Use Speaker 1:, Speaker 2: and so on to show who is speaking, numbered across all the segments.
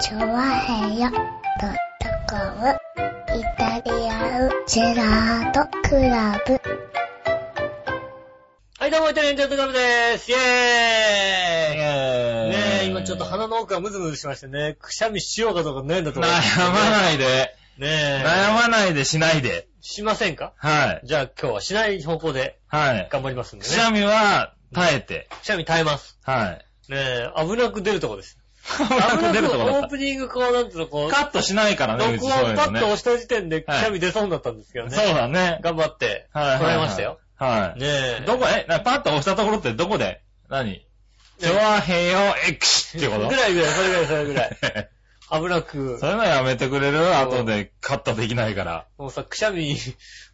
Speaker 1: チョワヘヨドットコムイタリアンジェラートクラブ。
Speaker 2: はい、どうも、イタリアンジャンクダムです。イェーイね
Speaker 3: ね
Speaker 2: え、今ちょっと鼻の奥がムズムズしましてね、くしゃみしようかどうか悩んだと
Speaker 3: 悩
Speaker 2: 思うんですけどね
Speaker 3: まないで。
Speaker 2: ねえ。
Speaker 3: 悩まないでしないで。
Speaker 2: しませんか
Speaker 3: はい。
Speaker 2: じゃあ今日はしない方向で
Speaker 3: はい。
Speaker 2: 頑張りますんで
Speaker 3: く
Speaker 2: ね。
Speaker 3: しゃみは耐えて。
Speaker 2: くしゃみ耐えます。
Speaker 3: はい。
Speaker 2: ねえ、危なく出るとこです。
Speaker 3: 危なく出ると
Speaker 2: 危
Speaker 3: こ
Speaker 2: なくオ
Speaker 3: だった
Speaker 2: ー。プニングこう、なんていうの、こう、
Speaker 3: カットしないからね、う
Speaker 2: 録
Speaker 3: ちそう
Speaker 2: 音
Speaker 3: いう
Speaker 2: パッ
Speaker 3: のね
Speaker 2: と。押した時点でく
Speaker 3: はい
Speaker 2: しゃみ出そうになったんですけどね。
Speaker 3: そうだね。
Speaker 2: 頑張って、
Speaker 3: はいはいはい
Speaker 2: 捉えましたよ。
Speaker 3: はい。
Speaker 2: ねえ。
Speaker 3: どこ、え、なパッと押したところってどこで何
Speaker 2: え
Speaker 3: ジョアヘヨエクシってこ
Speaker 2: ぐ
Speaker 3: と
Speaker 2: らいぐらい、それぐらい、それぐらい。危なく
Speaker 3: そ。ういうのやめてくれる後でカットできないから。
Speaker 2: もうさ、くしゃみ、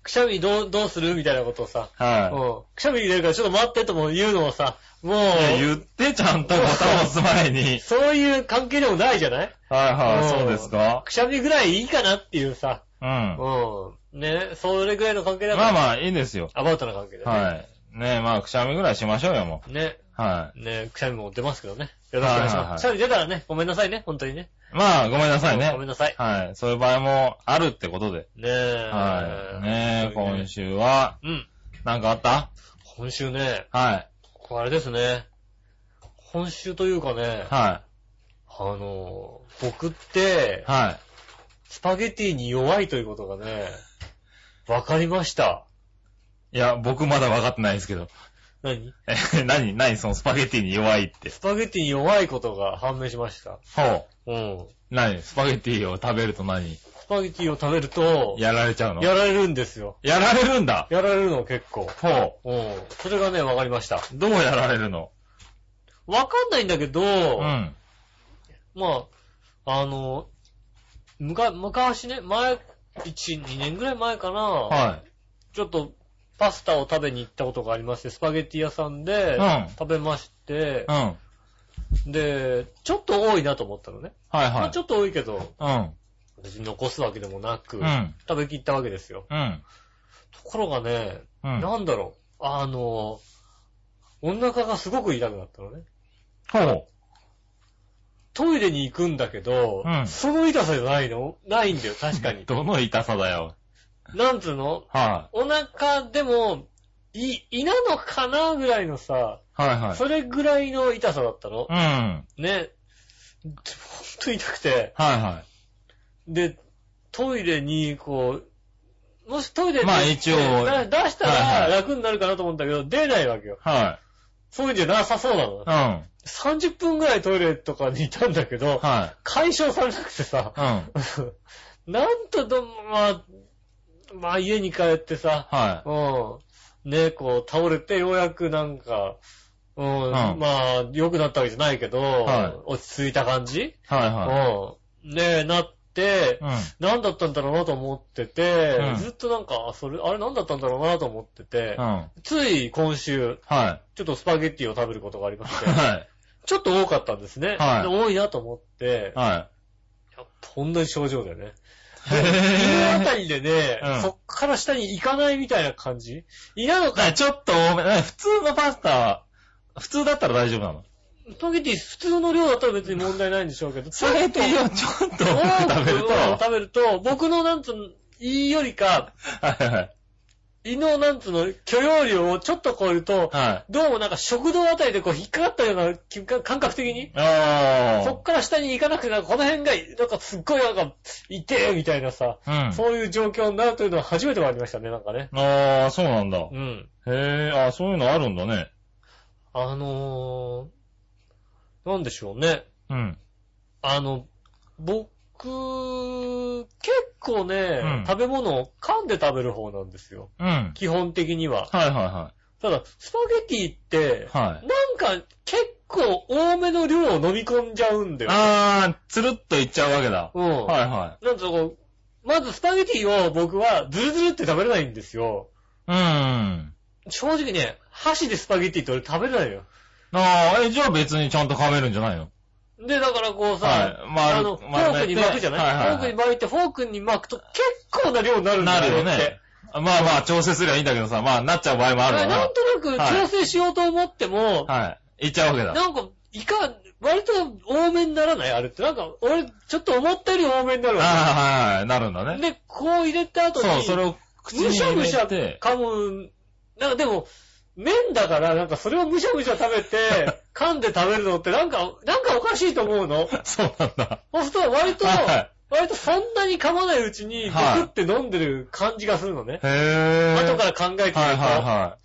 Speaker 2: くしゃみどう、どうするみたいなことをさ、
Speaker 3: は
Speaker 2: うん。くしゃみ入れるからちょっと待ってとも言うのもさ、も
Speaker 3: い。
Speaker 2: う、
Speaker 3: 言ってちゃんとボタン押す前に。
Speaker 2: そういう関係でもないじゃない
Speaker 3: はいは
Speaker 2: うん
Speaker 3: い、そうですか
Speaker 2: くしゃみぐらいいいかなっていうさ、
Speaker 3: うん。
Speaker 2: うん。ね、それぐらいの関係だか
Speaker 3: ま
Speaker 2: ら、
Speaker 3: あまあ、いいんですよ。
Speaker 2: アバウトな関係だよね。
Speaker 3: はい。ねえ、まあ、くしゃみぐらいしましょうよ、も
Speaker 2: ね、
Speaker 3: う。は
Speaker 2: ね、くしゃみも出ますけどね。よろしくお願いし
Speaker 3: はいはい
Speaker 2: ま
Speaker 3: はい
Speaker 2: す。くしゃみ出たらね、ごめんなさいね、本当にね。
Speaker 3: い。まあ、ごめんなさいね
Speaker 2: ご。めんなさい。
Speaker 3: はい。そういう場合もあるってことで。
Speaker 2: ねえ。
Speaker 3: はい。ねえ、
Speaker 2: 本当に
Speaker 3: 今。週は、
Speaker 2: うん。
Speaker 3: なんかあった
Speaker 2: 今週ね、
Speaker 3: はい。
Speaker 2: ここあれですね。今週というかね、
Speaker 3: は
Speaker 2: あの、僕って
Speaker 3: い。、は
Speaker 2: スパゲティに弱いということがね、わかりました。
Speaker 3: い。いや、僕まだ分かってないですけど。
Speaker 2: 何
Speaker 3: え、何何そのスパゲティに弱いって。
Speaker 2: スパゲティに弱いことが判明しました。
Speaker 3: ほう。
Speaker 2: うん。
Speaker 3: 何スパゲティを食べると何
Speaker 2: スパゲティを食べると、
Speaker 3: やられちゃうの
Speaker 2: やられるんですよ。
Speaker 3: やられるんだ。
Speaker 2: やられるの結構。
Speaker 3: ほう。
Speaker 2: うん。それがね、わかりました。
Speaker 3: どうやられるの
Speaker 2: わかんないんだけど、
Speaker 3: うん。
Speaker 2: まあ、あの、むか、昔ね、前、1、2年ぐらい前かな、
Speaker 3: は
Speaker 2: ちょっと、パスタを食べに行ったことがありまして、スパゲティ屋さんで
Speaker 3: うん、
Speaker 2: 食べまして
Speaker 3: い。う、ん。はい
Speaker 2: で、ちょっと多いなと思ったのね。まあ
Speaker 3: は
Speaker 2: ちょっと多いけど、
Speaker 3: い。うん。
Speaker 2: 別に残すわけでもなく、
Speaker 3: うん。
Speaker 2: 食べきったわけですよ。
Speaker 3: うん。
Speaker 2: ところがね、
Speaker 3: うん。
Speaker 2: なんだろう、あの、お腹がすごく痛くなったのね。
Speaker 3: ほう。
Speaker 2: トイレに行くんだけど、
Speaker 3: うん
Speaker 2: その痛さじゃないのないんだよ、確かに。
Speaker 3: どの痛さだよ。
Speaker 2: なんつうの
Speaker 3: は
Speaker 2: お腹でも、い、胃なのかなぐらいのさ、
Speaker 3: い。はいはい。
Speaker 2: それぐらいの痛さだったの。
Speaker 3: うん。はい
Speaker 2: ね。ほんと痛くて。
Speaker 3: は
Speaker 2: で、トイレに、こう、もしトイレに
Speaker 3: まあ一応
Speaker 2: だ出した
Speaker 3: は
Speaker 2: ら
Speaker 3: いはい
Speaker 2: 楽になるかなと思ったけど、出ないわけよ。
Speaker 3: い。は
Speaker 2: そういうんじゃなさそうなの
Speaker 3: い。。うん。
Speaker 2: 30分ぐらいトイレとかにいたんだけど、
Speaker 3: は
Speaker 2: 解消されなくてさ、
Speaker 3: い。うん。
Speaker 2: なんとど、まあ、まあ家に帰ってさ、
Speaker 3: は
Speaker 2: うん。ね、こう、倒れてようやくなんか、うん、
Speaker 3: ん
Speaker 2: まあ、良くなったわけじゃないけど、
Speaker 3: はい
Speaker 2: 落ち着いた感じ、
Speaker 3: い。はいは
Speaker 2: うん。ねなって、
Speaker 3: い。うん。
Speaker 2: 何だったんだろうなと思ってて、
Speaker 3: うん
Speaker 2: ずっとなんか、あそれ、あれ何だったんだろうなと思ってて、
Speaker 3: うん。はい。
Speaker 2: つい今週、
Speaker 3: は
Speaker 2: ちょっとスパゲッティを食べることがありまし
Speaker 3: い。
Speaker 2: て、
Speaker 3: はい。
Speaker 2: ちょっと多かったんですね。
Speaker 3: はい
Speaker 2: で多いなと思って、
Speaker 3: はい
Speaker 2: やこんな症状だよね。胃
Speaker 3: へぇ
Speaker 2: あたりでね、
Speaker 3: うん
Speaker 2: そっから下に行かないみたいな感じ胃なの
Speaker 3: ー。だ
Speaker 2: か
Speaker 3: からちょっと多め、だから普通のパスタは、普通だったら大丈夫なの
Speaker 2: スパゲティ普通の量だったら別に問題ないんでしょうけど、
Speaker 3: スパゲティをちょっと多く食べると、
Speaker 2: 多
Speaker 3: は
Speaker 2: く食べると、僕のなんつうの、胃よりか、
Speaker 3: いはい。
Speaker 2: 胃のなんつうの、許容量をちょっと超えると、
Speaker 3: はい。
Speaker 2: どうもなんか食道あたりでこう引っかかったような気が感覚的に、そ
Speaker 3: あ
Speaker 2: っから下に行かなくて、なんかこの辺が、なんかすっごいなんか、痛えみたいなさ、
Speaker 3: あ。うん。
Speaker 2: そういう状況になるというのは初めてもありましたね、なんかね。
Speaker 3: ああ、そうなんだ。へ
Speaker 2: うん。
Speaker 3: え、あーそういうのあるんだね。
Speaker 2: あのー、なんでしょうね。
Speaker 3: うん。
Speaker 2: あの、僕、結構ね、
Speaker 3: うん
Speaker 2: 食べ物を噛んで食べる方なんですよ。
Speaker 3: うん。はい
Speaker 2: 基本的には。
Speaker 3: はいは
Speaker 2: ただ、スパゲティって、
Speaker 3: い。はい。
Speaker 2: なんか結構多めの量を飲み込んじゃうんだよ。
Speaker 3: ああ、つるっといっちゃうわけだ。
Speaker 2: うん。
Speaker 3: はいは
Speaker 2: なんとこう、まずスパゲティを僕はズルズルって食べれないんですよ。
Speaker 3: い。うん。
Speaker 2: 正直ね、箸でスパゲティって俺食べれないよ。
Speaker 3: ああ、え、じゃあ別にちゃんと噛めるんじゃないの
Speaker 2: で、だからこうさ、
Speaker 3: はい。ま
Speaker 2: あの、フォークに巻くじゃない,、
Speaker 3: はいは
Speaker 2: フォ
Speaker 3: い、
Speaker 2: ークに巻いて、フォークに巻くと結構な量になるんだ
Speaker 3: な
Speaker 2: よ
Speaker 3: るよ
Speaker 2: って
Speaker 3: ね。まあまあ、調整すればいいんだけどさ、まあ、なっちゃう場合もある
Speaker 2: だか
Speaker 3: わ
Speaker 2: らなん
Speaker 3: な。
Speaker 2: となく調整しようと思っても、
Speaker 3: はい。いっちゃうわけだ。
Speaker 2: なんか、いか、割と多めにならないあれって。なんか、俺、ちょっと思ったより多めになるわ
Speaker 3: ああ、はい、なるんだ
Speaker 2: け。
Speaker 3: ね。
Speaker 2: で、こう入れた後に、
Speaker 3: そう、それを口に
Speaker 2: むしゃ
Speaker 3: 入
Speaker 2: むしゃ
Speaker 3: れて、
Speaker 2: 噛む。なんかでも、麺だから、なんかそれをむしゃむしゃ食べ て、噛んで食べるのってなんか、なんかおかしいと思うの。
Speaker 3: そうなん だ。
Speaker 2: そうすると割と、
Speaker 3: は
Speaker 2: 割とそんなに噛まないうちに、
Speaker 3: は
Speaker 2: グ
Speaker 3: い
Speaker 2: クって飲んでる感じがするのね。
Speaker 3: い。へー。
Speaker 2: 後から考えてみると。
Speaker 3: はいはいは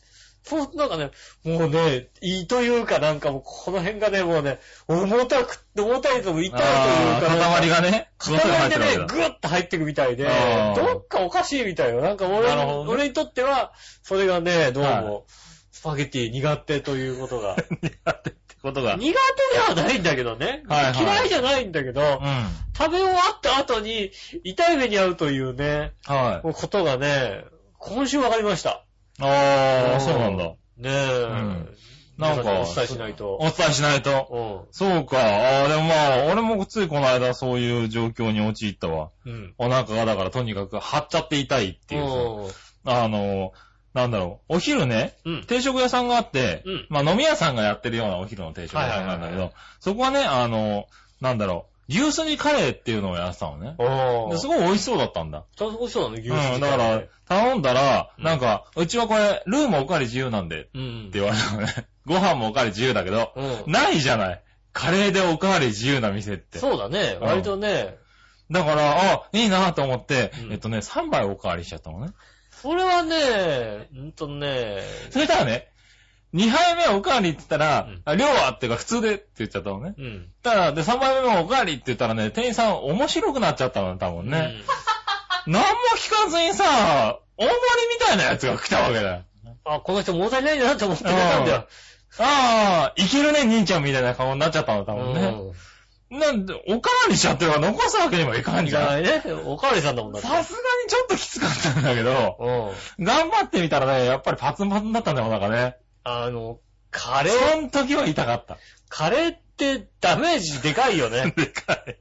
Speaker 2: そう、なんかね、もうね、胃というかなんかもうこの辺がね、もうね、重たく、重たいとも痛いという
Speaker 3: い。
Speaker 2: か、
Speaker 3: あー塊がね、
Speaker 2: 塊でね、
Speaker 3: わけ
Speaker 2: ぐっと入ってくみたいで
Speaker 3: あ、ー
Speaker 2: どっかおかしいみたいよ。なんか俺
Speaker 3: なるほどね
Speaker 2: 俺にとっては、それがね、どう
Speaker 3: はい
Speaker 2: も、スパゲティ苦手ということ が。
Speaker 3: だ。苦手ってことが。
Speaker 2: 苦
Speaker 3: うん。
Speaker 2: 手ではないんだけどね。
Speaker 3: はいはい
Speaker 2: 嫌いじゃないんだけど、
Speaker 3: は
Speaker 2: 食べ終わった後に痛い目に遭うというね、
Speaker 3: い。
Speaker 2: ことがね、今週わかりました。
Speaker 3: ああ、そうなんだ。
Speaker 2: ねえ。
Speaker 3: んなんか
Speaker 2: お伝えしないと。
Speaker 3: お伝えしないと。
Speaker 2: う
Speaker 3: そうか。ああ、でもまあ、俺もついこの間そういう状況に陥ったわ。
Speaker 2: ん。うん。
Speaker 3: お腹がだからとにかく張っちゃって痛いっていうさあの、なんだろう。お昼ね、
Speaker 2: うん。
Speaker 3: 定食屋さんがあって、
Speaker 2: うん
Speaker 3: まあ飲み屋さんがやってるようなお昼の定食屋さんな
Speaker 2: はい
Speaker 3: んだ
Speaker 2: はい
Speaker 3: け
Speaker 2: はいは
Speaker 3: ど、そこはね、あの、なんだろう、牛すじカレーっていうのをやってたのね。
Speaker 2: お
Speaker 3: で
Speaker 2: ー。
Speaker 3: す
Speaker 2: ち
Speaker 3: ごい美味しそうだったんだ。
Speaker 2: ゃんと美味しそうだね、牛すじ
Speaker 3: うん、だから、頼んだら、
Speaker 2: うん
Speaker 3: なんか、うちはこれ、ルーもおかわり自由なんで、って
Speaker 2: うん。
Speaker 3: 言われたのね。 ご飯もおかわり自由だけど、
Speaker 2: うん。
Speaker 3: ないじゃない。カレーでおかわり自由な店って。
Speaker 2: そうだね。
Speaker 3: うん
Speaker 2: 割とね、
Speaker 3: だから、あ、いいなと思って、
Speaker 2: うん
Speaker 3: えっとね、3杯おかわりしちゃったのね。
Speaker 2: それはね、うんとね、
Speaker 3: それからね、2杯目おかわりって言ったら
Speaker 2: うん、
Speaker 3: あ量はっていうか普通でって言っちゃったのね。
Speaker 2: うん。
Speaker 3: ただ、で、3杯目もおかわりって言ったらね、店員さん面白くなっちゃったのね、多分ね。何も聞かずにさ、大盛りみたいなやつが来たわけだよ。
Speaker 2: うん。あ、この人物足りないなと思って出たんだよ。
Speaker 3: ああ、いけるね、兄ちゃんみたいな顔になっちゃったの、多分ね。なんで、おかわりしちゃっては残すわけにもいか
Speaker 2: うんん。
Speaker 3: じ
Speaker 2: じゃ
Speaker 3: ゃ。
Speaker 2: なんいね。おかわりさんだもんだって。
Speaker 3: さすがにちょっときつかったんだけど、
Speaker 2: うん。
Speaker 3: 頑張ってみたらね、やっぱりパツンパツンだったんだよ、お腹ね。
Speaker 2: あの、カレー、
Speaker 3: その時は痛かった。
Speaker 2: カレーってダメージでかいよね。
Speaker 3: でかい。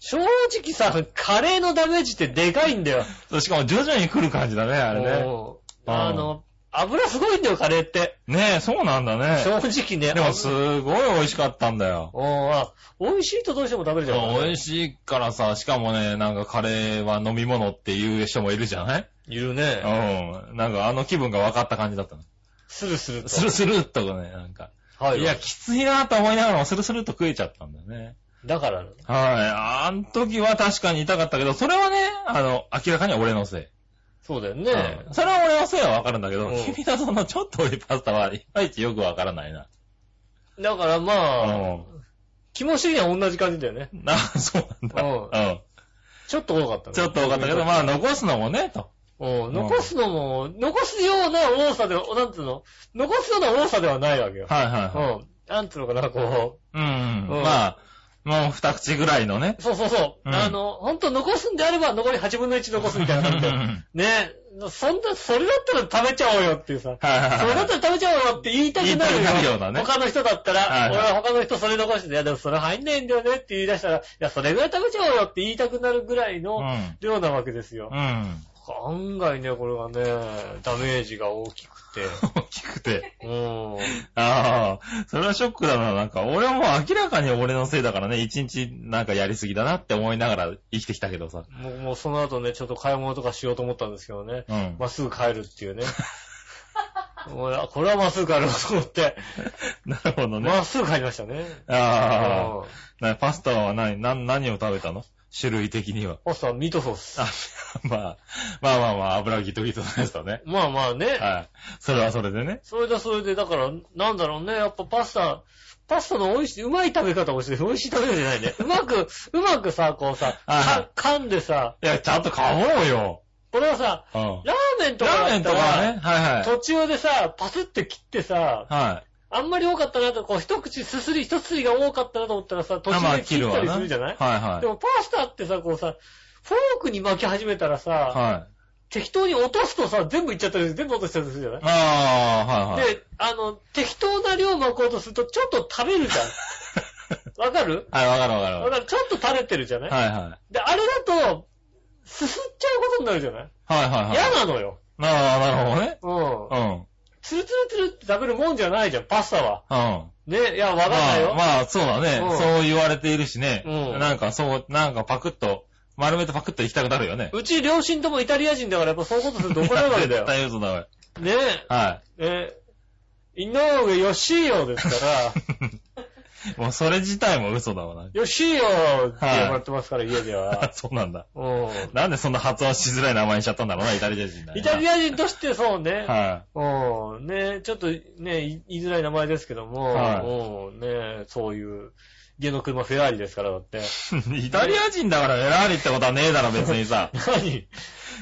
Speaker 2: 正直さ、カレーのダメージってでかいんだよ。
Speaker 3: そうしかも徐々に来る感じだね、あれね。
Speaker 2: うん
Speaker 3: うん
Speaker 2: あの、油すごいんだよ、カレーって。
Speaker 3: ねえ、そうなんだね。
Speaker 2: 正直ね。
Speaker 3: でも、すごい美味しかったんだよ。
Speaker 2: おーあ美味しいとどうしても食べるじゃん。
Speaker 3: 美味
Speaker 2: し
Speaker 3: しいからさ、しかもね、なんかカレーは飲み物っていう人もいるじゃない
Speaker 2: い。いるね。
Speaker 3: うん。なんかあの気分が分かった感じだったの。
Speaker 2: スルスルと。
Speaker 3: スルスルっとね、なんか。
Speaker 2: はい。
Speaker 3: いや、きついなと思いながらもスルスルっと食えちゃったんだよね。
Speaker 2: だから、
Speaker 3: はい。あの時は確かに痛かったけど、それはね、あの、明らかに俺のせい。
Speaker 2: そうだよね。
Speaker 3: うんそれは俺のせいはわかるんだけど、
Speaker 2: うん
Speaker 3: 君のそのちょっと多いパスタはいまいちよくわからないな。
Speaker 2: だからまあ、
Speaker 3: うん。
Speaker 2: 気持ち的には同じ感じだよね。
Speaker 3: な、そうなんだ。
Speaker 2: うん
Speaker 3: うん。
Speaker 2: ちょっと多かったね。
Speaker 3: ちょっと多かったけど、まあ残すのもね、と。
Speaker 2: うん。残すのも、残すような多さで、なんつうの残すような多さではないわけよ。
Speaker 3: はいはいはい。
Speaker 2: うん。なんつうのかな、こ
Speaker 3: うん。
Speaker 2: うん
Speaker 3: まあ、もう二口ぐらいの ね。
Speaker 2: う。そうそうそう。
Speaker 3: うん
Speaker 2: あの、ほんと残すんであれば残り8分の1残すみたいな感じ
Speaker 3: う
Speaker 2: で
Speaker 3: んうんうん。
Speaker 2: ねそんな、それだったら食べちゃおうよっていうさ。
Speaker 3: はいはいはい。
Speaker 2: それだったら食べちゃおうよって言いたくなるよ。
Speaker 3: 言いたくなるようなね
Speaker 2: 他の人だったら、
Speaker 3: はいはい
Speaker 2: 俺は他の人それ残して、いやでもそれ入んないんだよねって言い出したら、いやそれぐらい食べちゃおうよって言いたくなるぐらいの
Speaker 3: う
Speaker 2: 量なわけですよ。
Speaker 3: ん。うん。
Speaker 2: 案外ね、これはね、ダメージが大きくて。
Speaker 3: 大きくて。
Speaker 2: うん。
Speaker 3: ああ、それはショックだな。なんか、俺はもう明らかに俺のせいだからね、一日なんかやりすぎだなって思いながら生きてきたけどさ。
Speaker 2: もうもうその後ね、ちょっと買い物とかしようと思ったんですけどね。
Speaker 3: うん。
Speaker 2: まっすぐ帰るっていう ね。もうあこれはまっすぐ帰ろうと思って、
Speaker 3: なるほどね。
Speaker 2: まっすぐ帰りましたね。
Speaker 3: あ
Speaker 2: うん
Speaker 3: あ、なパスタは何、何、何を食べたの種類的には。
Speaker 2: パスタはミートソース。
Speaker 3: あ、まあ、まあまあまあ、油ギトギトのやつだね。
Speaker 2: まあまあね。
Speaker 3: はい。それはそれでね。
Speaker 2: それだそれで、だから、なんだろうね、やっぱパスタ、パスタの美味しい、うまい食べ方をして、美味しい食べ方じゃないね。うまく、うまくさ、こうさ、
Speaker 3: は
Speaker 2: か噛んでさ、
Speaker 3: いや、ちゃんと買おうよ。
Speaker 2: これはさ、
Speaker 3: うん。
Speaker 2: ラーメンとか
Speaker 3: ラー
Speaker 2: だ
Speaker 3: メ
Speaker 2: っ
Speaker 3: ンと
Speaker 2: た、
Speaker 3: からはね、はいはい。
Speaker 2: 途中でさ、パスって切ってさ、
Speaker 3: は
Speaker 2: あんまり多かったなと、こう一口すすり、一すりが多かったなと思ったらさ、
Speaker 3: い。
Speaker 2: 途中で切ったりするじゃ
Speaker 3: は
Speaker 2: ないい
Speaker 3: は
Speaker 2: でもパスタってさ、こうさ、フォークに巻き始めたらさ、
Speaker 3: い。はい。
Speaker 2: 適当に落とすとさ、全部いっちゃったり、全部落としちゃったりするじゃない
Speaker 3: ああ、はいはい。
Speaker 2: で、あの、適当な量巻こうとすると、ちょっと垂れるじゃん。わかる
Speaker 3: はい、わかるわかる
Speaker 2: わ
Speaker 3: わか
Speaker 2: かるちょっと垂れてるじゃない、
Speaker 3: る。はいはい。
Speaker 2: で、あれだと、すすっちゃうことになるじゃない
Speaker 3: はいはいはい。
Speaker 2: 嫌なのよ。
Speaker 3: ああ、なるほどね。
Speaker 2: うん。
Speaker 3: うん。
Speaker 2: ツルツルツルって食べるもんじゃないじゃん、パスタは。
Speaker 3: うん。
Speaker 2: ね、いや、わかんない
Speaker 3: まあ、
Speaker 2: よ。
Speaker 3: まあ、そうだね、
Speaker 2: うん
Speaker 3: そう言われているしね。
Speaker 2: うん
Speaker 3: なんかそう、なんかパクッと、丸めてパクッと行きたくなるよね。
Speaker 2: うち両親ともイタリア人だから、やっぱそういうことすると怒られるわけだよ
Speaker 3: 絶。対嘘だわ。
Speaker 2: ね
Speaker 3: は
Speaker 2: え、え、井上義よです から、
Speaker 3: い。 もうそれ自体も嘘だわな。。
Speaker 2: 義よって呼ばれてますから、家では
Speaker 3: そうなんだ。
Speaker 2: う
Speaker 3: なんでそんな発音しづらい名前にしちゃったんだろうな、イタリア人だ、
Speaker 2: ん。イタリ
Speaker 3: ア
Speaker 2: ア人としてそうね。
Speaker 3: は
Speaker 2: うん。ねちょっとね、い言いづらい名前ですけども、うん。ねそういう、家の車フェラーリですから、だって。。
Speaker 3: い。イタリア人だからフェラーリってことはねえだろ、別にさ
Speaker 2: 何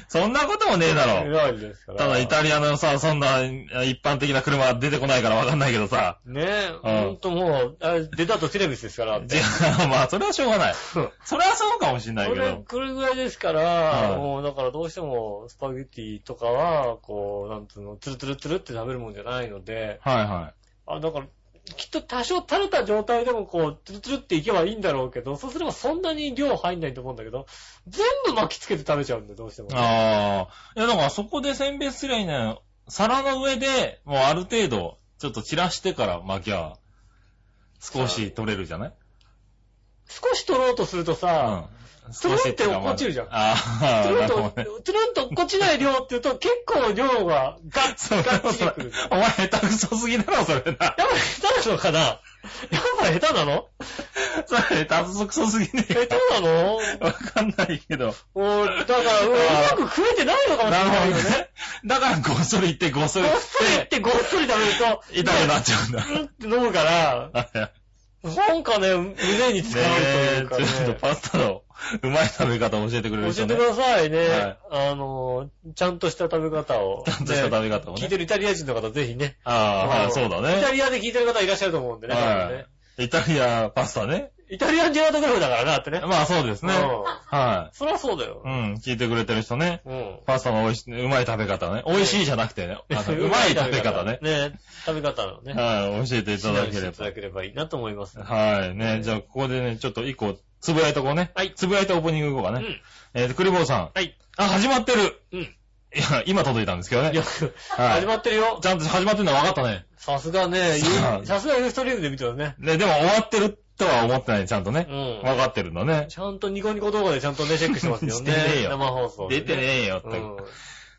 Speaker 3: そんなこともねえだ
Speaker 2: フェ
Speaker 3: ろ。
Speaker 2: ラーリですから。
Speaker 3: ただイタリアのさ、そんな一般的な車は出てこないからわかんないけどさ。
Speaker 2: ねえ、
Speaker 3: うん
Speaker 2: ほんともう、あれ出たとテレビですから、だって
Speaker 3: じゃあ、まあ、それはしょうがない。
Speaker 2: そう
Speaker 3: それはそうかもしんない
Speaker 2: こ
Speaker 3: け
Speaker 2: れ
Speaker 3: ど。、
Speaker 2: これぐらいですか
Speaker 3: は
Speaker 2: ら、
Speaker 3: い
Speaker 2: もうだからどうしてもスパゲッティとかは、こう、なんつうの、ツルツルツルって食べるもんじゃないので、
Speaker 3: はいは
Speaker 2: あ、だから、きっと多少垂れた状態でもこう、ツルツルっていけばいいんだろうけど、そうすればそんなに量入んないと思うんだけど、全部巻きつけて食べちゃうんで、どうしても
Speaker 3: い。。ああ。いや、だからそこで選別すりゃいいのよ。皿の上で、もうある程度、ちょっと散らしてから巻きゃ、少し取れるじゃない
Speaker 2: 少し取ろうとするとさ、
Speaker 3: うん。
Speaker 2: トゥルンって落っこちるじゃん
Speaker 3: ああ、
Speaker 2: トゥルン
Speaker 3: なる
Speaker 2: と
Speaker 3: ほどね、
Speaker 2: トゥルンと落っこちない量っていうと、結構量がガッツ
Speaker 3: そ
Speaker 2: ガ
Speaker 3: れ
Speaker 2: ッ
Speaker 3: は
Speaker 2: チ
Speaker 3: そ
Speaker 2: リ
Speaker 3: れ
Speaker 2: くる。
Speaker 3: お前下手くそすぎだろ、それな。
Speaker 2: やっぱ下手なのかなやっぱ下手なの
Speaker 3: それ下手くそすぎねえ
Speaker 2: 下手
Speaker 3: か。
Speaker 2: なの
Speaker 3: わかんないけど。
Speaker 2: もう、だから、 うんうまく食えてないのかもしれ
Speaker 3: なる
Speaker 2: な
Speaker 3: ほ
Speaker 2: い
Speaker 3: ど
Speaker 2: よね。
Speaker 3: ね。だからごっそり行ってごっそ
Speaker 2: ご
Speaker 3: り
Speaker 2: っ
Speaker 3: 食
Speaker 2: そりっ
Speaker 3: って
Speaker 2: ごっそり食べると、
Speaker 3: て、痛くなっちゃうんだ。
Speaker 2: うんって飲むから、
Speaker 3: はい
Speaker 2: なんかね、胸に使
Speaker 3: ね
Speaker 2: われるというか、
Speaker 3: えちょっと
Speaker 2: ね。
Speaker 3: パスタのうまい食べ方を教えてく
Speaker 2: 教
Speaker 3: れる
Speaker 2: え
Speaker 3: 人
Speaker 2: て
Speaker 3: ね。
Speaker 2: くださいね。
Speaker 3: は
Speaker 2: あの、ちゃんとした食べ方を。
Speaker 3: ちゃんとした食べ方をね
Speaker 2: 聞いてるイタリア人の方、ぜひね。
Speaker 3: ああ、はい、そうだ
Speaker 2: イタ
Speaker 3: ね。
Speaker 2: リアで聞いてる方いらっしゃると思うんでね。多分ね
Speaker 3: はい。イタリアパスタね。
Speaker 2: イタリアンジェラートクラブだからなってね。
Speaker 3: まあそうですね。
Speaker 2: うん
Speaker 3: は
Speaker 2: そりゃそうだよ
Speaker 3: い。う。ん、聞いてくれてる人ね。
Speaker 2: うん。
Speaker 3: パスタの美味しい、うまい食べ方ね。美味しいじゃなくてね。あのうまい食べ方 ね。
Speaker 2: ね、食べ方のね。
Speaker 3: はい、教えていただけ
Speaker 2: 指
Speaker 3: れ
Speaker 2: 南していた
Speaker 3: ば
Speaker 2: だ。ければいいなと思います。
Speaker 3: はい、ね。じゃあ、ここでね、ちょっと一個、つぶやいとこうね。
Speaker 2: はい
Speaker 3: つぶやいてオープニング行こう
Speaker 2: う
Speaker 3: かね。
Speaker 2: ん。
Speaker 3: えーと、クリボーさん。
Speaker 2: はい。
Speaker 3: あ、始まってる。
Speaker 2: うん。
Speaker 3: いや、今届いたんですけどね。
Speaker 2: よく、始まってるよ。
Speaker 3: ちゃんと始まってるのは分かったね。
Speaker 2: さすがね、
Speaker 3: さあ
Speaker 2: ゆさすがユーストリームで見てますね。
Speaker 3: ね、でも終わってるとは思ってない、ちゃんとね。
Speaker 2: うん。
Speaker 3: 分かってるのね。
Speaker 2: ちゃんとニコニコ動画でちゃんとね、チェックしてますよ
Speaker 3: して
Speaker 2: ね
Speaker 3: ねえ。よ
Speaker 2: 生放送で。
Speaker 3: 出てねえよ、
Speaker 2: う
Speaker 3: っ
Speaker 2: ん。
Speaker 3: て。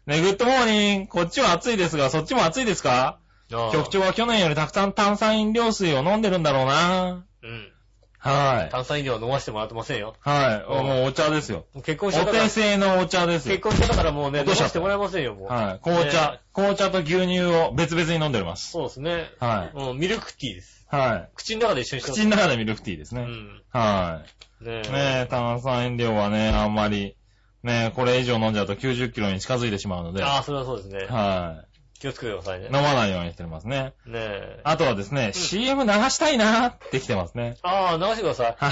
Speaker 3: ね、グッドモーニング。こっちは暑いですが、そっちも暑いですか
Speaker 2: ああ
Speaker 3: 局。長は去年よりたくさん炭酸飲料水を飲んでるんだろうな。
Speaker 2: うん。
Speaker 3: はい。
Speaker 2: 炭酸飲料は飲ませてもらってませんよ。
Speaker 3: はい。
Speaker 2: うん
Speaker 3: もうお茶ですよ。
Speaker 2: もう結
Speaker 3: お
Speaker 2: 婚したから
Speaker 3: 手、製のお茶ですよ
Speaker 2: 結。婚したからもうね、飲
Speaker 3: 落
Speaker 2: ま
Speaker 3: としちゃった
Speaker 2: せてもらえませんよ、もう。
Speaker 3: はい。紅
Speaker 2: ね
Speaker 3: 茶。紅茶と牛乳を別々に飲んでおります。
Speaker 2: そうですね。
Speaker 3: は
Speaker 2: もうミルクティーです。
Speaker 3: い。はい。
Speaker 2: 口の中で一緒にして
Speaker 3: 口の中でミルクティーです
Speaker 2: う
Speaker 3: ね。
Speaker 2: ん。
Speaker 3: は
Speaker 2: ね
Speaker 3: い。
Speaker 2: え。
Speaker 3: ねえ、炭酸飲料はね、あんまり、ねえ、これ以上飲んじゃうと90キロに近づいてしまうので、
Speaker 2: あ
Speaker 3: は
Speaker 2: あ、それはそうですね。
Speaker 3: い。
Speaker 2: 気をつけてくださいね。
Speaker 3: 飲
Speaker 2: ね
Speaker 3: まないようにしてますね。
Speaker 2: え。
Speaker 3: あとはですね、CM 流したいなーってきてますね。
Speaker 2: ああ、流してください。
Speaker 3: は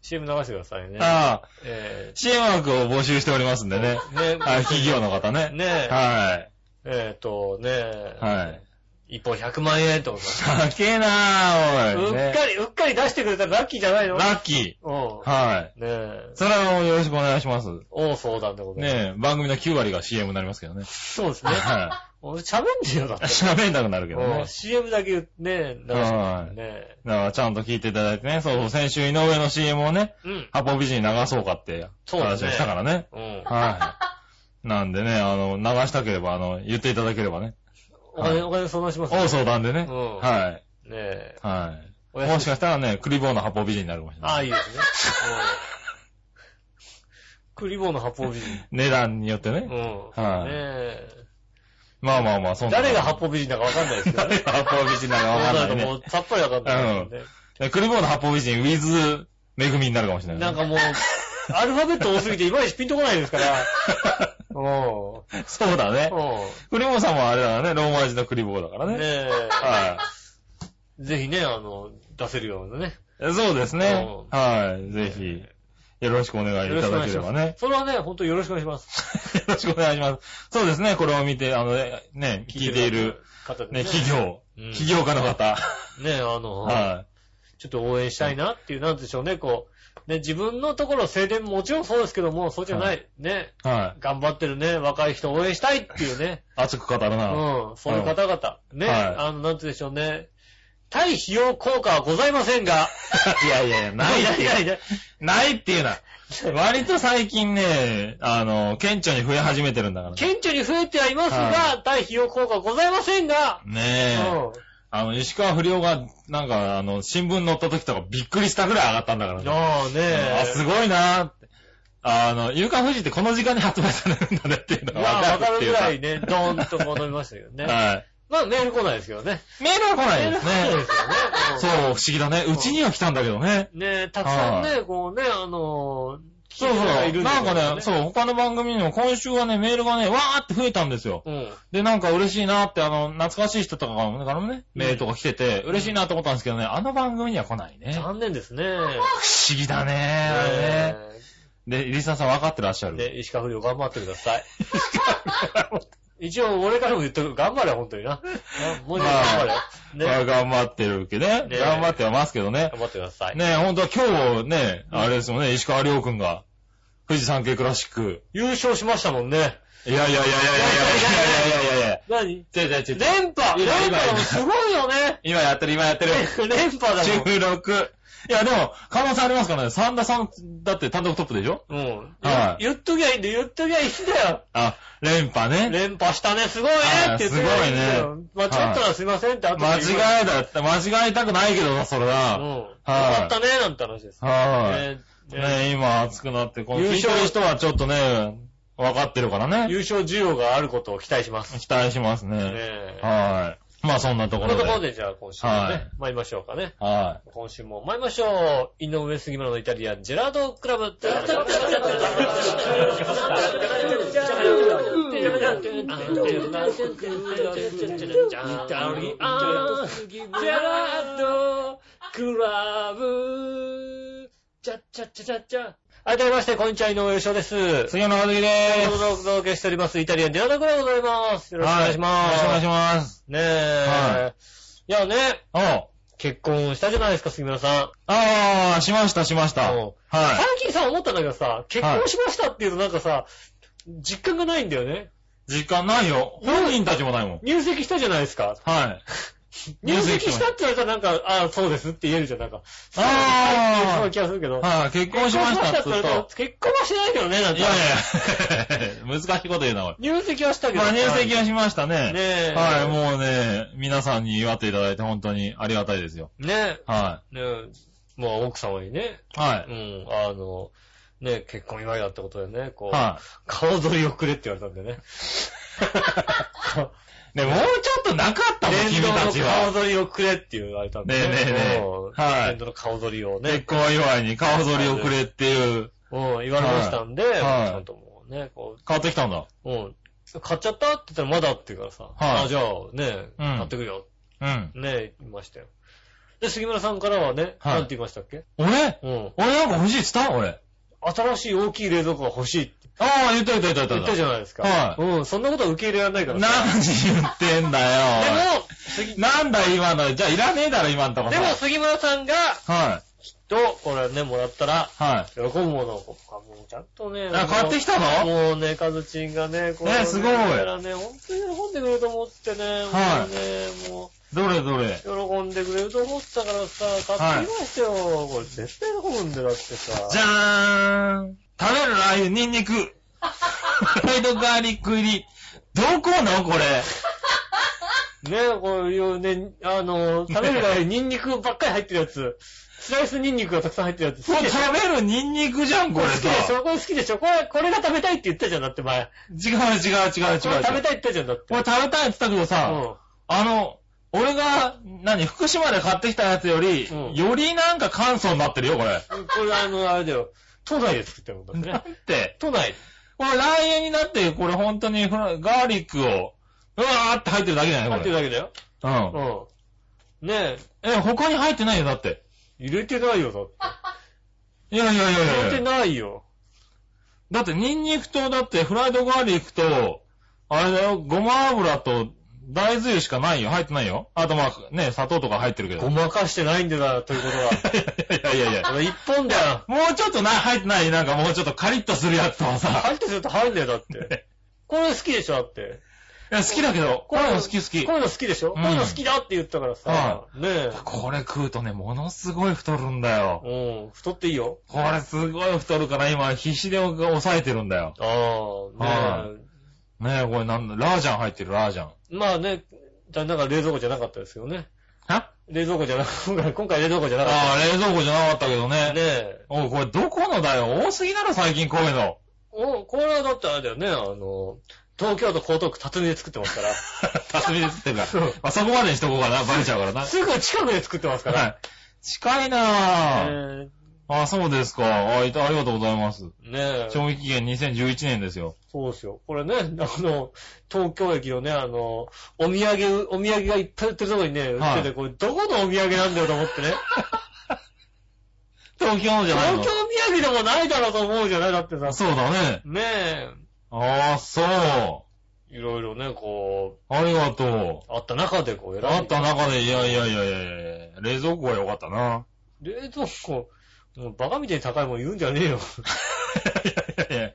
Speaker 2: CM 流してくださいね。
Speaker 3: ああ、
Speaker 2: え
Speaker 3: CM 枠を募集しておりますんでね。
Speaker 2: え。ね
Speaker 3: はい、企業の方
Speaker 2: え。
Speaker 3: ね。
Speaker 2: ねえ。
Speaker 3: は
Speaker 2: えっと、ねえ。
Speaker 3: い。はい。
Speaker 2: 一本100万円ってことだ
Speaker 3: 高えなー、おい。
Speaker 2: うっ
Speaker 3: ね
Speaker 2: かり、うっかり出してくれたらラッキーじゃないの
Speaker 3: ラッキ
Speaker 2: うん
Speaker 3: ー。。は
Speaker 2: ね
Speaker 3: い。
Speaker 2: え。
Speaker 3: それはもうよろしくお願いします。
Speaker 2: 大相談ってことえ。
Speaker 3: ねえ、番組の9割が CM になりますけどね。
Speaker 2: そうですね。
Speaker 3: は
Speaker 2: 俺喋んねえよ、だっ
Speaker 3: い。
Speaker 2: て。
Speaker 3: 喋んなくなるけど
Speaker 2: う
Speaker 3: ね
Speaker 2: ん。CM だけ言ってね、流してくれたらね。
Speaker 3: だからちゃんと聞いていただいてね、そうそう、先週井上の CM をね、
Speaker 2: うん。
Speaker 3: アポ美人に流そうかって
Speaker 2: そうです
Speaker 3: 話
Speaker 2: ね
Speaker 3: をしたからね。
Speaker 2: うん。
Speaker 3: はい。なんでね、あの、流したければ、あの、言っていただければね。
Speaker 2: お金、
Speaker 3: はい
Speaker 2: お金相談しますね
Speaker 3: 大相談でね。
Speaker 2: うん
Speaker 3: は
Speaker 2: ね
Speaker 3: い。
Speaker 2: え。
Speaker 3: はい。
Speaker 2: お
Speaker 3: も
Speaker 2: 安
Speaker 3: し
Speaker 2: い。
Speaker 3: かしたらね、クリボーの八方美人になるかもしれない。
Speaker 2: ああ、いいですね。うん。クリボーの八方美人。
Speaker 3: 値段によって
Speaker 2: うん
Speaker 3: ね。。は
Speaker 2: ね
Speaker 3: い
Speaker 2: え。
Speaker 3: まあまあまあ、そんな。
Speaker 2: 誰が八方美人だかわかんないですけどね。
Speaker 3: 誰が八方美人なのかわかんない
Speaker 2: も
Speaker 3: ね
Speaker 2: うさっぱりわかんないですよね。
Speaker 3: で。クリボーの八方美人、ウィズ、めぐみになるかもしれな
Speaker 2: ないん
Speaker 3: ね。
Speaker 2: かもう、アルファベット多すぎていまいちピンとこないですから。おう
Speaker 3: そうだね。
Speaker 2: お
Speaker 3: クリボーさんもあれだからね、ローマ字のクリボーだか
Speaker 2: う
Speaker 3: ら
Speaker 2: ね
Speaker 3: ね。
Speaker 2: え。
Speaker 3: は
Speaker 2: ぜひね、あの、出せるようなね。
Speaker 3: い。そうですね。
Speaker 2: う
Speaker 3: はい。ぜひ、よろしくお願いいただければね。
Speaker 2: それはね、ほんとよろしくお願いします。
Speaker 3: よろしくお願いします。そうですね、これを見て、あのね、ね聞いている、
Speaker 2: 方で
Speaker 3: ね、企業、
Speaker 2: うん
Speaker 3: 企業家の方、
Speaker 2: ねえ、あの、
Speaker 3: は
Speaker 2: ちょっと応援したいなっていう、なんでしょうね、こう。ね、自分のところ、静電もちろんそうですけども、そうじゃない。ね、
Speaker 3: い、はい、
Speaker 2: 頑張ってるね、若い人応援したいっていうね。
Speaker 3: 熱く語るな。
Speaker 2: うん、そういう方々。ね、
Speaker 3: はい
Speaker 2: あの、なんて言うんでしょうね。対費用効果はございませんが、
Speaker 3: いやいやいや、ないって言う
Speaker 2: ない
Speaker 3: な。ないって言うな。割と最近ね、あの、顕著に増え始めてるんだからね。
Speaker 2: 顕著に増えてはいます
Speaker 3: は
Speaker 2: が、対費用効果はございませんが、
Speaker 3: ねえ。
Speaker 2: うん
Speaker 3: あの、石川不良が、なんか、あの、新聞載った時とかびっくりしたぐらい上がったんだからね。
Speaker 2: ああね
Speaker 3: あ、すごいなーって。あの、ゆうかふじってこの時間に発売されるんだねっていうのが
Speaker 2: まあ、わ
Speaker 3: 分
Speaker 2: か
Speaker 3: かるっ
Speaker 2: る
Speaker 3: てい
Speaker 2: ぐ
Speaker 3: う
Speaker 2: らいね、ドーンと戻りましたけどね。
Speaker 3: は
Speaker 2: まあ、メール来ないですけどね。
Speaker 3: い。メールは来ないです
Speaker 2: メール来ない
Speaker 3: ね
Speaker 2: で。すよね。うん
Speaker 3: そう、不思議だね。うちには来たんだけどね。
Speaker 2: ねえ、たくさんね、こうね、あのー、
Speaker 3: そう
Speaker 2: 聞いてる人がい
Speaker 3: そ
Speaker 2: る
Speaker 3: う。
Speaker 2: だ
Speaker 3: な
Speaker 2: ろう
Speaker 3: んかね、そう、他の番組にも今週はね、メールがね、わーって増えたんですよ。
Speaker 2: うん。
Speaker 3: で、なんか嬉しいなって、あの、懐かしい人とかからもね、メールとか来てて、嬉しいなと思ったんですけどね、あの番組には来ないね。不思
Speaker 2: 残念ですね。
Speaker 3: 議だねあれね。で、リサさん分かってらっしゃ
Speaker 2: え
Speaker 3: る。
Speaker 2: ね、石川不良頑張ってくだ さい。一応、俺からも言っとく。頑張れ、本当にな。あもう一回頑張れ。
Speaker 3: まあ
Speaker 2: ね。
Speaker 3: 頑張ってるけどね。
Speaker 2: ね
Speaker 3: 頑張ってはますけどね。
Speaker 2: 頑張ってください。
Speaker 3: ね本当は今日ね、あれですもんね、石川亮君が、富士山系クラシック。
Speaker 2: 優勝しましたもんね。
Speaker 3: いやいやいやいやいやいやいやいやいやいや。
Speaker 2: 何
Speaker 3: 違う違う違う。
Speaker 2: 連覇
Speaker 3: い
Speaker 2: 連
Speaker 3: や
Speaker 2: 覇
Speaker 3: 今。
Speaker 2: もすごいよね
Speaker 3: 今やってる今やってる。
Speaker 2: 連覇だもん。
Speaker 3: 16。いやでも、可能性ありますからね。サンダさん、だって単独トップでしょ
Speaker 2: うん。
Speaker 3: はい
Speaker 2: 言っときゃいいんだよ、言っときゃいいんだ よ。
Speaker 3: あ、連覇ね。
Speaker 2: 連覇したね、すごいねって言って
Speaker 3: はい
Speaker 2: りゃいいんだよ間違ったらすいませんって後で
Speaker 3: 間
Speaker 2: 言う
Speaker 3: 違えだって、間違えたくないけどな、それ
Speaker 2: うん。
Speaker 3: は。
Speaker 2: よ
Speaker 3: はい
Speaker 2: かったね、なんて話です。
Speaker 3: は
Speaker 2: ね
Speaker 3: い。
Speaker 2: ね
Speaker 3: ね今熱くなって、この
Speaker 2: 優
Speaker 3: 優
Speaker 2: 勝
Speaker 3: 勝人はちょっとね、分かってるからね。
Speaker 2: 優勝需要があることを期待します。
Speaker 3: 期待します
Speaker 2: ね
Speaker 3: ね。
Speaker 2: え。
Speaker 3: はい。まあそんなと
Speaker 2: こ
Speaker 3: こ
Speaker 2: の
Speaker 3: ろ
Speaker 2: と
Speaker 3: で。
Speaker 2: ころ
Speaker 3: は
Speaker 2: でじゃあ今週もね、
Speaker 3: はい
Speaker 2: 参りましょうかね。
Speaker 3: い。
Speaker 2: 今週も参りましょう。井上杉村のイタリアンジェラードクラブ。はい、どうもまして、こんにちは、井上芳雄です。
Speaker 3: 杉山和樹で
Speaker 2: お
Speaker 3: す。
Speaker 2: 届けしております、イタリアンジェラードクラブでございます。よろしくお願いします。
Speaker 3: はいよろしくお願いします。
Speaker 2: ねえ。、
Speaker 3: はい
Speaker 2: やね、
Speaker 3: おう
Speaker 2: 結婚したじゃないですか、杉村さん。
Speaker 3: ああ、しました、しました。
Speaker 2: おう
Speaker 3: は
Speaker 2: 最近さ、思ったんだけどさ、結婚しましたっていうとなんかさ、実感がないんだよね。
Speaker 3: い。時間ないよ。本人たちもないもん。
Speaker 2: 入籍したじゃないですか。
Speaker 3: はい。
Speaker 2: 入
Speaker 3: 入籍
Speaker 2: 籍したって言われたらなんか、ああ、そうですって言えるじゃん、なんか。
Speaker 3: あー
Speaker 2: そうな気がするけど。
Speaker 3: はい、結婚しましたっつうと。い
Speaker 2: 結婚しましたって言われたら結婚はしてないけどね、なんか。
Speaker 3: やいや、 難しいこと言うな、おい。
Speaker 2: 入籍はしたけど。
Speaker 3: まあ入籍
Speaker 2: は
Speaker 3: はしました
Speaker 2: ね
Speaker 3: ね。
Speaker 2: え。
Speaker 3: はい、もうね、皆さんに祝っていただいて本当にありがたいですよ。
Speaker 2: う。ね
Speaker 3: は
Speaker 2: え。ねえ。まあ、奥様にね、
Speaker 3: い。は
Speaker 2: う
Speaker 3: い。
Speaker 2: ん、あの、ねえ、結婚祝いだってことでね、こう、
Speaker 3: は
Speaker 2: 顔取りをくれって言われたんでね。
Speaker 3: い。ね、もうちょっとなかったもん、
Speaker 2: 年
Speaker 3: 君
Speaker 2: 度
Speaker 3: たち
Speaker 2: の顔
Speaker 3: は。
Speaker 2: 取りをくれって言われたんで。
Speaker 3: ねえねえねえ
Speaker 2: うん
Speaker 3: はい
Speaker 2: 年度の顔取りを
Speaker 3: 結
Speaker 2: ね、
Speaker 3: 婚祝いに顔剃りをくれっていう。
Speaker 2: うん、言われましたんで、
Speaker 3: い
Speaker 2: ち
Speaker 3: はい
Speaker 2: ゃんともうね、こ
Speaker 3: 買ってきたんだ。
Speaker 2: う、うん、買っちゃったって言ったらまだって言うからさ、
Speaker 3: い
Speaker 2: あ、じゃあね、
Speaker 3: うん
Speaker 2: 買ってくよ、
Speaker 3: うん。
Speaker 2: ね、言いましたよ。で、杉村さんからはね、
Speaker 3: はい
Speaker 2: なんて言いましたっけ
Speaker 3: 俺
Speaker 2: うん。
Speaker 3: 俺なんか欲しいっつった俺。
Speaker 2: 新しい大きい冷蔵庫が欲しいって
Speaker 3: ああ、言った言った言っ
Speaker 2: 言
Speaker 3: た言
Speaker 2: っ
Speaker 3: ったた。
Speaker 2: じゃないですか。
Speaker 3: はい
Speaker 2: うん、そんなことは受け入れられないからさ。
Speaker 3: 何言ってんだ
Speaker 2: で
Speaker 3: よ。
Speaker 2: も、杉
Speaker 3: なんだ今の。じゃあいらねえだろ今のとこ
Speaker 2: でも杉村さんが、
Speaker 3: はい。
Speaker 2: と、これね、もらったら、
Speaker 3: は
Speaker 2: 喜ぶものを、こうもうちゃんとね、
Speaker 3: い。あ、買ってきたの
Speaker 2: もうね、カズチンがね、これを
Speaker 3: ねすごい
Speaker 2: 見たらね、本当に喜んでくれると思ってね、。
Speaker 3: はい
Speaker 2: も
Speaker 3: どれどれ。
Speaker 2: うね、もう、喜んでくれると思ったからさ、買ってきましたよ。これ絶対喜ぶんだよ、だってさ。
Speaker 3: じゃーん。食べるラー油、ニンニク。フライドガーリック入り。どこのこれ。
Speaker 2: ね、こういうね、あの、食べるらいニンニクばっかり入ってるやつ。スライスニンニクがたくさん入ってるや つ。好
Speaker 3: も
Speaker 2: き
Speaker 3: う
Speaker 2: でしょ
Speaker 3: 食べるニンニクじゃん、こ
Speaker 2: こ
Speaker 3: れ
Speaker 2: れ好き
Speaker 3: さ
Speaker 2: で。しょこれ好きでしょこれ、これが食べたいって言ったじゃん、だって前。
Speaker 3: 違う違う違う違う
Speaker 2: これ食べた
Speaker 3: 違う。
Speaker 2: いって言ったじゃん、だって。
Speaker 3: これ食べたいって言ったけど
Speaker 2: う
Speaker 3: さ、
Speaker 2: ん。
Speaker 3: あの、俺が、何、福島で買ってきたやつより、
Speaker 2: うん
Speaker 3: よりなんか簡素になってるよ、これ。
Speaker 2: これあの、あれだよ。都内で作ってるもんだって
Speaker 3: だ
Speaker 2: ね。
Speaker 3: って、
Speaker 2: 都内。
Speaker 3: これラー油になって、これ本当にフラガーリックを、うわーって入ってるだけじゃ
Speaker 2: 入
Speaker 3: ない
Speaker 2: っ
Speaker 3: こ
Speaker 2: てるだ
Speaker 3: れ。
Speaker 2: けだよ。
Speaker 3: うん。
Speaker 2: うん。ね
Speaker 3: え、他に入ってないよ、だって。
Speaker 2: え、入れてないよ、だって。
Speaker 3: いやいやいやいやいや。
Speaker 2: 入れてないよ。
Speaker 3: だって、ニンニクと、だって、フライドガーリックと、あれだよ、ごま油と、大豆油しかないよ。入ってないよ。あと、まあ、ね、砂糖とか入ってるけど。
Speaker 2: ごまかしてないんだな、ということは。
Speaker 3: いやいやいやい や。
Speaker 2: これ一本だよ。
Speaker 3: もうちょっとな、入ってない、なんかもうちょっとカリッとするやつとかさ。
Speaker 2: 入ってすると入んだよ、だって。これ好きでしょ、だって。
Speaker 3: や、好きだけど、こういうの好き好き。
Speaker 2: こういうの好きでしょ、
Speaker 3: ん
Speaker 2: こういうの好きだって言ったからさ、ねえ。
Speaker 3: これ食うとね、ものすごい太るんだよ。
Speaker 2: うん、太っていいよ。
Speaker 3: これすごい太るから今、必死で抑えてるんだよ。
Speaker 2: ああ、ねえ。
Speaker 3: ねえ、これなんだ、ラージャン入ってる、ラージャン。
Speaker 2: まあね、だなんか冷蔵庫じゃなかったですよね。
Speaker 3: は
Speaker 2: 冷蔵庫じゃなかった。 今回冷蔵庫じゃなかっ
Speaker 3: ああ、冷蔵庫じゃなかったけど
Speaker 2: た。ね
Speaker 3: ね。
Speaker 2: え。
Speaker 3: おい、これどこのだよ。多すぎだろ、最近こういうの。
Speaker 2: お、これはだってあれだよね、あの、東京都江東区辰巳で作ってますから。
Speaker 3: 辰巳で釣ってるから。まあ、そこまでにしとこうかな、バレちゃうからな。
Speaker 2: すぐ近くで作ってますから。
Speaker 3: はい。近いなぁ。
Speaker 2: ね
Speaker 3: あ、そうですか。あ、いた、ありがとうございます。
Speaker 2: えねえ。
Speaker 3: 賞味期限2011年ですよ。
Speaker 2: そうですよ。これね、あの、東京駅のね、あの、お土産、お土産がいっぱい売ってるとこにね、売
Speaker 3: はい
Speaker 2: ってて、これどこのお土産なんだよと思ってね。
Speaker 3: 東京のじゃ ない
Speaker 2: 東
Speaker 3: の
Speaker 2: 京土産でもないだろうと思うじゃないだってさ
Speaker 3: あ、。そうだね。
Speaker 2: ね
Speaker 3: ああ、そう。
Speaker 2: え、いろいろね、こ
Speaker 3: ありがと
Speaker 2: う、あった中でこう
Speaker 3: う。
Speaker 2: 選んで。
Speaker 3: あった中で、いやいやいやいやいや冷蔵庫が良かったな。
Speaker 2: 冷蔵庫、もうバカみたいに高いもん言うんじゃねえ よ。
Speaker 3: いやいやいや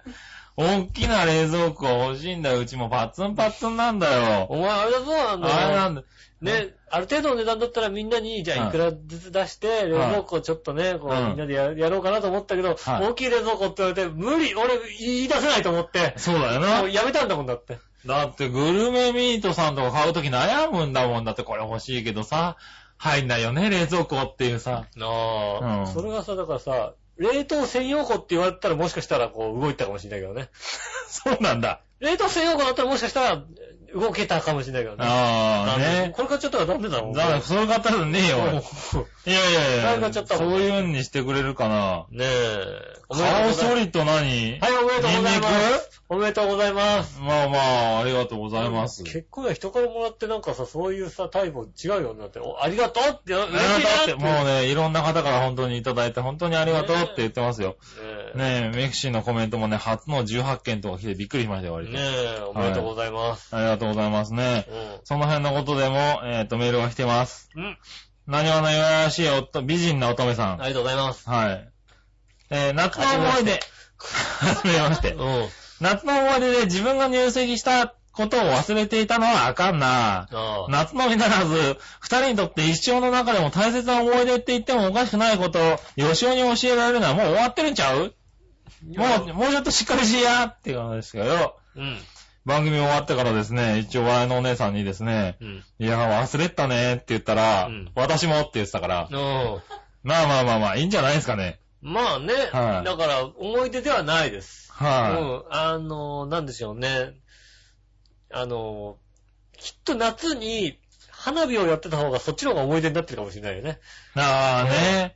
Speaker 3: 大きな冷蔵庫欲しいんだよ。うちもパッツンパッツンなんだよ。
Speaker 2: お前あれだぞ、あの、
Speaker 3: あれなんだ。
Speaker 2: ね、ある程度の値段だったらみんなに、じゃ
Speaker 3: は
Speaker 2: あ
Speaker 3: い
Speaker 2: いくらずつ出して、冷蔵庫ちょっとね、こ
Speaker 3: う
Speaker 2: う、
Speaker 3: ん
Speaker 2: みんなでややろうかなと思ったけど、
Speaker 3: はい
Speaker 2: 大きい冷蔵庫って言われて、無理俺言い出せないと思って、
Speaker 3: そうだよ
Speaker 2: も
Speaker 3: な
Speaker 2: う。やめたんだもんだって。
Speaker 3: だって、グルメミートさんとか買うとき悩むんだもんだって、これ欲しいけどさ、入んないよね、冷蔵庫ってい うさ。
Speaker 2: あ
Speaker 3: うん
Speaker 2: それがさ、だからさ、冷凍専用庫って言われたらもしかしたらこう動いたかもしれないけどね。
Speaker 3: そうなんだ。
Speaker 2: 冷凍専用庫だったらもしかしたら動けたかもしれないけどね。
Speaker 3: あ
Speaker 2: 残
Speaker 3: あ、
Speaker 2: 念
Speaker 3: ね。
Speaker 2: これ買っちゃったらダメだもん。
Speaker 3: だから、そういう方ねえよ、
Speaker 2: も
Speaker 3: 俺
Speaker 2: う
Speaker 3: いやいやいや。
Speaker 2: なんかちょっと
Speaker 3: そういう風にしてくれるかな。
Speaker 2: ねえ。おめでとう
Speaker 3: 顔
Speaker 2: ござい
Speaker 3: ソリッド何
Speaker 2: ます。はい、おめでとうございま
Speaker 3: ニンニ
Speaker 2: す。おめでとうございます。
Speaker 3: まあまあ、ありがとうございます。
Speaker 2: 結構ね、人からもらってなんかさ、そういうさ、態度違うようになって、おありがとうって、嬉しい
Speaker 3: ありがとう
Speaker 2: な
Speaker 3: っ
Speaker 2: ってて。
Speaker 3: もうね、いろんな方から本当にいただいて、本当にありがとうって言ってますよ。
Speaker 2: うね
Speaker 3: ねえ、メキシーのコメントもね、初の18件とか来てびっくりしましたよ、
Speaker 2: え。
Speaker 3: 割と。
Speaker 2: ねえ、おめでとうございます。
Speaker 3: ありがとうございますね。その辺のことでも、えっ、と、メールが来てます。
Speaker 2: うん。うん。
Speaker 3: 何話の弱々しい夫、美人な乙女さん。
Speaker 2: ありがとうございます。
Speaker 3: はい。えー夏の思い出。はじめまし
Speaker 2: う
Speaker 3: て
Speaker 2: ん。。
Speaker 3: 夏の思い出で自分が入籍したことを忘れていたのはあかんな。
Speaker 2: ああ。
Speaker 3: 夏のみならず、二人にとって一生の中でも大切な思い出って言ってもおかしくないことを、吉尾に教えられるのはもう終わってるんちゃうもう、もうちょっとしっかりしやっていう話ですけど、
Speaker 2: うん。番
Speaker 3: 番組終わってからですね、一応笑いのお姉さんにですね、
Speaker 2: うん。
Speaker 3: いや、忘れてたねって言ったら、
Speaker 2: うん
Speaker 3: 私もって言ってたから、
Speaker 2: うん。
Speaker 3: まあまあまあまあ、いいんじゃないですかね。
Speaker 2: まあね、
Speaker 3: はい
Speaker 2: だから、思い出ではないです。う
Speaker 3: は
Speaker 2: ん。あの、なんでしょうね。あの、きっと夏に花火をやってた方がそっちの方が思い出になってるかもしれないよね。
Speaker 3: い。ああね。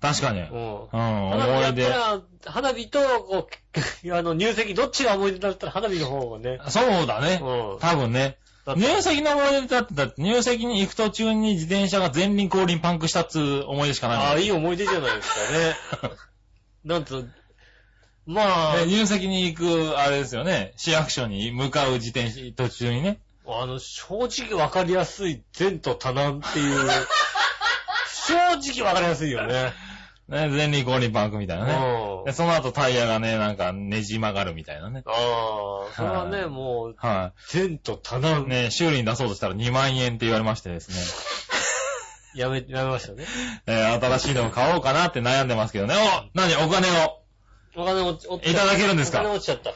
Speaker 3: 確かに。
Speaker 2: う
Speaker 3: うん、
Speaker 2: ん。花火
Speaker 3: 思
Speaker 2: や
Speaker 3: い
Speaker 2: っ
Speaker 3: 出
Speaker 2: た。ら、花火と、こう、 あの、入籍、どっちが思い出だったら花火の方がね。
Speaker 3: そうだね。
Speaker 2: うん。
Speaker 3: 多分ね。
Speaker 2: だって
Speaker 3: 入籍の思い出だって、だって入籍に行く途中に自転車が前輪後輪パンクしたっつう思い出しかないもん。
Speaker 2: ああ、いい思い出じゃないですかね。 なんと、まあ
Speaker 3: ね、入籍に行く、あれですよね。市役所に向かう自転車、途中にね。
Speaker 2: あの、正直わかりやすい善と多難って いう、正直わかりやすいよね。
Speaker 3: ね前輪後輪パンクみたいなね。
Speaker 2: う
Speaker 3: で、
Speaker 2: ん。
Speaker 3: その後タイヤがね、なんかねじ曲がるみたいなね。
Speaker 2: ああ、それはね、
Speaker 3: はい
Speaker 2: もう、
Speaker 3: は
Speaker 2: 善と多
Speaker 3: い。
Speaker 2: 難、
Speaker 3: ね、修理に出そうとしたら2万円って言われましてですね。
Speaker 2: やめ、やめましたね。
Speaker 3: えー新しいのを買おうかなって悩んでますけどね。お何お金を。
Speaker 2: お金落ち、落ち
Speaker 3: いただけるんですか
Speaker 2: お金落ちちゃった。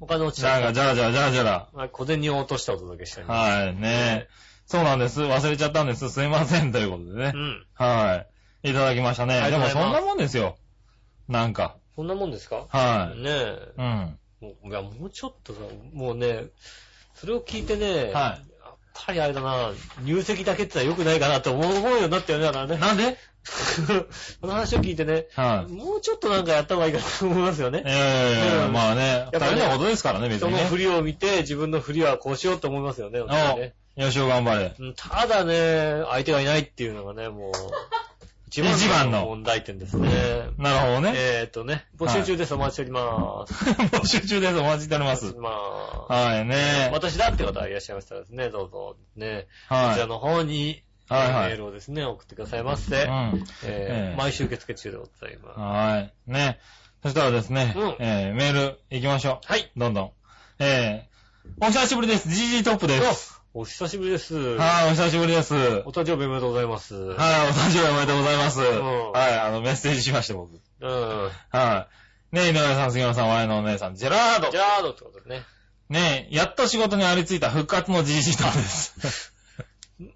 Speaker 2: お金落ちち
Speaker 3: な
Speaker 2: ゃ
Speaker 3: ん
Speaker 2: っ
Speaker 3: か、
Speaker 2: た。
Speaker 3: じゃらじゃらじゃらじゃら。
Speaker 2: まあ小銭を落とした音だけしたい。
Speaker 3: はい、ねそうなんです。忘れちゃったんです。すいません。ということでね
Speaker 2: う。ん。
Speaker 3: はい。いただきました
Speaker 2: あ
Speaker 3: ね。
Speaker 2: りがと
Speaker 3: で
Speaker 2: う
Speaker 3: も
Speaker 2: ござい
Speaker 3: そ
Speaker 2: ます
Speaker 3: んなもんですよ。なんか。
Speaker 2: そんなもんですか
Speaker 3: は
Speaker 2: ね
Speaker 3: い。
Speaker 2: え。
Speaker 3: うん。
Speaker 2: もういや、もうちょっとさ、もうね、それを聞いてね、
Speaker 3: は
Speaker 2: やっぱりあれだな、入籍だけってのは良くないかなって思う思うようになったよね、だからね
Speaker 3: い。。なん で
Speaker 2: この話を聞いてね、
Speaker 3: はい。
Speaker 2: もうちょっとなんかやった方がいいかなと思いますよね。
Speaker 3: え
Speaker 2: う
Speaker 3: え、
Speaker 2: ん
Speaker 3: まあね。
Speaker 2: や
Speaker 3: 二
Speaker 2: っぱね
Speaker 3: 人のことですからね、別
Speaker 2: 人
Speaker 3: に
Speaker 2: の
Speaker 3: ね。
Speaker 2: 振りを見て、自分の振りはこうしようと思いますよね。本当にね
Speaker 3: お、よしお頑張れ。
Speaker 2: うんただね、相手がいないっていうのがね、もう、 一
Speaker 3: 一番の
Speaker 2: 問題点ですね。
Speaker 3: なるほどね。
Speaker 2: えーっとね、募集中です。お待ちしております。
Speaker 3: 募集中です。お待ちしておりま
Speaker 2: お待ちしてお。
Speaker 3: す
Speaker 2: ります。
Speaker 3: はい、ね
Speaker 2: 私だって方がいらっしゃいましたらですね、どうぞ、ね、こ
Speaker 3: は
Speaker 2: ち
Speaker 3: い
Speaker 2: ら。の方に、
Speaker 3: はいはい
Speaker 2: メールをですね、送ってくださいませ。
Speaker 3: うん。
Speaker 2: え
Speaker 3: ええ
Speaker 2: ー毎週受付中でございま
Speaker 3: はい。ねそしたらですね
Speaker 2: うん、
Speaker 3: えーメール行きましょう。
Speaker 2: す。はい。
Speaker 3: どんどん。えお久しぶりです。GG トップです。
Speaker 2: お久しぶりです。
Speaker 3: はい、お久しぶりです。はい、
Speaker 2: お誕生日おめでとうございます。うん。
Speaker 3: お誕生日おめでとうございます。はい、あの、メッセージしました、僕。はい。ねえ、井上さん、杉山さん、我のお姉さん、ジェラード
Speaker 2: ジ。ャードってことですね。
Speaker 3: ねえ、やっと仕事にありついた復活の GG トップです。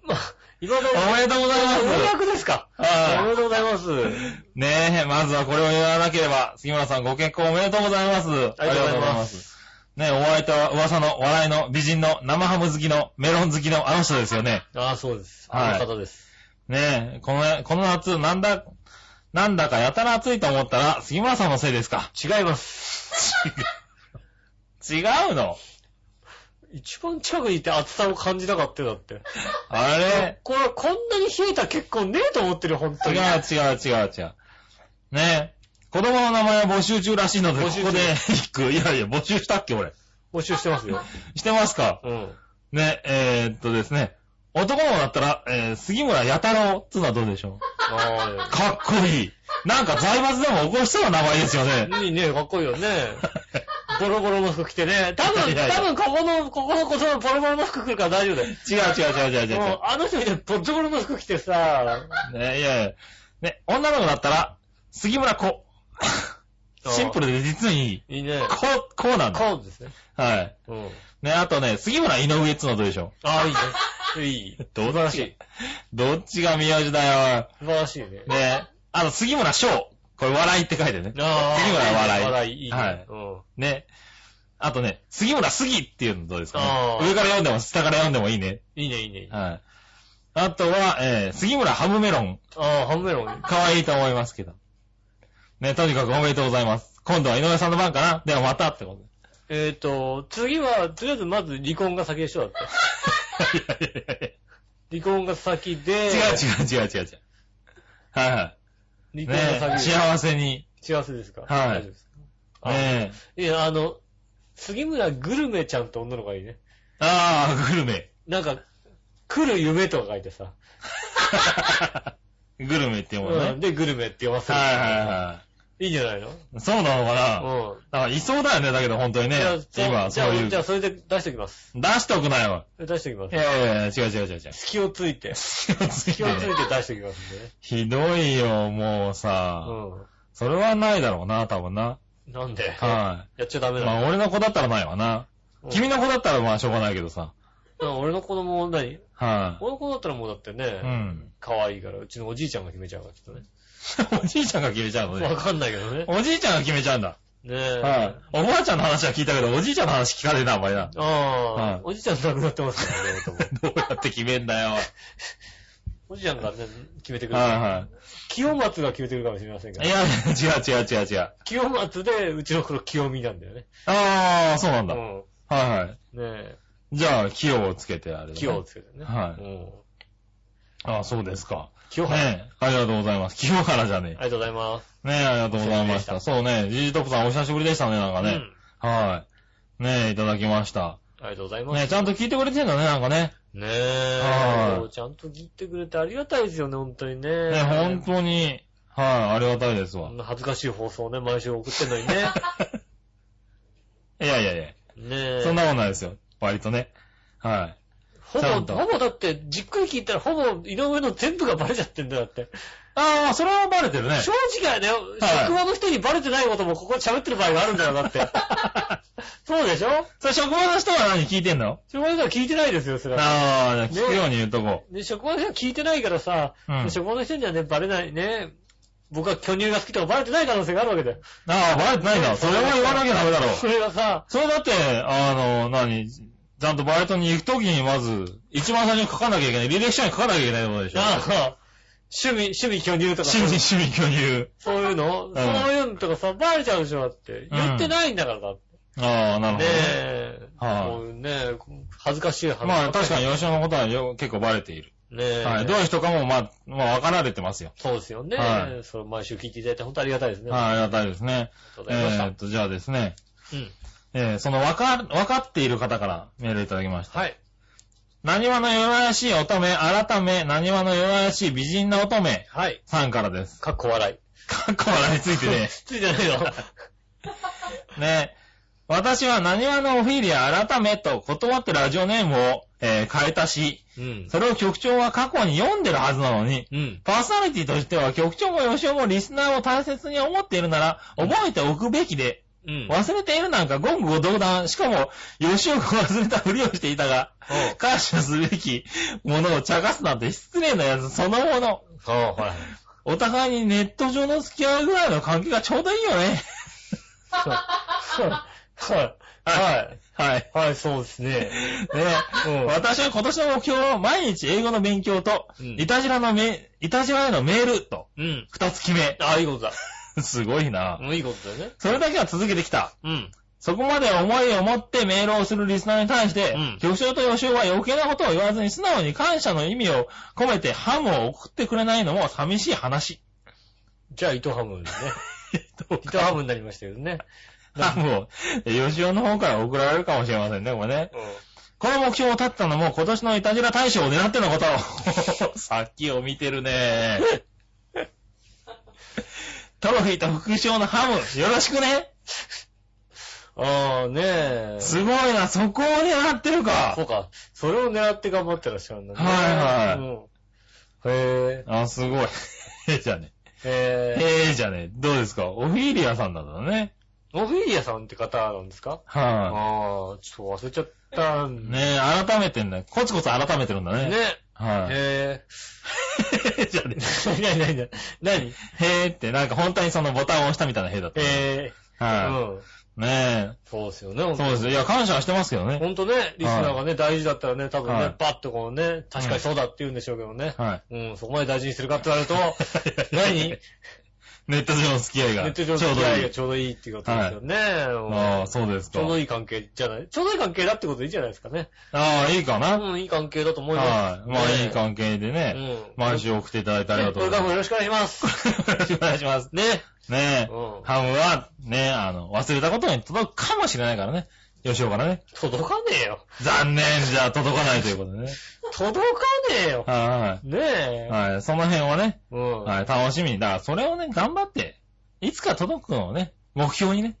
Speaker 2: まあ、今の
Speaker 3: おめでとうござい
Speaker 2: 音
Speaker 3: ます。
Speaker 2: 楽ですかおめ
Speaker 3: は
Speaker 2: でとうございます。
Speaker 3: い。ねえ、まずはこれを言わなければ、杉村さんご結婚おめでとうございます。
Speaker 2: ありがとうございます。
Speaker 3: ねえ、お相手は噂の、笑いの、美人の、生ハム好きの、メロン好きのあの人ですよね。
Speaker 2: ああ、そうです。
Speaker 3: はい
Speaker 2: あの方です。
Speaker 3: ねえ、この、この夏、なんだ、なんだかやたら暑いと思ったら、杉村さんのせいですか。
Speaker 2: 違います。
Speaker 3: 違うの
Speaker 2: 一番近くにいて暑さを感じなかったよ、だって。
Speaker 3: あれ
Speaker 2: これ、こんなに冷えた結婚ねえと思ってるよ、本当
Speaker 3: 違う
Speaker 2: に。
Speaker 3: 違う違う違う。ねえ、子供の名前募集中らしいので、
Speaker 2: 募
Speaker 3: こ
Speaker 2: 集中
Speaker 3: こで一句。いやいや、募集したっけ、俺。
Speaker 2: 募集してますよ。
Speaker 3: してますか
Speaker 2: うん。
Speaker 3: ね、えー、っとですね。男の子だったら、えー、杉村弥太郎ってのはどうでしょう
Speaker 2: あ
Speaker 3: かっこいい。なんか財閥でも起こしそうな名前ですよ
Speaker 2: あ
Speaker 3: ね。。
Speaker 2: いいね、かっこいいよね。ボロボロの服着てね。多分、
Speaker 3: いやいや
Speaker 2: 多分、ここの、ここの子供ボロボロの服着るから大丈夫だよ。
Speaker 3: 違う違う違う違う違う。
Speaker 2: もう、あの人みたいにボロボロの服着てさ、
Speaker 3: ね、いやいや。ね、女の子だったら、杉村子。
Speaker 2: あー
Speaker 3: シンプルで実にいい。
Speaker 2: いいね。
Speaker 3: こう、こうなんだ。
Speaker 2: コーンですね。
Speaker 3: はい。
Speaker 2: うん。
Speaker 3: ね、あとね、杉村井上っつうのどうでしょ
Speaker 2: ああ、いいね。いい。
Speaker 3: うど
Speaker 2: 素
Speaker 3: うだ
Speaker 2: 晴らしい。
Speaker 3: どっちが名字だよ。
Speaker 2: 素晴らしいね。
Speaker 3: ね、あの、杉村翔。これ笑いって書いてね。
Speaker 2: ああ。
Speaker 3: 杉村笑い
Speaker 2: 笑い、いいね。
Speaker 3: はい
Speaker 2: うん。
Speaker 3: ね。あとね、杉村杉っていうのどうですか、ね
Speaker 2: あ、ー
Speaker 3: 上から読んでも下から読んでもいいね。
Speaker 2: いいね、いいね。いいね
Speaker 3: はい。あとは、えー、杉村ハムメロン。
Speaker 2: ああ、ハムメロン。
Speaker 3: 可愛いと思いますけど。ね、とにかくおめでとうございます。今度は井上さんの番かなではまたってこと。
Speaker 2: えっと、次は、とりあえずまず離婚が先でしょ、だって。
Speaker 3: いやいやいやい
Speaker 2: 離婚が先で、
Speaker 3: や違う違う違う違う違う。はいは
Speaker 2: 離
Speaker 3: い。
Speaker 2: 婚が
Speaker 3: ね
Speaker 2: 先で、
Speaker 3: 幸せに。
Speaker 2: 幸せですか
Speaker 3: はい
Speaker 2: 大丈夫ですかあ
Speaker 3: ね
Speaker 2: いや、あの、杉村グルメちゃんと女の子がいいね。
Speaker 3: ああ、グルメ。
Speaker 2: なんか、来る夢とか書いてさ。
Speaker 3: グルメって読む
Speaker 2: う
Speaker 3: の
Speaker 2: ん
Speaker 3: ね。
Speaker 2: で、グルメって呼ばせる。。
Speaker 3: はいはいはい
Speaker 2: いんじゃないの
Speaker 3: い。そうなのかな
Speaker 2: うん。
Speaker 3: だからいそうだよね、だけど本当にね
Speaker 2: じゃあ。
Speaker 3: 今、
Speaker 2: じ
Speaker 3: そう
Speaker 2: ゃあ
Speaker 3: いう
Speaker 2: じゃ。あ、それで出しておきます。
Speaker 3: 出しておくなよ。
Speaker 2: 出しておきま
Speaker 3: い
Speaker 2: す。
Speaker 3: やいやいや、違う違う違う違う。
Speaker 2: 隙をついて。隙をついて出しておきますんでね。
Speaker 3: ひどいよ、もうさ。
Speaker 2: う
Speaker 3: それはないだろうな、多分な。
Speaker 2: ん。なんで
Speaker 3: は
Speaker 2: やっちゃダ
Speaker 3: い。
Speaker 2: メな
Speaker 3: まあ、俺の子だったらないわな。
Speaker 2: の
Speaker 3: 君の子だったらまあ、しょうがないけどさ。
Speaker 2: うん俺の子供は何
Speaker 3: は
Speaker 2: 俺の子だったらもうだって
Speaker 3: い。
Speaker 2: ね
Speaker 3: う、ん。
Speaker 2: 可愛いから、うちのおじいちゃんが決めちゃうから、きっとね。
Speaker 3: おじいちゃんが決めちゃうの
Speaker 2: わ
Speaker 3: ね。
Speaker 2: かんないけどね。
Speaker 3: おじいちゃんが決めちゃうんだ。
Speaker 2: ねえ。
Speaker 3: はい。おばあちゃんの話は聞いたけど、おじいちゃんの話聞かれてな、お前な。
Speaker 2: あ
Speaker 3: はい
Speaker 2: あ、おじいちゃん亡くなってますからね、俺とも
Speaker 3: どうやって決めんだよ。
Speaker 2: おじいちゃんがね、決めてくれる。
Speaker 3: は
Speaker 2: 清松が決めてくるかもしれません
Speaker 3: い
Speaker 2: け
Speaker 3: はい。
Speaker 2: ど
Speaker 3: い。や、違う違う違う違う。
Speaker 2: 清松で、うちの頃清美なんだよね。
Speaker 3: ああ、そうなん
Speaker 2: う
Speaker 3: だ。
Speaker 2: ん。
Speaker 3: はいはい。
Speaker 2: ね
Speaker 3: じゃあ、清をつけてあれだね
Speaker 2: え、清をつけてね。
Speaker 3: は
Speaker 2: う
Speaker 3: い。
Speaker 2: ん。
Speaker 3: ああ、そうですか。
Speaker 2: 清原。あ
Speaker 3: ねえ、ありがとうございます。清原じゃ
Speaker 2: り
Speaker 3: ね
Speaker 2: がとうございます。
Speaker 3: え。ねえ、ありがとうございました。そうね、ジジトップさんお久しぶりでしたね、なんか
Speaker 2: う
Speaker 3: ね。
Speaker 2: ん。
Speaker 3: はい。ねえ、いただきました。
Speaker 2: ありがとうございます。
Speaker 3: ねえ、ちゃんと聞いてくれてんだね、なんかね。
Speaker 2: ねえ。
Speaker 3: はい
Speaker 2: そうちゃんと聞いてくれてありがたいですよね、本当にね。
Speaker 3: ねえ、本当に、はい、ありがたいです
Speaker 2: こ
Speaker 3: わ
Speaker 2: ん。な恥ずかしい放送をね、毎週送ってんの にね。
Speaker 3: いやいやいや、
Speaker 2: ねえ。
Speaker 3: そんなことないですよ。割とね。は
Speaker 2: ほ
Speaker 3: ちゃん
Speaker 2: ぼ、
Speaker 3: と
Speaker 2: ほぼだって、じっくり聞いたら、ほぼ、井上の全部がバレちゃってんだよ、だって。
Speaker 3: い。ああ、それはバレてるね。
Speaker 2: 正直はね、職場の人にバレてないこともここで喋ってる場合があるんだよ、だ って。そうでしょ
Speaker 3: それ職場の人は何聞いてんの
Speaker 2: 職場の人は聞いてないですよ、それは。
Speaker 3: ああ、じゃあ聞くように言っとこ
Speaker 2: で、職場の人は聞いてないからさ、
Speaker 3: う。うん。あ
Speaker 2: 職場の人にはね、バレないね。僕は巨乳が好きとかバレてない可能性があるわけだよ。
Speaker 3: あ、バレてないんだ。それは言わなきゃダメだろう。
Speaker 2: それがさ、
Speaker 3: それだって、あの、何、ちゃんとバイトに行くときにまず、一番最初に書かなきゃいけない。履歴書に書かなきゃいけないってことでしょ。
Speaker 2: ああ趣味、趣味巨乳とかさ
Speaker 3: 趣味、趣味、巨乳。
Speaker 2: そういうの、
Speaker 3: ん
Speaker 2: そういうのとかさ、バレちゃうでしょ、だって。言ってないんだから、だって。
Speaker 3: ああ、
Speaker 2: ね
Speaker 3: なるほどね。
Speaker 2: え。
Speaker 3: はい
Speaker 2: もうねえ、恥ずかしい話。
Speaker 3: まあ確かに吉野のことはよ結構バレている。
Speaker 2: に。ねえ。
Speaker 3: はい。どういう人かもまあ、まあ分かられてますよ。
Speaker 2: そうですよね。
Speaker 3: は
Speaker 2: それ毎週聞いていただいて本当にありがたいですね。
Speaker 3: はい
Speaker 2: あ
Speaker 3: ありがたいですね。
Speaker 2: りがとうご
Speaker 3: え
Speaker 2: ざいました。
Speaker 3: ーっと、じゃあですね。
Speaker 2: うん。
Speaker 3: えー、その分か、分かっている方からメールいただきました。
Speaker 2: はい。
Speaker 3: 何話の弱々しい乙女、改め、何話の弱々しい美人な乙女
Speaker 2: はい。
Speaker 3: さんからです。
Speaker 2: かっこ笑い。
Speaker 3: かっこ笑いついてね。
Speaker 2: ついてないよ。
Speaker 3: ね。私は何話のオフィリア改めと断ってラジオネームを、えー変えたし、
Speaker 2: うん。
Speaker 3: それを局長は過去に読んでるはずなのに、
Speaker 2: うん。
Speaker 3: パーソナリティとしては局長も吉尾もリスナーを大切に思っているなら、覚えておくべきで、
Speaker 2: うん。
Speaker 3: 忘れているなんか言語道断、しかも、吉尾が忘れたふりをしていたが、
Speaker 2: そう
Speaker 3: 感謝すべきものを茶化すなんて失礼なやつそのもの。
Speaker 2: そう、ほら。
Speaker 3: お互いにネット上の付き合いぐらいの関係がちょうどいいよね。
Speaker 2: そう。はい。 はい。
Speaker 3: はい。
Speaker 2: はい、そうですね。
Speaker 3: ね
Speaker 2: うん
Speaker 3: 私は今年の目標を毎日英語の勉強と、
Speaker 2: うん
Speaker 3: いたじらのめ、いたじらへのメールと、
Speaker 2: うん。
Speaker 3: 二つ決め。
Speaker 2: ああ、いいことだ。
Speaker 3: すごいな。
Speaker 2: うん、いいことだよね。
Speaker 3: それだけは続けてきた。
Speaker 2: うん。
Speaker 3: そこまで思いを持ってメールをするリスナーに対して、
Speaker 2: うん
Speaker 3: 局長と予習は余計なことを言わずに素直に感謝の意味を込めてハムを送ってくれないのも寂しい話。
Speaker 2: じゃあ、糸ハム ですね。糸ハムになりましたけどね。
Speaker 3: ハムを、予習の方から送られるかもしれませんね、これね。この目標を立てたのも今年のイタジラ大賞を狙ってのこ と。さっきを見てるね。トロフィーと副賞のハム、よろしくね。
Speaker 2: うん。ああ、ねえ。
Speaker 3: すごいな、そこを狙ってるか
Speaker 2: そう。か。それを狙って頑張ってらっしゃるんだね。
Speaker 3: はいはい
Speaker 2: い。うん。へえ。
Speaker 3: あ、すごい。 ええじゃね。
Speaker 2: えー、
Speaker 3: ええじゃね。どうですかオフィリアさんなんだね。
Speaker 2: オフィリアさんって方なんですか
Speaker 3: は
Speaker 2: ああ、ちょっと忘れちゃった
Speaker 3: い。
Speaker 2: ん
Speaker 3: ねえ、改めてんだ。コツコツ改めてるんだ
Speaker 2: ね。
Speaker 3: ね。
Speaker 2: ね。
Speaker 3: は
Speaker 2: へ
Speaker 3: い。
Speaker 2: え。
Speaker 3: ええ じゃ ね。
Speaker 2: なになになになに
Speaker 3: へえって、なんか本当にそのボタンを押したみたいなへえだったね。
Speaker 2: ええ。
Speaker 3: は
Speaker 2: うん。
Speaker 3: い。ね
Speaker 2: そうですよね、
Speaker 3: え。
Speaker 2: ほんと
Speaker 3: そうです。いや、感謝はしてますけどね。
Speaker 2: ほんとね、リスナーがね、大事だったらね、多分
Speaker 3: は
Speaker 2: ね
Speaker 3: い、
Speaker 2: バッとこうね、確かにそうだって言うんでしょうけどね。
Speaker 3: はい。
Speaker 2: うん、そこまで大事にするかって言われると、何
Speaker 3: 何ネット上の付き合いが。
Speaker 2: ネット上の
Speaker 3: ちょう
Speaker 2: 付
Speaker 3: ど
Speaker 2: き合い
Speaker 3: い
Speaker 2: が
Speaker 3: い。
Speaker 2: ちょうどいいっていうことですよね。うん
Speaker 3: ああ、そうです
Speaker 2: ち
Speaker 3: か
Speaker 2: ょう。どいい関係じゃないちょうどいい関係だってことでいいじゃないですかね。
Speaker 3: ああ、いいかな。はい。
Speaker 2: うん、いい関係だと思います。
Speaker 3: まあ、いい
Speaker 2: 係。
Speaker 3: 関係で
Speaker 2: う
Speaker 3: ね。
Speaker 2: ん。
Speaker 3: 毎週送っていただいてありがとうござい
Speaker 2: これからも
Speaker 3: ま
Speaker 2: よろしくお願いします。
Speaker 3: す。よろしくお願いします。
Speaker 2: ね。
Speaker 3: ねえ。
Speaker 2: うん。
Speaker 3: ハムは、ね、あの、忘れたことに届くかもしれないからね。吉岡からね。
Speaker 2: 届かねえよ。
Speaker 3: 残念じゃ届かないということでね。
Speaker 2: 届かねえよ。
Speaker 3: は
Speaker 2: ね
Speaker 3: い
Speaker 2: え。
Speaker 3: はい。はい。その辺はね、
Speaker 2: うん。
Speaker 3: はい、楽しみに。だから、それをね、頑張って、いつか届くのをね、目標にね。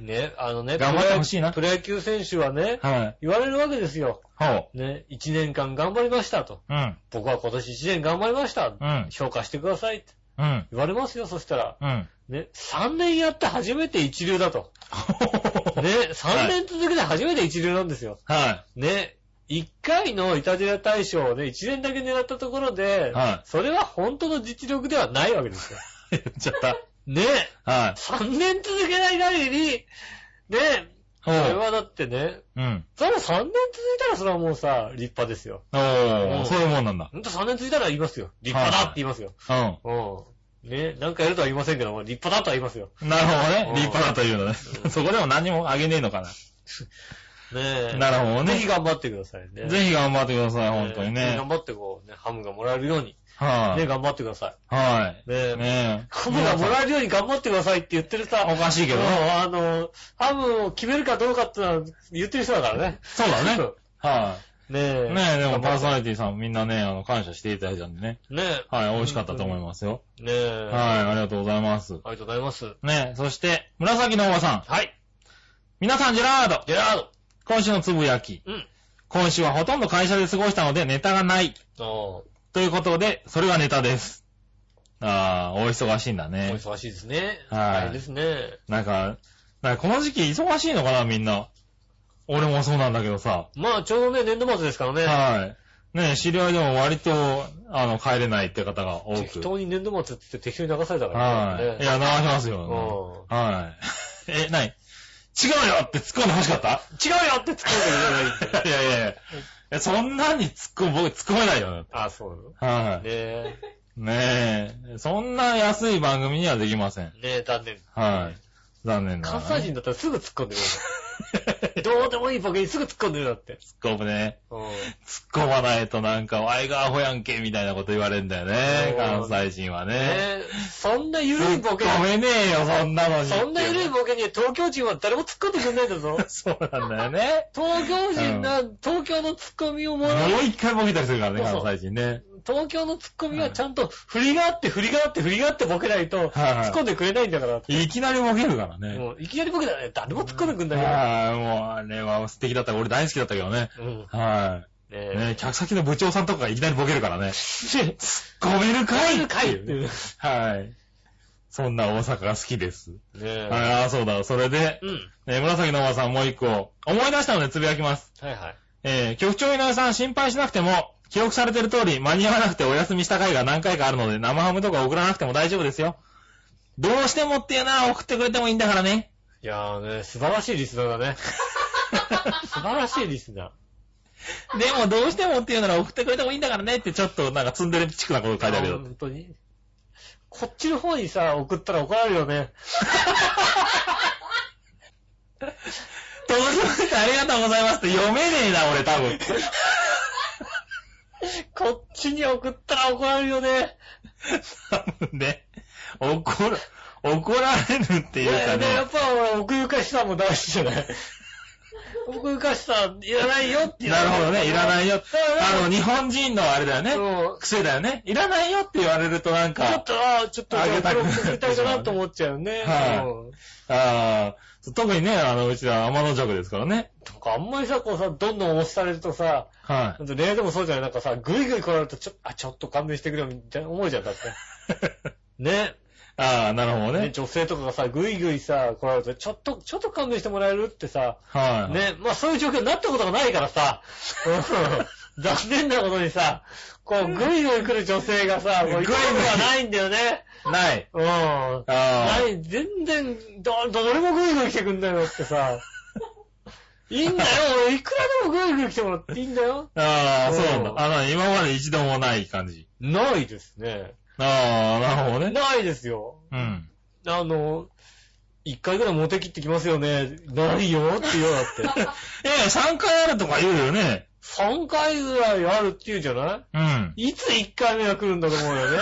Speaker 2: ね、あのね、
Speaker 3: 頑張ってほしいな
Speaker 2: プロ野プロ野球選手はね、
Speaker 3: はい。
Speaker 2: 言われるわけですよ。
Speaker 3: ほう。
Speaker 2: ね、1年間頑張りましたと。
Speaker 3: うん。
Speaker 2: 僕は今年1年頑張りました。
Speaker 3: うん。
Speaker 2: 評価してくださいって
Speaker 3: うん。
Speaker 2: 言われますよ、そしたら。
Speaker 3: うん。
Speaker 2: ね、3年やって初めて一流だ と。ね、3年続けて初めて一流なんですよ。
Speaker 3: は
Speaker 2: ね、1回のイタジラ大賞をね、1年だけ狙ったところで、
Speaker 3: は
Speaker 2: それは本当の実力ではないわけですよ。
Speaker 3: い。言っちゃった。
Speaker 2: ね、
Speaker 3: はい。
Speaker 2: 3年続けない限り、ね、そ
Speaker 3: ほ
Speaker 2: れ
Speaker 3: う。
Speaker 2: はだってね、
Speaker 3: うん。
Speaker 2: それは3年続いたらそれはもうさ、立派ですよ。
Speaker 3: お
Speaker 2: うん
Speaker 3: ー、そういうもんなんだ。
Speaker 2: ほんと3年続いたら言いますよ。立派だって言いますよ。
Speaker 3: う
Speaker 2: う
Speaker 3: ん。
Speaker 2: ん。ね、なんかやるとは言いませんけども、立派だとは言いますよ。
Speaker 3: なるほどね
Speaker 2: うん。
Speaker 3: 立派だというのね。 そこでも何もあげねえのか
Speaker 2: ねえ。
Speaker 3: な。なるほど
Speaker 2: ぜひ
Speaker 3: ね。
Speaker 2: 頑張ってくださいね。
Speaker 3: ぜひ頑張ってください、本当に
Speaker 2: えーぜひ
Speaker 3: ね
Speaker 2: 頑。張ってこう、ね、ハムがもらえるように、
Speaker 3: は
Speaker 2: ね、
Speaker 3: い。
Speaker 2: 頑張ってくださ
Speaker 3: はい。
Speaker 2: い。ね
Speaker 3: ねえ。
Speaker 2: ハムがもらえるように頑張ってくださいって言ってるさ、
Speaker 3: おかしいけど
Speaker 2: もう
Speaker 3: ね。
Speaker 2: あの、ハムを決めるかどうかってのは言ってる人だからね。
Speaker 3: そうだね。
Speaker 2: そうね
Speaker 3: はい。
Speaker 2: え。
Speaker 3: ねえ、でもパーソ
Speaker 2: ン。
Speaker 3: ナリティさんみんなね、あの、感謝していただいたんでね。
Speaker 2: ねえ。
Speaker 3: はい、美味しかったと思いますよ。
Speaker 2: ねえ。
Speaker 3: はい、
Speaker 2: あ
Speaker 3: ありがとうございます。
Speaker 2: りがとうございます。
Speaker 3: ねえ、そして、紫のおばさん。
Speaker 2: はい。
Speaker 3: 皆さん、ジェラード
Speaker 2: ジェラード。
Speaker 3: 今週のつぶやき。
Speaker 2: うん。
Speaker 3: 今週はほとんど会社で過ごしたのでネタがない。
Speaker 2: あ
Speaker 3: ということで、それがネタです。あー、お忙しいんだ
Speaker 2: あ、お
Speaker 3: ね。
Speaker 2: 忙しいですね。
Speaker 3: はい
Speaker 2: 大変ですね。
Speaker 3: なんか、なんかこの時期忙しいのかな、みんな。俺もそうなんだけどさ。
Speaker 2: まあ、ちょうどね、年度末ですからね。
Speaker 3: はい。ねえ、知り合いでも割と、あの、帰れないって方が多
Speaker 2: 適
Speaker 3: く。
Speaker 2: 当に年度末って言って適当に流されたからね。
Speaker 3: はい。いや、流します
Speaker 2: う
Speaker 3: よ。
Speaker 2: ん。
Speaker 3: はい。え、なに違うよって突っ込んで欲しかった
Speaker 2: 違うよって突っ 込んでくれないんだよ
Speaker 3: いやいやいやえ。そんなに突っ込む、僕突っ込めないよ。
Speaker 2: あ、そうなのね
Speaker 3: はい。
Speaker 2: え。
Speaker 3: ねえ。そんな安い番組にはできません。
Speaker 2: ねえ、残念。
Speaker 3: はい。残念なが
Speaker 2: 関
Speaker 3: ら、
Speaker 2: 西人
Speaker 3: ね。
Speaker 2: だったらすぐ突っ込んでくる。どうでもいいボケにすぐ突っ込んでくるだって。
Speaker 3: 突っ込むね。
Speaker 2: うん。
Speaker 3: 突っ込まないとなんか、ワイがアホやんけ、みたいなこと言われるんだよね。
Speaker 2: そ
Speaker 3: 関
Speaker 2: う
Speaker 3: 西人はね。
Speaker 2: ねえ、そんな
Speaker 3: 突
Speaker 2: 緩いボ
Speaker 3: っ
Speaker 2: ケ、
Speaker 3: 込めねえよ、そんなのに。
Speaker 2: そんな緩い
Speaker 3: い。
Speaker 2: ボケに東京人は誰も突っ込んでくれないんだぞ。
Speaker 3: そうなんだよね。
Speaker 2: 東京人が東京の突っ込みをも
Speaker 3: も
Speaker 2: らう。
Speaker 3: う一回ボケたりするからね、
Speaker 2: そうそう
Speaker 3: 関西人ね。
Speaker 2: 東京のツッコミはちゃんと振りがあって振りがあって振りがあってボケないと、
Speaker 3: はいはい
Speaker 2: 突っ込んでくれないんだからって。
Speaker 3: いきなりボケるからね。
Speaker 2: もういきなりボケだね。誰も突っ込んでくんだけ
Speaker 3: はい、もうあれは素敵だった。俺大好きだったけどね。
Speaker 2: ど。うん。ね
Speaker 3: は
Speaker 2: え
Speaker 3: い。。ね客先の部長さんとかがいきなりボケるからね。ごめるかい
Speaker 2: 帰るかいっていう。ね
Speaker 3: はい。そんな大阪が好きです。
Speaker 2: え。
Speaker 3: はい、ああ、そうだ。それで、
Speaker 2: うん。
Speaker 3: えー紫のおばさんもう一個。思い出したのでつぶやきます。
Speaker 2: はいはい。
Speaker 3: えー局長井上さん心配しなくても、記憶されてる通り間に合わなくてお休みした回が何回かあるので、生ハムとか送らなくても大丈夫ですよ。どうしてもっていうなら送ってくれてもいいんだからね。
Speaker 2: いやーね、素晴らしいリスナーだ ね。素晴らしいリスナ
Speaker 3: でもどうしてもっていうなら送ってくれてもいいんだからねってちょっとなんかツンデレチックなこと
Speaker 2: ー。
Speaker 3: 書いてあるよ。
Speaker 2: 本当に。こっちの方にさ、送ったら怒られるよね。
Speaker 3: 届きましたありがとうございますって読めねえな俺多分。
Speaker 2: こっちに送ったら怒られるよね。
Speaker 3: 多分 ね、怒る、怒られるって
Speaker 2: い
Speaker 3: いう
Speaker 2: や
Speaker 3: か
Speaker 2: いやや
Speaker 3: ね
Speaker 2: っ。ぱ俺、奥ゆかしさも大事じゃ ない。奥ゆかしさ、いらないよって。
Speaker 3: なるほどね、いらない
Speaker 2: よ。
Speaker 3: よ。あの、日本人のあれだよね。
Speaker 2: そう
Speaker 3: 癖だよね。いらないよって言われるとなん
Speaker 2: ちょっ
Speaker 3: か、
Speaker 2: と、あーちょっと、
Speaker 3: あげた
Speaker 2: ブ
Speaker 3: く
Speaker 2: ロ
Speaker 3: な
Speaker 2: ッ
Speaker 3: っ
Speaker 2: ク
Speaker 3: て
Speaker 2: された
Speaker 3: しまうね
Speaker 2: いかなと思っちゃうね。
Speaker 3: はい
Speaker 2: うん
Speaker 3: あー特にね、あの、うちら天の弱ですからね。
Speaker 2: とか、あんまりさ、こうさ、どんどん押されるとさ、
Speaker 3: は
Speaker 2: ほんと恋愛でもそうじゃないなんかさ、ぐいぐい来られると、ちょ、あ、ちょっと勘弁してくれよ、みたいな思うじゃん、だって。ね。
Speaker 3: い。 ああ、なるほど
Speaker 2: ね、
Speaker 3: ね。
Speaker 2: 女性とかがさ、ぐいぐいさ、来られると、ちょっと、ちょっと勘弁してもらえるってさ、
Speaker 3: はい。
Speaker 2: ね、まあそういう状況になったことがないからさ、うん残念なことにさ、こう、ぐいぐい来る女性がさ、こう、行
Speaker 3: ぐいぐい
Speaker 2: くことがないんだよね。
Speaker 3: ない。
Speaker 2: うん。な
Speaker 3: あ
Speaker 2: い、全然、ど、どれもぐいぐい来てくんだよってさ、いいんだよ、俺、いくらでもぐいぐい来てもらっていいんだよ。
Speaker 3: あ。ああ、そうなん
Speaker 2: う
Speaker 3: だ。
Speaker 2: ん
Speaker 3: あの、今まで一度もない感じ。
Speaker 2: ないですね。
Speaker 3: ああ、なるほどね。
Speaker 2: ないですよ。
Speaker 3: うん。
Speaker 2: あの、一回ぐらいモテ切ってきますよね。ないよって言うよだ って。
Speaker 3: いやいや、3回あるとか言うよね。
Speaker 2: 3回ぐらいあるって言うんじゃない
Speaker 3: うん。
Speaker 2: いつ1回目が来るんだと思うよね。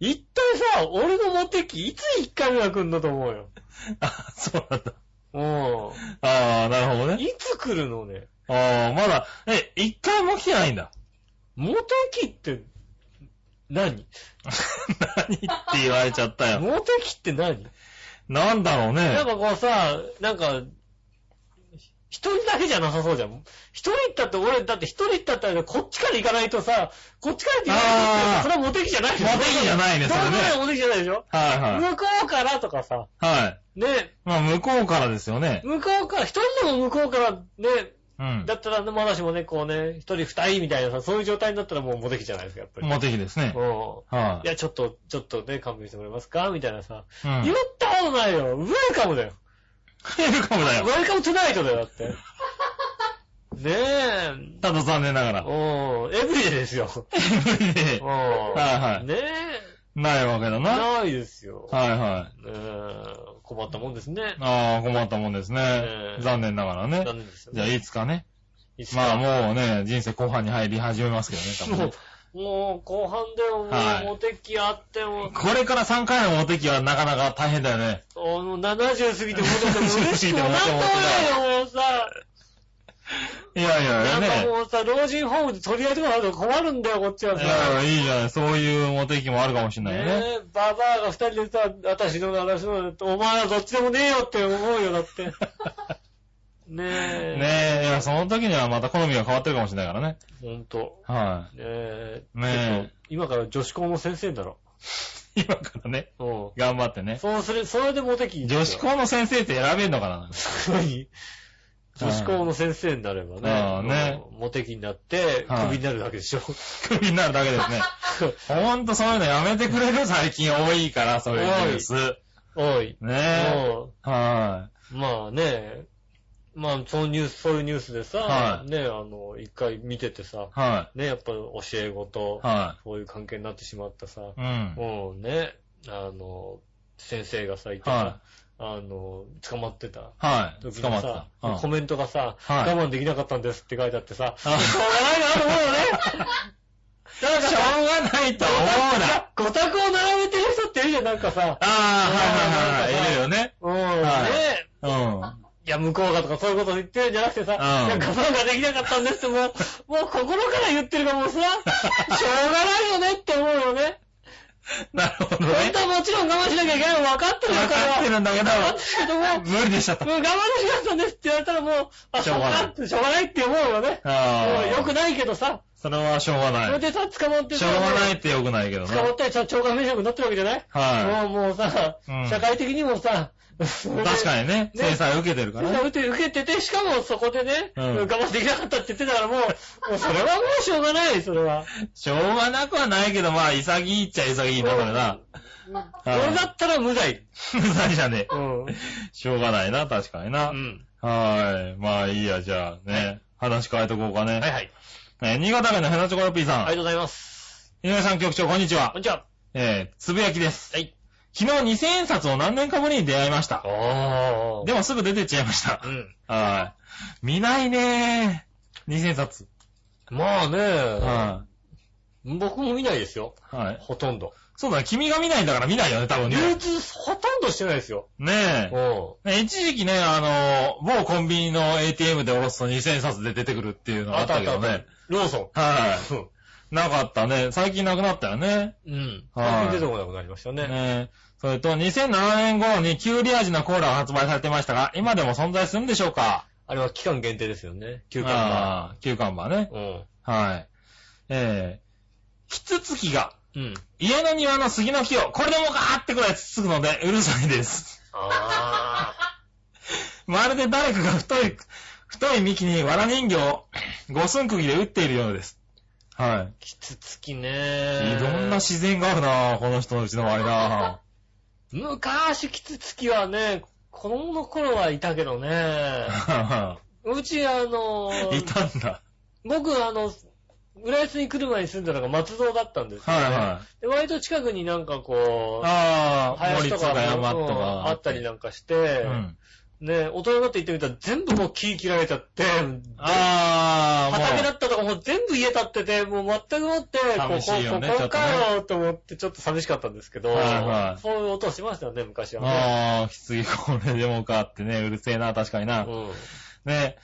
Speaker 2: 一体さ、俺のモテ期、いつ1回目が来るんだと思うよ。
Speaker 3: あそうなんだ。
Speaker 2: う
Speaker 3: ああ、なるほど
Speaker 2: ん。
Speaker 3: ね。
Speaker 2: いつ来るのね。
Speaker 3: ああ、まだ、え、1回も来てないんだ。
Speaker 2: モテ期って何、
Speaker 3: 何って言われちゃったよ。
Speaker 2: モテ期って何
Speaker 3: なんだろうね
Speaker 2: なん。かこうさ、なんか、一人だけじゃなさそうじゃん。一人行ったって、俺、だって一人行ったって、こっちから行かないとさ、こっちからって言わない
Speaker 3: あ
Speaker 2: と、
Speaker 3: ー
Speaker 2: それはモテ期じゃないでしょ
Speaker 3: モテ期じゃないね
Speaker 2: どう考えて
Speaker 3: そ
Speaker 2: もモテ期じゃないでしょ
Speaker 3: はいはい。
Speaker 2: 向こうからとかさ、
Speaker 3: はい。
Speaker 2: ね、
Speaker 3: まあ、向こうからですよね。
Speaker 2: 向こうから、一人でも向こうから、ね、
Speaker 3: うん
Speaker 2: だ。ったら、まだしもね、こうね、一人二人みたいなさ、そういう状態になったらもうモテ期じゃないですか、やっぱり。
Speaker 3: モテ期ですね
Speaker 2: う。ん。
Speaker 3: はい
Speaker 2: や、ちょっと、ちょっとね、勘弁してもらえますかみたいなさ。
Speaker 3: い。うん。
Speaker 2: 言 ったことないよ。ウェルカムだよ。
Speaker 3: ウェルカムだ
Speaker 2: ウ
Speaker 3: よ。
Speaker 2: ェルカムトゥナイトだよ、だ って。ねえ。
Speaker 3: ただ残念ながら。
Speaker 2: うん。エブリデイですよ。
Speaker 3: 無理
Speaker 2: う
Speaker 3: で
Speaker 2: ん。
Speaker 3: はいはい
Speaker 2: ね
Speaker 3: ないわけだ
Speaker 2: え。
Speaker 3: な。
Speaker 2: ないですよ。
Speaker 3: はいはい。
Speaker 2: ねえ。困ったもんですね。
Speaker 3: ああ、困ったもんですね
Speaker 2: え。え
Speaker 3: 残念ながらね。
Speaker 2: 残念ですよ
Speaker 3: じゃあ、
Speaker 2: ね。
Speaker 3: いつかね。
Speaker 2: いつか
Speaker 3: まあ、もうね、人生後半に入り始めますけどね、多分
Speaker 2: も
Speaker 3: ね。
Speaker 2: う、もう後半でも、
Speaker 3: はい
Speaker 2: もうモテ期あっても、
Speaker 3: これから3回のモテ期はなかなか大変だよね。
Speaker 2: あの70過ぎてモテても嬉しくもなんともないよ、もうさ。
Speaker 3: いやいや
Speaker 2: ないん
Speaker 3: や
Speaker 2: か
Speaker 3: ね。
Speaker 2: もうさ、老人ホームで取り合いとかなると困るんだよ、こっちはい
Speaker 3: やい
Speaker 2: さ。
Speaker 3: や、いいじゃない。そういうモテ期もあるかもしれないよね。
Speaker 2: ねえ、ババアが二人でさ、私のだ、私のだって、お前はどっちでもねえよって思うよ、だ って。ねえ。
Speaker 3: ねえ、いや、その時にはまた好みが変わってるかもしれないからね。
Speaker 2: ほんと。
Speaker 3: は
Speaker 2: ねえ。
Speaker 3: ねえ
Speaker 2: ちょっと今から女子校の先生だろ。
Speaker 3: い。今からね、
Speaker 2: うん。
Speaker 3: 頑張ってね。
Speaker 2: そうする、それでモテ期
Speaker 3: 女子校の先生って選べんのかな
Speaker 2: 何女子校の先生になればね、
Speaker 3: ああね
Speaker 2: もうモテ期になって、
Speaker 3: はい
Speaker 2: クビになるだけで しょ。
Speaker 3: クビになるだ けですね。ほんとそういうのやめてくれる最近多いから、そういうニュース。
Speaker 2: おい。
Speaker 3: ね
Speaker 2: も
Speaker 3: え。は
Speaker 2: うまあね、まあ、そのニュース、そういうニュースでさ、
Speaker 3: はい
Speaker 2: ね、あの、一回見ててさ
Speaker 3: い。、は
Speaker 2: ね、やっぱり教え子と
Speaker 3: い。、は
Speaker 2: そういう関係になってしまったさ、
Speaker 3: い。うん。
Speaker 2: もうね、あの、先生がさ、いて
Speaker 3: は
Speaker 2: さ、あの、捕まってた。
Speaker 3: い。はい。
Speaker 2: 時
Speaker 3: 捕ま
Speaker 2: に
Speaker 3: っ
Speaker 2: さ
Speaker 3: た。うん
Speaker 2: コメントがさ、
Speaker 3: はい
Speaker 2: 我慢できなかったんですって書いてあってさ、しょう
Speaker 3: あ
Speaker 2: がないなと思うよね。なんか
Speaker 3: し
Speaker 2: さ
Speaker 3: ょうがないと思う
Speaker 2: ご
Speaker 3: な。
Speaker 2: たくを並べてる人っているじゃん、なんかさ。
Speaker 3: ああ、はいはいはいはい。いるよね。
Speaker 2: うん、
Speaker 3: は
Speaker 2: ね
Speaker 3: いうん。
Speaker 2: いや、向こうがとかそういうこと言ってるんじゃなくてさ、
Speaker 3: うん
Speaker 2: いや、我慢ができなかったんですって、もう、もう心から言ってる からもうさ、しょうがないよねって思うよね。
Speaker 3: なるほど
Speaker 2: 本
Speaker 3: ね
Speaker 2: 当。はもちろん我慢しなきゃいけないの分かってるよ、
Speaker 3: 分
Speaker 2: 彼は
Speaker 3: かってるんだけど
Speaker 2: 分かってるけども、もう
Speaker 3: 無理でしちゃった。
Speaker 2: 我慢できなかったんですって言われたらもう、あ、
Speaker 3: しょうがない
Speaker 2: そっかしょうがないって思うよね。
Speaker 3: あ
Speaker 2: もう
Speaker 3: あ。
Speaker 2: 良くないけどさ、
Speaker 3: それはしょうが
Speaker 2: そ
Speaker 3: な
Speaker 2: れ
Speaker 3: い。
Speaker 2: でさ、捕まって
Speaker 3: し
Speaker 2: さ、
Speaker 3: ょうがないって良くないけどね
Speaker 2: 捕。まったらちょ懲戒免職になってるわけじゃない
Speaker 3: は
Speaker 2: もう、もうさ
Speaker 3: う、ん
Speaker 2: 社会的にもさ、
Speaker 3: い。確かにね、制裁を受けてるからね。
Speaker 2: 受け受けてて、しかもそこでね、
Speaker 3: うん
Speaker 2: 我慢できなかったって言ってたからもう、もうそれはもうしょうがない、それは。
Speaker 3: しょうがなくはないけど、まあ、潔いっちゃ潔いんだからな。
Speaker 2: それだったら無罪。
Speaker 3: 無罪じゃね
Speaker 2: う
Speaker 3: え。
Speaker 2: ん。う
Speaker 3: しょうがないな、確かにな。
Speaker 2: ん。
Speaker 3: はーい。まあいいや、じゃあね。話変えとこうか
Speaker 2: はい
Speaker 3: ね。
Speaker 2: はい。
Speaker 3: えー新潟県のヘナチョコヨッピー
Speaker 2: あり
Speaker 3: さん。
Speaker 2: がとうございます。
Speaker 3: 井上さん局長、こんにちは
Speaker 2: こん。にちは。
Speaker 3: えー、つぶやきです。
Speaker 2: はい。
Speaker 3: 昨日2000円札を何年かぶりに出会いました。
Speaker 2: お
Speaker 3: でもすぐ出てっちゃいました
Speaker 2: う。ん。
Speaker 3: はい。見ないねー。2000札。
Speaker 2: まあね、
Speaker 3: は
Speaker 2: 僕も見ないですよ。
Speaker 3: い。はい。
Speaker 2: ほとんど。
Speaker 3: そうだね、君が見ないんだから見ないよね、多分
Speaker 2: 流
Speaker 3: ね。
Speaker 2: 通ほとんどしてないですよ。
Speaker 3: ねえ。
Speaker 2: うん。
Speaker 3: ね一時期ね、あの、某コンビニの ATM でおろすと2000札で出てくるっていうのがあったけどね。。
Speaker 2: ローソ
Speaker 3: は
Speaker 2: ン。
Speaker 3: い。なかったね。最近なくなったよね。
Speaker 2: うん。
Speaker 3: はい
Speaker 2: 最近出てこなくなりましたね。
Speaker 3: ねえ。それと、2007年頃にキュウリ味のコーラが発売されてましたが、今でも存在するんでしょうか
Speaker 2: あれは期間限定ですよね。休館が。
Speaker 3: ああ、キュウカンバーね。
Speaker 2: うん。
Speaker 3: はい。ええキツツキが、
Speaker 2: うん。
Speaker 3: 家の庭の杉の木を、これでもかーってくらいつつくので、うるさいです。
Speaker 2: あ
Speaker 3: まるで誰かが太い、太い幹に藁人形を、五寸釘で打っているようです。は
Speaker 2: ー、キツツキ
Speaker 3: い。
Speaker 2: ね
Speaker 3: いろんな自然があるなぁこの人のうちの周りなぁ。
Speaker 2: 昔、キツツキはね、子供の頃はいたけどね
Speaker 3: は
Speaker 2: うち、あの
Speaker 3: は、 いたんだ。
Speaker 2: 僕、あの、浦安に来る前に住んでたのが松戸だったんですよ、
Speaker 3: はい
Speaker 2: ね。
Speaker 3: はい。
Speaker 2: で、割と近くになんかこう、
Speaker 3: ああ、森
Speaker 2: 林
Speaker 3: と
Speaker 2: と
Speaker 3: か
Speaker 2: か
Speaker 3: 山と
Speaker 2: うん
Speaker 3: か。
Speaker 2: あったりなんかして、
Speaker 3: うん。
Speaker 2: ね、大人になって行ってみたら全部もう木切られちゃって、
Speaker 3: ああ、
Speaker 2: 畑だ
Speaker 3: も
Speaker 2: ったとかもう全部家建ってて、もう全くもって、ここ、
Speaker 3: 寂しいよね
Speaker 2: ここか
Speaker 3: ちょっ
Speaker 2: よと思ってちょっと寂しかったんですけど、
Speaker 3: はいはい
Speaker 2: そういう音しましたよね、昔
Speaker 3: う。
Speaker 2: はね。
Speaker 3: ああ、きつい、これでもかってね、 うるせえな、確かにな。
Speaker 2: うん
Speaker 3: ね。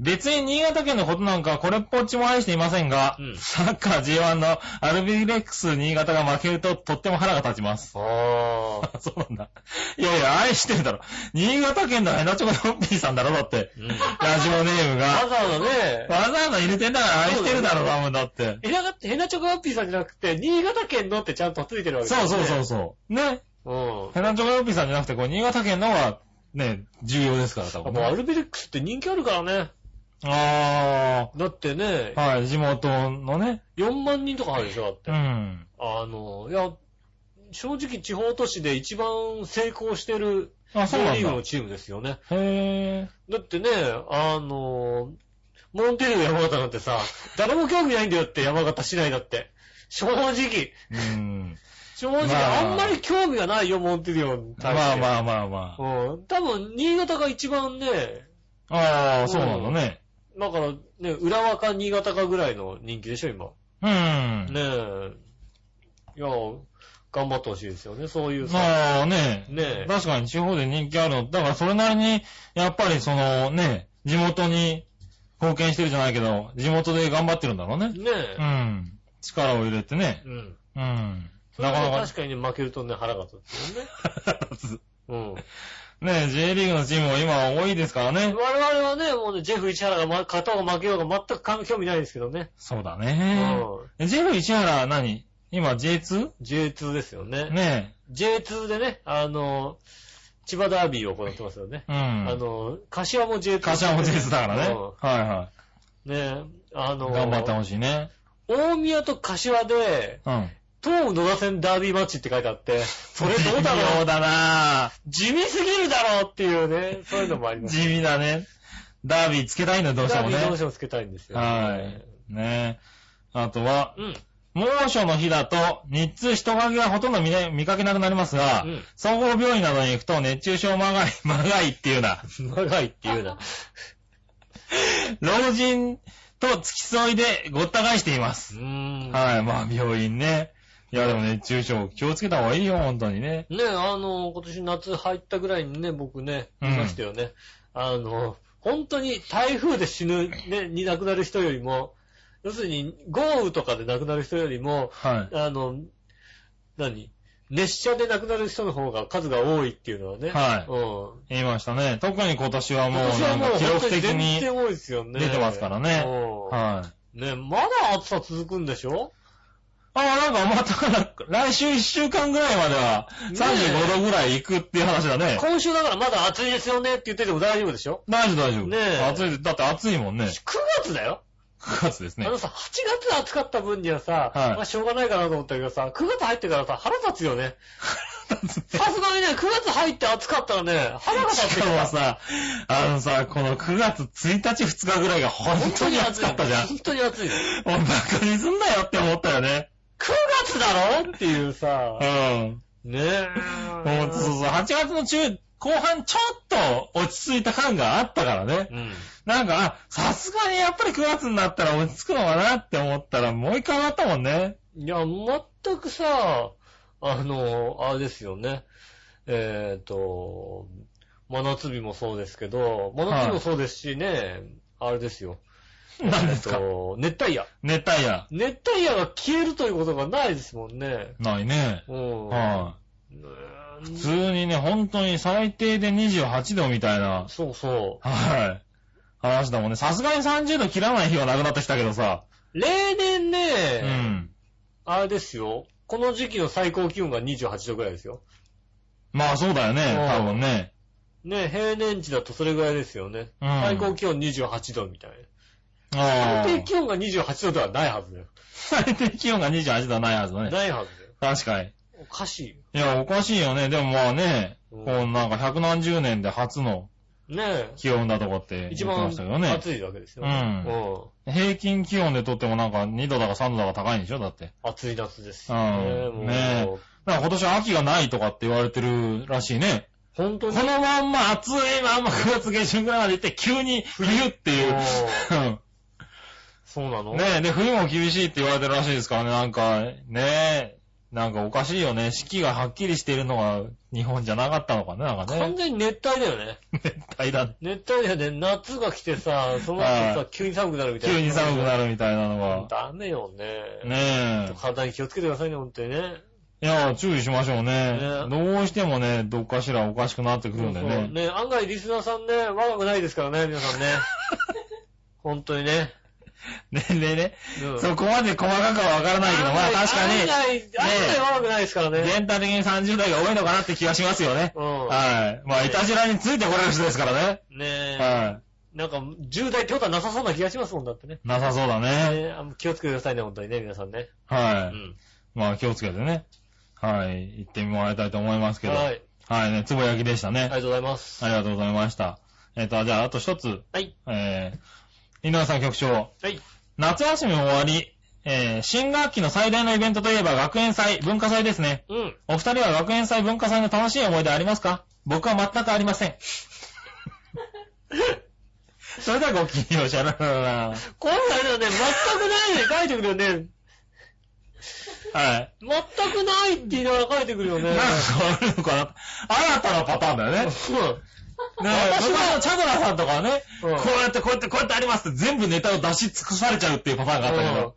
Speaker 3: 別に新潟県のことなんかこれっぽっちも愛していませんが、
Speaker 2: うん
Speaker 3: サッカー G1 のアルビレックス新潟が負けるととっても腹が立ちます。
Speaker 2: ああ。
Speaker 3: あそうなんだ。いやいや、愛してんだろ。新潟県のヘナチョコヨッピーさんだろ、だって。
Speaker 2: うん
Speaker 3: ラジオネーム
Speaker 2: わ
Speaker 3: が。
Speaker 2: ざわざね、
Speaker 3: わざわざ入れてんだから愛してるだろ、多分だって。
Speaker 2: えながって、へなちょこっぴーさんじゃなくて、新潟県のってちゃんとついてるわけ
Speaker 3: そうそうそううそう。ね。
Speaker 2: そう。
Speaker 3: ヘナチョコヨッピーさんじゃなくて、こう、新潟県のは、ね、重要ですから、多
Speaker 2: うん。
Speaker 3: 分、
Speaker 2: もうア
Speaker 3: ね。
Speaker 2: ルベレックスって人気あるからね。
Speaker 3: あ
Speaker 2: だってね、
Speaker 3: あ、はい、地元のね。
Speaker 2: 4万人とか入るでしょ、だって
Speaker 3: う。ん。
Speaker 2: あの、いや、正直地方都市で一番成功してる、
Speaker 3: あ、そうな
Speaker 2: リ
Speaker 3: ん
Speaker 2: ー
Speaker 3: だ
Speaker 2: グ。のチームですよね。
Speaker 3: へ
Speaker 2: だってね、あの、モンテレオ山形なんてさ、誰も興味ないんだよって山形市内だって。正直。
Speaker 3: え。うん。
Speaker 2: 正直、
Speaker 3: まあ
Speaker 2: あ、んまり興味がないよ、モンテレオに対し
Speaker 3: まあ
Speaker 2: て。
Speaker 3: まあまあまあ。
Speaker 2: あ。うん。多分、新潟が一番ね、
Speaker 3: ああ、そうなのね。
Speaker 2: だからね、浦和か新潟かぐらいの人気でしょ、今。
Speaker 3: うん。
Speaker 2: ねえ。いや、頑張ってほしいですよね、そういうさ。
Speaker 3: まあね。
Speaker 2: ねえ。
Speaker 3: 確かに地方で人気あるの。だからそれなりに、やっぱりそのね、地元に貢献してるじゃないけど、地元で頑張ってるんだろうね。
Speaker 2: ね
Speaker 3: う
Speaker 2: え。
Speaker 3: ん。力を入れてね。
Speaker 2: うん。
Speaker 3: うん。
Speaker 2: それ
Speaker 3: な
Speaker 2: は
Speaker 3: かなか。
Speaker 2: 確かにね、負けるとね、腹が立つよ ね。 うん。
Speaker 3: ねえ、J リーグのチームも今多いですから
Speaker 2: 我
Speaker 3: ね。
Speaker 2: 々はね、もうね、ジェフ市原がま勝とうが負けようが全く関興味ないですけどね。
Speaker 3: そうだ
Speaker 2: う
Speaker 3: ね。
Speaker 2: ん。
Speaker 3: えジェフ石原は何今 J2?
Speaker 2: J2 ですよね。
Speaker 3: ね
Speaker 2: J2 でね、あの、千葉ダービーを行ってますよね。
Speaker 3: え。う
Speaker 2: あ
Speaker 3: ん。
Speaker 2: の、柏も J2。
Speaker 3: 柏も J2 だからね。
Speaker 2: うん
Speaker 3: はいは
Speaker 2: ねあの、
Speaker 3: い。頑張ってほしいね。
Speaker 2: 大宮と柏で、
Speaker 3: うん。
Speaker 2: 東武野田線ダービーマッチって書いてあって、それどうだ
Speaker 3: 微
Speaker 2: ろ
Speaker 3: 妙
Speaker 2: う
Speaker 3: だな
Speaker 2: 地味すぎるだろうっていうね、そういうのもあります。
Speaker 3: 地味だね。ダービーつけたいん だよ、どうしても
Speaker 2: ダービーどう
Speaker 3: ね
Speaker 2: し。てもつけたいんですよ、
Speaker 3: はい。ねえ。あとは、
Speaker 2: うん。
Speaker 3: 猛暑の日だと、日中人影がほとんど見,、ね、見かけなくなりますが、
Speaker 2: うん
Speaker 3: 総合病院などに行くと熱中症まがい、まがいっていうな。
Speaker 2: 長いっていう な。
Speaker 3: 老人と付き添いでごった返しています
Speaker 2: う。ーん。
Speaker 3: はい、まあ病院ね。いや、でも熱中症気をつけた方がいいよ、本当にね。
Speaker 2: ね、あの、今年夏入ったぐらいにね、僕ね、
Speaker 3: う
Speaker 2: い
Speaker 3: ん
Speaker 2: ましたよね。あの、本当に台風で死ぬ、ね、に亡くなる人よりも、要するに豪雨とかで亡くなる人よりも、
Speaker 3: はい。
Speaker 2: あの、何熱射で亡くなる人の方が数が多いっていうのはね。
Speaker 3: はい
Speaker 2: うん。
Speaker 3: 言いましたね。特に今年はもう、
Speaker 2: 今年
Speaker 3: な
Speaker 2: は
Speaker 3: ん
Speaker 2: もう
Speaker 3: か記
Speaker 2: 本当
Speaker 3: 録
Speaker 2: に
Speaker 3: 的
Speaker 2: 全
Speaker 3: に。
Speaker 2: 然多いですよね。
Speaker 3: 出てますからね
Speaker 2: うん
Speaker 3: はい。
Speaker 2: ね、まだ暑さ続くんでしょ
Speaker 3: ああ、なんかまた なんか、来週1週間ぐらいまでは、35度ぐらい行くっていう話だね。
Speaker 2: 今週だからまだ暑いですよねって言ってても大丈夫でしょ
Speaker 3: 大丈夫、大丈夫。
Speaker 2: ねえ
Speaker 3: 暑い、だって暑いもんね。
Speaker 2: ?9 月だよ
Speaker 3: 9月ですね
Speaker 2: あ。のさ、8月暑かった分にはさ、
Speaker 3: はい
Speaker 2: まあしょうがないかなと思ったけどさ、9月入ってからさ、腹立つよね。さすがにね、9月入って暑かったらね、腹が立って
Speaker 3: し
Speaker 2: き
Speaker 3: か
Speaker 2: た
Speaker 3: もさ、あのさ、この9月1日2日ぐらいが本
Speaker 2: 本
Speaker 3: 当
Speaker 2: 当
Speaker 3: に
Speaker 2: に
Speaker 3: 暑
Speaker 2: 暑い。
Speaker 3: かったじゃん。
Speaker 2: 本当に暑い。9
Speaker 3: お腹にすんなよって思ったよね。
Speaker 2: 月だろっていうさ
Speaker 3: う、ん。
Speaker 2: ねえ。
Speaker 3: もうそうそう、8月の中、後半ちょっと落ち着いた感があったからね。
Speaker 2: うん。
Speaker 3: なんか、あ、さすがにやっぱり9月になったら落ち着くのかなって思ったら、もう一回なったもんね。
Speaker 2: いや、全くさ、あの、あれですよね。えっ、と、真夏日もそうですけど、真夏日もそうですしね、あれですよ。
Speaker 3: 何です
Speaker 2: えっ
Speaker 3: か
Speaker 2: と熱帯夜。
Speaker 3: 熱帯夜。
Speaker 2: 熱帯夜が消えるということがないですもんね。
Speaker 3: ないね。
Speaker 2: うん。
Speaker 3: は
Speaker 2: ね
Speaker 3: い。普通にね、本当に最低で28度みたいな、
Speaker 2: そうそ
Speaker 3: はい。話だもんね。さすがに30度切らない日はなくなってきたけどさ。
Speaker 2: う。例年ね、
Speaker 3: うん。
Speaker 2: あれですよ。この時期の最高気温が28度ぐらいですよ。
Speaker 3: まあそうだよね、
Speaker 2: うん
Speaker 3: 多分ね。
Speaker 2: ね、平年時だとそれぐらいですよね。
Speaker 3: うん。
Speaker 2: 最高気温28度みたいな。
Speaker 3: ああ
Speaker 2: 最低気温が28度ではないはずだよ。
Speaker 3: 最低気温が28度ないはずだね。
Speaker 2: ないはずだよ。
Speaker 3: 確かに。
Speaker 2: おかしいよ。
Speaker 3: いや、おかしいよね。でもまあね、
Speaker 2: う
Speaker 3: こ
Speaker 2: ん
Speaker 3: うなんか百何十年で初の
Speaker 2: ね
Speaker 3: 気温だとかって
Speaker 2: え。一
Speaker 3: 言って
Speaker 2: 番
Speaker 3: ましたけどね。
Speaker 2: 暑いわけですよ。
Speaker 3: うん平均気温でとってもなんか2度だか3度だか高いんでしょだって。
Speaker 2: うん暑い夏です
Speaker 3: うん
Speaker 2: もう
Speaker 3: ねえだから今年は秋がないとかって言われてるらしいね。
Speaker 2: 本当
Speaker 3: こ
Speaker 2: に。
Speaker 3: のまんま暑いまんま9月下旬ぐらいまで行って急に冬っていう。
Speaker 2: そうなの
Speaker 3: ねえ、で、冬も厳しいって言われてるらしいですからね、なんか、ねえ、なんかおかしいよね。四季がはっきりしているのが日本じゃなかったのかね、なんか
Speaker 2: 完
Speaker 3: ね。
Speaker 2: 全に熱帯だよね。
Speaker 3: 熱帯だ。
Speaker 2: 熱帯夜で夏が来てさ、その後
Speaker 3: は
Speaker 2: さ、急に寒くなるみたいな。
Speaker 3: 急に寒くな
Speaker 2: る。
Speaker 3: るみたいなのが。
Speaker 2: ダメよね。
Speaker 3: ね
Speaker 2: 体に気をつけてくださいね、本当にね。
Speaker 3: え。いや、注意しましょうね
Speaker 2: ね。え
Speaker 3: どうしてもね、どっかしらおかしくなってくるんで
Speaker 2: そうそう
Speaker 3: ね。
Speaker 2: ね、案外リスナーさんね、若くないですからね、皆さ んね。本当にね。
Speaker 3: 年齢ね。
Speaker 2: うん
Speaker 3: そこまで細かくはわからないけど、まあ確か
Speaker 2: 案
Speaker 3: に、
Speaker 2: 外、案外若くないですからね。
Speaker 3: 全体的に30代が多いのかなって気がしますよね。
Speaker 2: うん。
Speaker 3: はい。まあ、いたじらについてこれる人ですからね。
Speaker 2: ねえ、
Speaker 3: は
Speaker 2: なんか、重大ってことはなさそうな気がしますもんだってね。
Speaker 3: い。なさそうだね。
Speaker 2: ねえあの気をつけてくださいね、本当にね、皆さんね。う
Speaker 3: はい。
Speaker 2: ん。
Speaker 3: まあ気をつけてね。はい。行ってもらいたいと思いますけど。
Speaker 2: は。
Speaker 3: はいい。ね、つぼやきでした
Speaker 2: あり
Speaker 3: ね。
Speaker 2: がとうございます。
Speaker 3: ありがとうございました。えっ、と、じゃあ、あと一つ。
Speaker 2: はい。
Speaker 3: えー、井上さん局長。
Speaker 2: はい。
Speaker 3: 夏休みも終わり、えー、新学期の最大のイベントといえば学園祭、文化祭ですね。
Speaker 2: うん。
Speaker 3: お二人は学園祭、文化祭の楽しい思い出ありますか僕は全くありません。 それではごきげんよう、シャラララ
Speaker 2: こういうのあれだよね、全くないで書いてくるよね。
Speaker 3: はい。
Speaker 2: 全くないって言いながら書いてくるよね。
Speaker 3: なんかあるのかな新たなパターンだよね。ねえ、
Speaker 2: 私は
Speaker 3: 昔のチャドラさんとかはね、
Speaker 2: うん。うん。
Speaker 3: こうやってこうやってこうやってありますって全部ネタを出し尽くされちゃうっていうパターンがあったけど、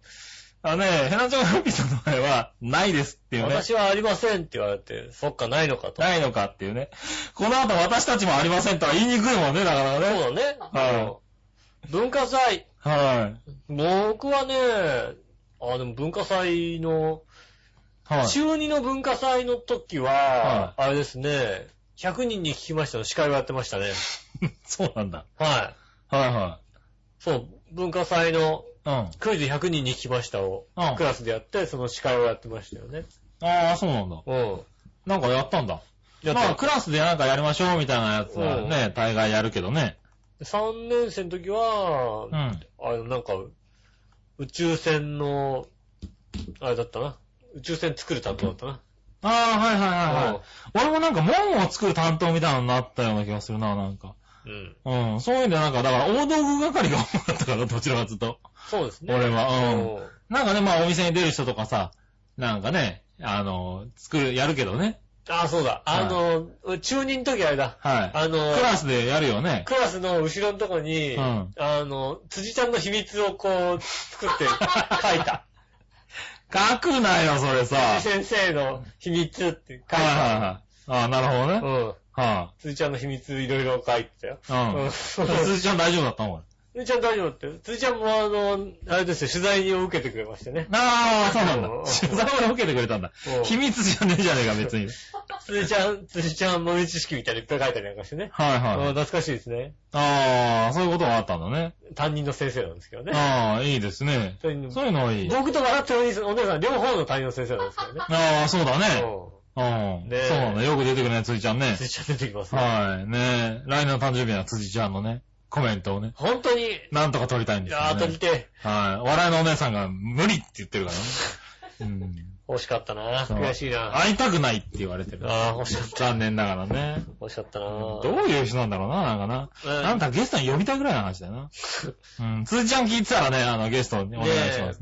Speaker 3: あのね、ヘナチョコヨッピーさんの場合は、ないですっていうね。
Speaker 2: 私はありませんって言われて、そっか、ないのかと。
Speaker 3: ないのかっていうね。この後私たちもありませんとは言いにくいもんね、だからね。
Speaker 2: そうだね。
Speaker 3: は
Speaker 2: うん文化祭。
Speaker 3: はい。
Speaker 2: 僕はね、あ、でも文化祭の、
Speaker 3: はい。
Speaker 2: 中2の文化祭の時は、あれですね、100人に聞きましたの司会をやってましたね。
Speaker 3: そうなんだ。
Speaker 2: はい。
Speaker 3: はいは
Speaker 2: そう、文化祭の
Speaker 3: い。うん。
Speaker 2: クイズ100人に聞きましたを、
Speaker 3: うん
Speaker 2: クラスでやって、その司会をやってましたよね。
Speaker 3: ああ、そうなんだ。
Speaker 2: うん。
Speaker 3: なんかやったんだ。
Speaker 2: やっ
Speaker 3: まあ、
Speaker 2: ぱ
Speaker 3: クラスでなんかやりましょうみたいなやつはね、大概やるけどね。
Speaker 2: 3年生の時は、
Speaker 3: うん。
Speaker 2: あの、なんか、宇宙船の、あれだったな。宇宙船作る担当だったな。
Speaker 3: ああ、はいはいはい
Speaker 2: うん
Speaker 3: はい。俺もなんか門を作る担当みたいなのになったような気がするな、なんか。
Speaker 2: うん。
Speaker 3: うん。そういうんでなんか、だから大道具係が多かったから、どちらかずっと。
Speaker 2: そうですね。
Speaker 3: 俺は、うん。
Speaker 2: うん
Speaker 3: なんかね、まあお店に出る人とかさ、なんかね、あの、作る、やるけどね。
Speaker 2: あ、そうだ。あの、中任の時あれだ。
Speaker 3: はい。
Speaker 2: あの、
Speaker 3: クラスでやるよね。
Speaker 2: クラスの後ろのとこに、
Speaker 3: うん
Speaker 2: あの、辻ちゃんの秘密をこう、作 って書いた。
Speaker 3: 書くなよ、それさ。はい
Speaker 2: 辻先生の秘密って書い
Speaker 3: はい
Speaker 2: た。
Speaker 3: はい。ああ、なるほどね。
Speaker 2: うん。
Speaker 3: は
Speaker 2: 辻ちゃんの秘密いろいろ書いてたよ。
Speaker 3: い。うん。
Speaker 2: 辻
Speaker 3: 鈴ちゃん大丈夫 だったのこ
Speaker 2: ちゃん大丈夫だって。辻ちゃんもあの、あれですよ、取材を受けてくれましてね。
Speaker 3: れ。ああ、そうなんだ
Speaker 2: うん。
Speaker 3: 取材を受けてくれたんだ
Speaker 2: うん。
Speaker 3: 秘密じゃねえじゃねえか、別に。
Speaker 2: 辻ちゃん、辻ちゃん豆知識みたいにいっぱい書いたりなんかしてね。
Speaker 3: はい
Speaker 2: うん
Speaker 3: はい。
Speaker 2: 懐かしいですね。
Speaker 3: ああ、そういうことがあったんだね。
Speaker 2: 担任の先生なんですけどね。
Speaker 3: ああ、いいですね。
Speaker 2: 担任の
Speaker 3: そういうのはいい。
Speaker 2: 僕と笑ってお兄さん、お姉さん、両方の担任の先生なんです けどね。
Speaker 3: ああ、そうだね。
Speaker 2: う
Speaker 3: う
Speaker 2: ね
Speaker 3: ん。
Speaker 2: え
Speaker 3: そうなんだ。よく出てくるね、辻ちゃん
Speaker 2: ん。
Speaker 3: ね。
Speaker 2: 辻ちゃん出てきますね。
Speaker 3: はい。ねえ。来年の誕生日には辻ちゃんのね、コメントをね、
Speaker 2: 本当に、
Speaker 3: なんとか撮りたい
Speaker 2: い
Speaker 3: んです
Speaker 2: やー、
Speaker 3: よ
Speaker 2: 取り
Speaker 3: ね。
Speaker 2: て、
Speaker 3: はい。笑いのお姉さんが無理って言ってるか らね。うん。
Speaker 2: 欲しかったな。
Speaker 3: そう
Speaker 2: 悔しいな。
Speaker 3: 会いたくないって言われてる。
Speaker 2: あー欲しかった
Speaker 3: 残念ながらね。
Speaker 2: 欲しかったな。
Speaker 3: どういう人なんだろうな、なんかな。
Speaker 2: うん
Speaker 3: なんかゲストに呼びたいぐらいの話だよな。うん、辻ちゃん聞いてたらね、あの、ゲストにお願いします。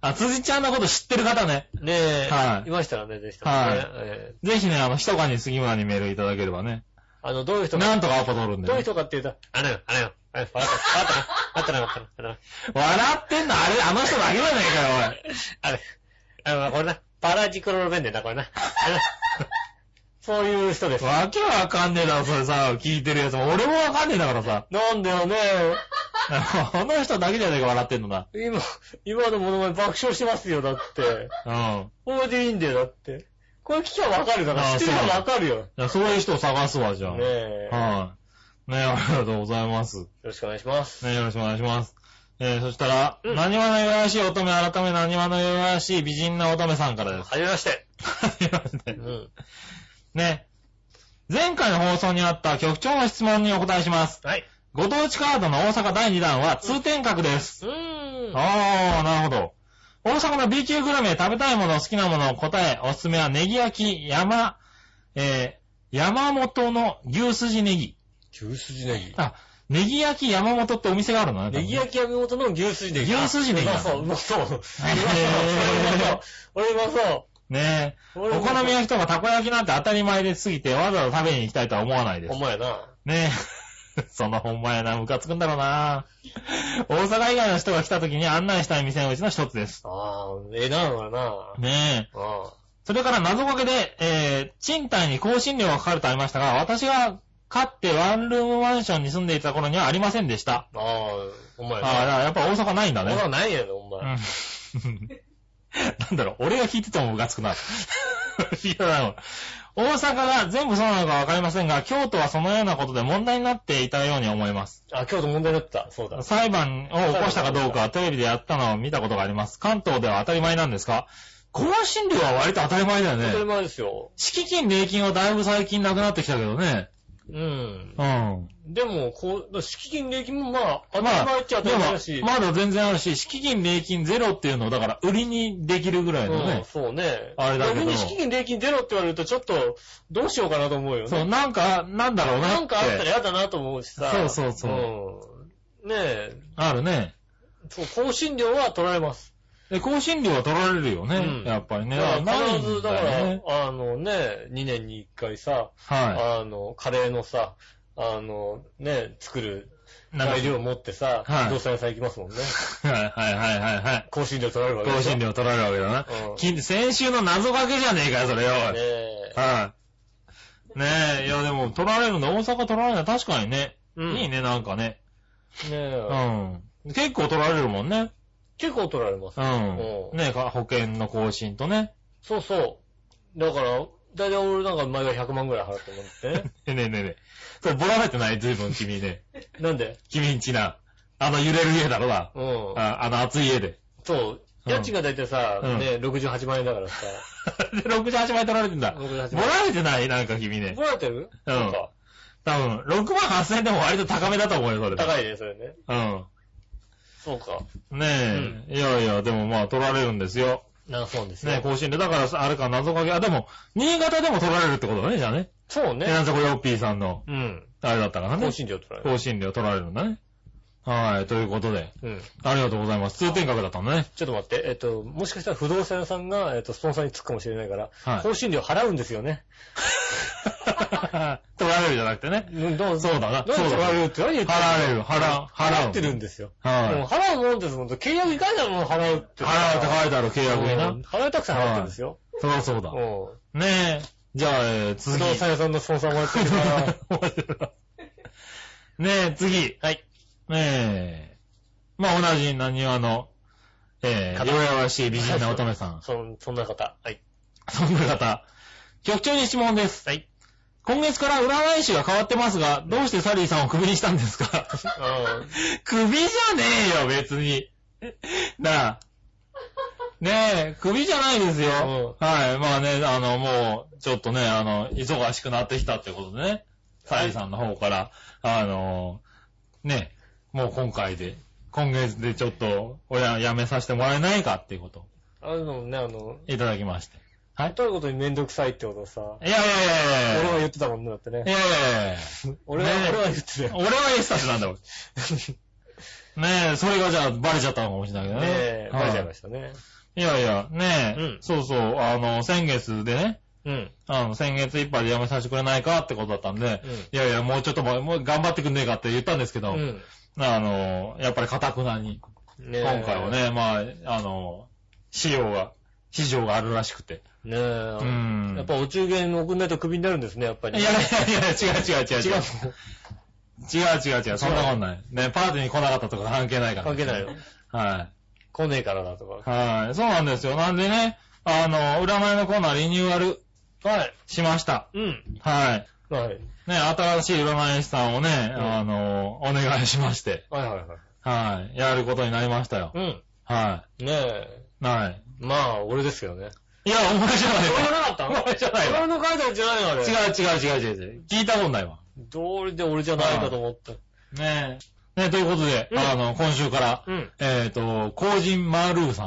Speaker 3: あ、辻ちゃんのこと知ってる方ね。
Speaker 2: ねえ、
Speaker 3: はい
Speaker 2: いましたらね、ぜひともね。
Speaker 3: はい
Speaker 2: ええ
Speaker 3: ぜひね、あの、ひとかに杉村にメールいただければね。
Speaker 2: あの、どういう人か、
Speaker 3: なんとかアポ取るんで、
Speaker 2: どういう
Speaker 3: ね。
Speaker 2: 人かって言うと、あれよ、あれよ、あれよ、笑った、笑ったな、笑ったな、笑
Speaker 3: 笑ってんのあれ、あの人だけじゃねえ
Speaker 2: ったな、あれ、あれ、あれ、これな、パラジクロロメンデだ、これな。あれ なそういう人です
Speaker 3: かよ、おい。。わけわかんねえだろ、それさ、聞いてるやつも。俺もわかんねえんだからさ。
Speaker 2: なんだよね。
Speaker 3: あの人だけじゃねえか、笑ってんのな。
Speaker 2: 今、今のものまね爆笑してますよ、だって。
Speaker 3: うん。い
Speaker 2: これでいいんだよ、だって。これ聞きゃわかるだから、
Speaker 3: あ
Speaker 2: 知ってる
Speaker 3: そう
Speaker 2: のわかるよ。
Speaker 3: やそういう人を探すわ、じゃあ。
Speaker 2: ねえ。よ
Speaker 3: はい。ねえ、ありがとうございます。
Speaker 2: ろしくお願いします。
Speaker 3: ね、よろしくお願いします。えー、そしたら、
Speaker 2: うん
Speaker 3: 何話の弱々しい乙女、改め何話の弱々しい美人な乙女さんからです。
Speaker 2: はじめまして。うん。
Speaker 3: ね。前回の放送にあった局長の質問にお答えします。
Speaker 2: はい。
Speaker 3: ご当地カードの大阪第2弾は通天閣です。
Speaker 2: うーん。
Speaker 3: あー、なるほど。大阪の B 級グルメ、食べたいもの、好きなもの、答え、おすすめはネギ焼き、山、えー、山本の牛すじネギ。
Speaker 2: 牛すじネギ。
Speaker 3: あ、ネギ焼き山本ってお店があるのね。多分ね
Speaker 2: ネギ焼き網元の牛すじネギ。
Speaker 3: 牛すじネギ
Speaker 2: うまそう、うまそう。うまそう。俺うまそう。
Speaker 3: ねえ。
Speaker 2: 俺うまそう。
Speaker 3: お好み焼きとかたこ焼きなんて当たり前で過ぎてわざわざ食べに行きたいとは思わないで
Speaker 2: お
Speaker 3: す。
Speaker 2: 前な。
Speaker 3: ねえ。 そのほんまやな、ムカつくんだろう な。大阪以外の人が来た時に案内したい店のうちの一つです。
Speaker 2: ああ、ええなのかな。
Speaker 3: ねえ。
Speaker 2: あ
Speaker 3: それから謎かけで、えー、賃貸に更新料がかかるとありましたが、私が買ってワンルームマンションに住んでいた頃にはありませんでした。
Speaker 2: あ、ああ、お前
Speaker 3: ああ、だ
Speaker 2: な。
Speaker 3: からやっぱ大阪ないんだ
Speaker 2: そんな
Speaker 3: ね。
Speaker 2: のないやろ、お
Speaker 3: う
Speaker 2: 前。
Speaker 3: ん。 なんだろう、俺が聞いててもムカつくな。い やなの大阪が全部そうなのかわかりませんが、京都はそのようなことで問題になっていたように思います。
Speaker 2: あ、京都問題だった。そうだ。
Speaker 3: 裁判を起こしたかどうかはテレビでやったのを見たことがあります。関東では当たり前なんですか更新料は割と当たり前だよ
Speaker 2: 当たり
Speaker 3: ね。
Speaker 2: 前ですよ。
Speaker 3: 敷金、礼金はだいぶ最近なくなってきたけどね。
Speaker 2: うん。
Speaker 3: うん。
Speaker 2: でも、こう、敷金礼金もまあ、当たり
Speaker 3: ま
Speaker 2: 前っちゃ
Speaker 3: あ、
Speaker 2: 当
Speaker 3: で
Speaker 2: たり
Speaker 3: も
Speaker 2: 前だし。
Speaker 3: まだ全然あるし、敷金、礼金ゼロっていうのをだから売りにできるぐらいの
Speaker 2: うん、
Speaker 3: ね。
Speaker 2: そうね。
Speaker 3: あれだけど
Speaker 2: 逆に敷金礼金ゼロって言われると、ちょっと、どうしようかなと思うよね。
Speaker 3: そう、なんか、なんだろうなって。
Speaker 2: なんかあったら嫌だなと思うしさ。
Speaker 3: そうそうそ
Speaker 2: うん。ねえ、
Speaker 3: あるね。
Speaker 2: そう、更新料は取られます。
Speaker 3: で、更新料は取られるよね。
Speaker 2: うん
Speaker 3: やっぱりね。
Speaker 2: だから
Speaker 3: ないん
Speaker 2: 必ず、だか
Speaker 3: よ
Speaker 2: ら
Speaker 3: ね、
Speaker 2: あのね、2年に1回さ、
Speaker 3: は
Speaker 2: あの、カレーのさ、あの、ね、作る
Speaker 3: い。なんか
Speaker 2: 材料持ってさ、
Speaker 3: はい
Speaker 2: 不動産屋さん行きますもんね。
Speaker 3: はいはいはいはいはい。
Speaker 2: 更新料取られるわけ
Speaker 3: 更
Speaker 2: でしょ
Speaker 3: 新料取られるわけだな。
Speaker 2: うん
Speaker 3: き先週の謎かけじゃねえかよ、それよ。
Speaker 2: ねえ。
Speaker 3: はい。ねえ、いやでも取られるの、大阪取られるのは確かにね。
Speaker 2: うん
Speaker 3: いいね、なんかね。
Speaker 2: ねえ、
Speaker 3: うん。結構取られるもんね。
Speaker 2: 結構取られます
Speaker 3: う。ん
Speaker 2: う。ん
Speaker 3: ねえ、か保険の更新とね。
Speaker 2: そうそう。だから、だいたい俺なんか前は100万ぐらい払ってもら ってね。
Speaker 3: ねえねえねえねえ。それ、ぼられてない、随分君ね。
Speaker 2: なんで
Speaker 3: 君んちな。あの揺れる家だろな。
Speaker 2: うん。
Speaker 3: ああの暑い家で。
Speaker 2: そう。
Speaker 3: うん
Speaker 2: 家賃がだいたいさ、
Speaker 3: うん
Speaker 2: ね、68万円だからさ。
Speaker 3: で、68枚取られてんだ。も
Speaker 2: 68万
Speaker 3: られてないなんか君ね
Speaker 2: 円。。もらえてる
Speaker 3: うん
Speaker 2: そうか
Speaker 3: 多分、6万8000円でも割と高めだと思うよ、それ。
Speaker 2: 高
Speaker 3: い。
Speaker 2: いね、それね。
Speaker 3: う
Speaker 2: そうか。
Speaker 3: ん。ねえ。いやいや、でもまあ取られるんですよ。
Speaker 2: な、そうです
Speaker 3: ね
Speaker 2: ね。
Speaker 3: 更新で。だからさ、あれか、謎かけ。あ、でも、新潟でも取られるってことだね、じゃあね。
Speaker 2: そう
Speaker 3: え、
Speaker 2: ね。
Speaker 3: なんちゃこよっぴーさんの、
Speaker 2: うん。
Speaker 3: あれだったからね
Speaker 2: 更。新料取られる。
Speaker 3: 更新料取られるんだね。はい、ということで、
Speaker 2: うん。
Speaker 3: ありがとうございます。通天閣だったのね。
Speaker 2: ちょっと待って、えっと、もしかしたら不動産屋さんが、えっと、スポンサーにつくかもしれないから、
Speaker 3: はい
Speaker 2: 更新料払うんですよ ね。
Speaker 3: 取られるじゃなくてね。
Speaker 2: うん、どうぞ。
Speaker 3: そうだな。
Speaker 2: 何
Speaker 3: そう
Speaker 2: 取
Speaker 3: だ
Speaker 2: ら
Speaker 3: な。
Speaker 2: れるって何言ってんの
Speaker 3: 払える、払う、払う。
Speaker 2: 払ってるんですよ。もう
Speaker 3: は
Speaker 2: 払うもんですもん。契約いかんだもん、払うっ
Speaker 3: い。
Speaker 2: て。
Speaker 3: 払うって書いてある契約に
Speaker 2: う。
Speaker 3: なん
Speaker 2: 払いたくさん払ってるんですよ。
Speaker 3: そうだそうだ。
Speaker 2: うん。
Speaker 3: ねえ。じゃあ、えー、
Speaker 2: 不
Speaker 3: 次。
Speaker 2: 動産屋さんのスポンサーもらってるから。
Speaker 3: ねえ、次。はい。ねえ。まあ、同じ何話の、えー、
Speaker 2: 方
Speaker 3: 弱々しい美人な乙女さ ん。
Speaker 2: そん、そんな方。はい。
Speaker 3: そんな方。局長に質問です。はい。今月から占い師が変わってますが、どうしてサリーさんをクビにしたんですか クビじゃねえよ、別に。なあ。ねえ、クビじゃないですよ。はい。まあね、あの、もう、ちょっとね、あの、忙しくなってきたってことでね、サリーさんの方から、あの、ね、もう今回で、今月でちょっと、親辞めさせてもらえないかっていうことを
Speaker 2: あのね、あの、
Speaker 3: いただきまして。はい。
Speaker 2: とあることにめんどくさいってことをさ、
Speaker 3: いやいやいやいや
Speaker 2: 俺
Speaker 3: いや
Speaker 2: は言ってたもんね、だってね
Speaker 3: い。やいやいや
Speaker 2: 俺は
Speaker 3: ね、え
Speaker 2: 俺は言ってたよ。
Speaker 3: 俺はエスタスなんだ、俺。ねえ、それがじゃあバレちゃったのかもしれないけど
Speaker 2: ね
Speaker 3: ね。
Speaker 2: え、バレちゃいま
Speaker 3: し
Speaker 2: したね。
Speaker 3: た。いやいや、ねえ、
Speaker 2: うん
Speaker 3: そうそう、あの、先月でね、
Speaker 2: うん。
Speaker 3: あの、先月いっぱいでやめさせてくれないかってことだったんで、
Speaker 2: うん
Speaker 3: いやいや、もうちょっともうもう頑張ってくんねえかって言ったんですけど、
Speaker 2: うん。
Speaker 3: あの、やっぱり堅くなに、
Speaker 2: ねえ
Speaker 3: 今回は。ね、まあ、あの、仕様が、市場があるらしくて。
Speaker 2: ねえ。
Speaker 3: うん
Speaker 2: やっぱお中元送んないとクビになるんですね、やっぱ
Speaker 3: いや
Speaker 2: り。
Speaker 3: いやいや、違う違う違う
Speaker 2: 違
Speaker 3: 違う。
Speaker 2: う。
Speaker 3: 違う違う違う、そんなことない。ね、パーティーに来なかったとか関係ないから。
Speaker 2: 関係ないよ。。
Speaker 3: はい。
Speaker 2: 来ねえからだとか。
Speaker 3: はい。そうなんですよ。なんでね、あの、占いのコーナーリニューアル
Speaker 2: はい。
Speaker 3: しました。
Speaker 2: うん。
Speaker 3: はい。
Speaker 2: はい。
Speaker 3: ね、新しい占い師さんをね、
Speaker 2: うん
Speaker 3: あの、お願いしまして、
Speaker 2: はいはいはい。
Speaker 3: はい。やることになりましたよ。
Speaker 2: うん。
Speaker 3: は
Speaker 2: ねえ。
Speaker 3: い。はい。
Speaker 2: まあ、俺ですけどね。
Speaker 3: いや、お前じゃないわ。
Speaker 2: なかった
Speaker 3: お前じゃない
Speaker 2: 俺
Speaker 3: わ。
Speaker 2: の書いたんじゃないのあれ。
Speaker 3: 違。う違う違う違う違う。聞いたことないわ。
Speaker 2: どうりで俺じゃないかと思った。
Speaker 3: ねえ。ねということで、
Speaker 2: うん
Speaker 3: あの、今週から、
Speaker 2: うん。
Speaker 3: えっ、と、コ人マルーさん。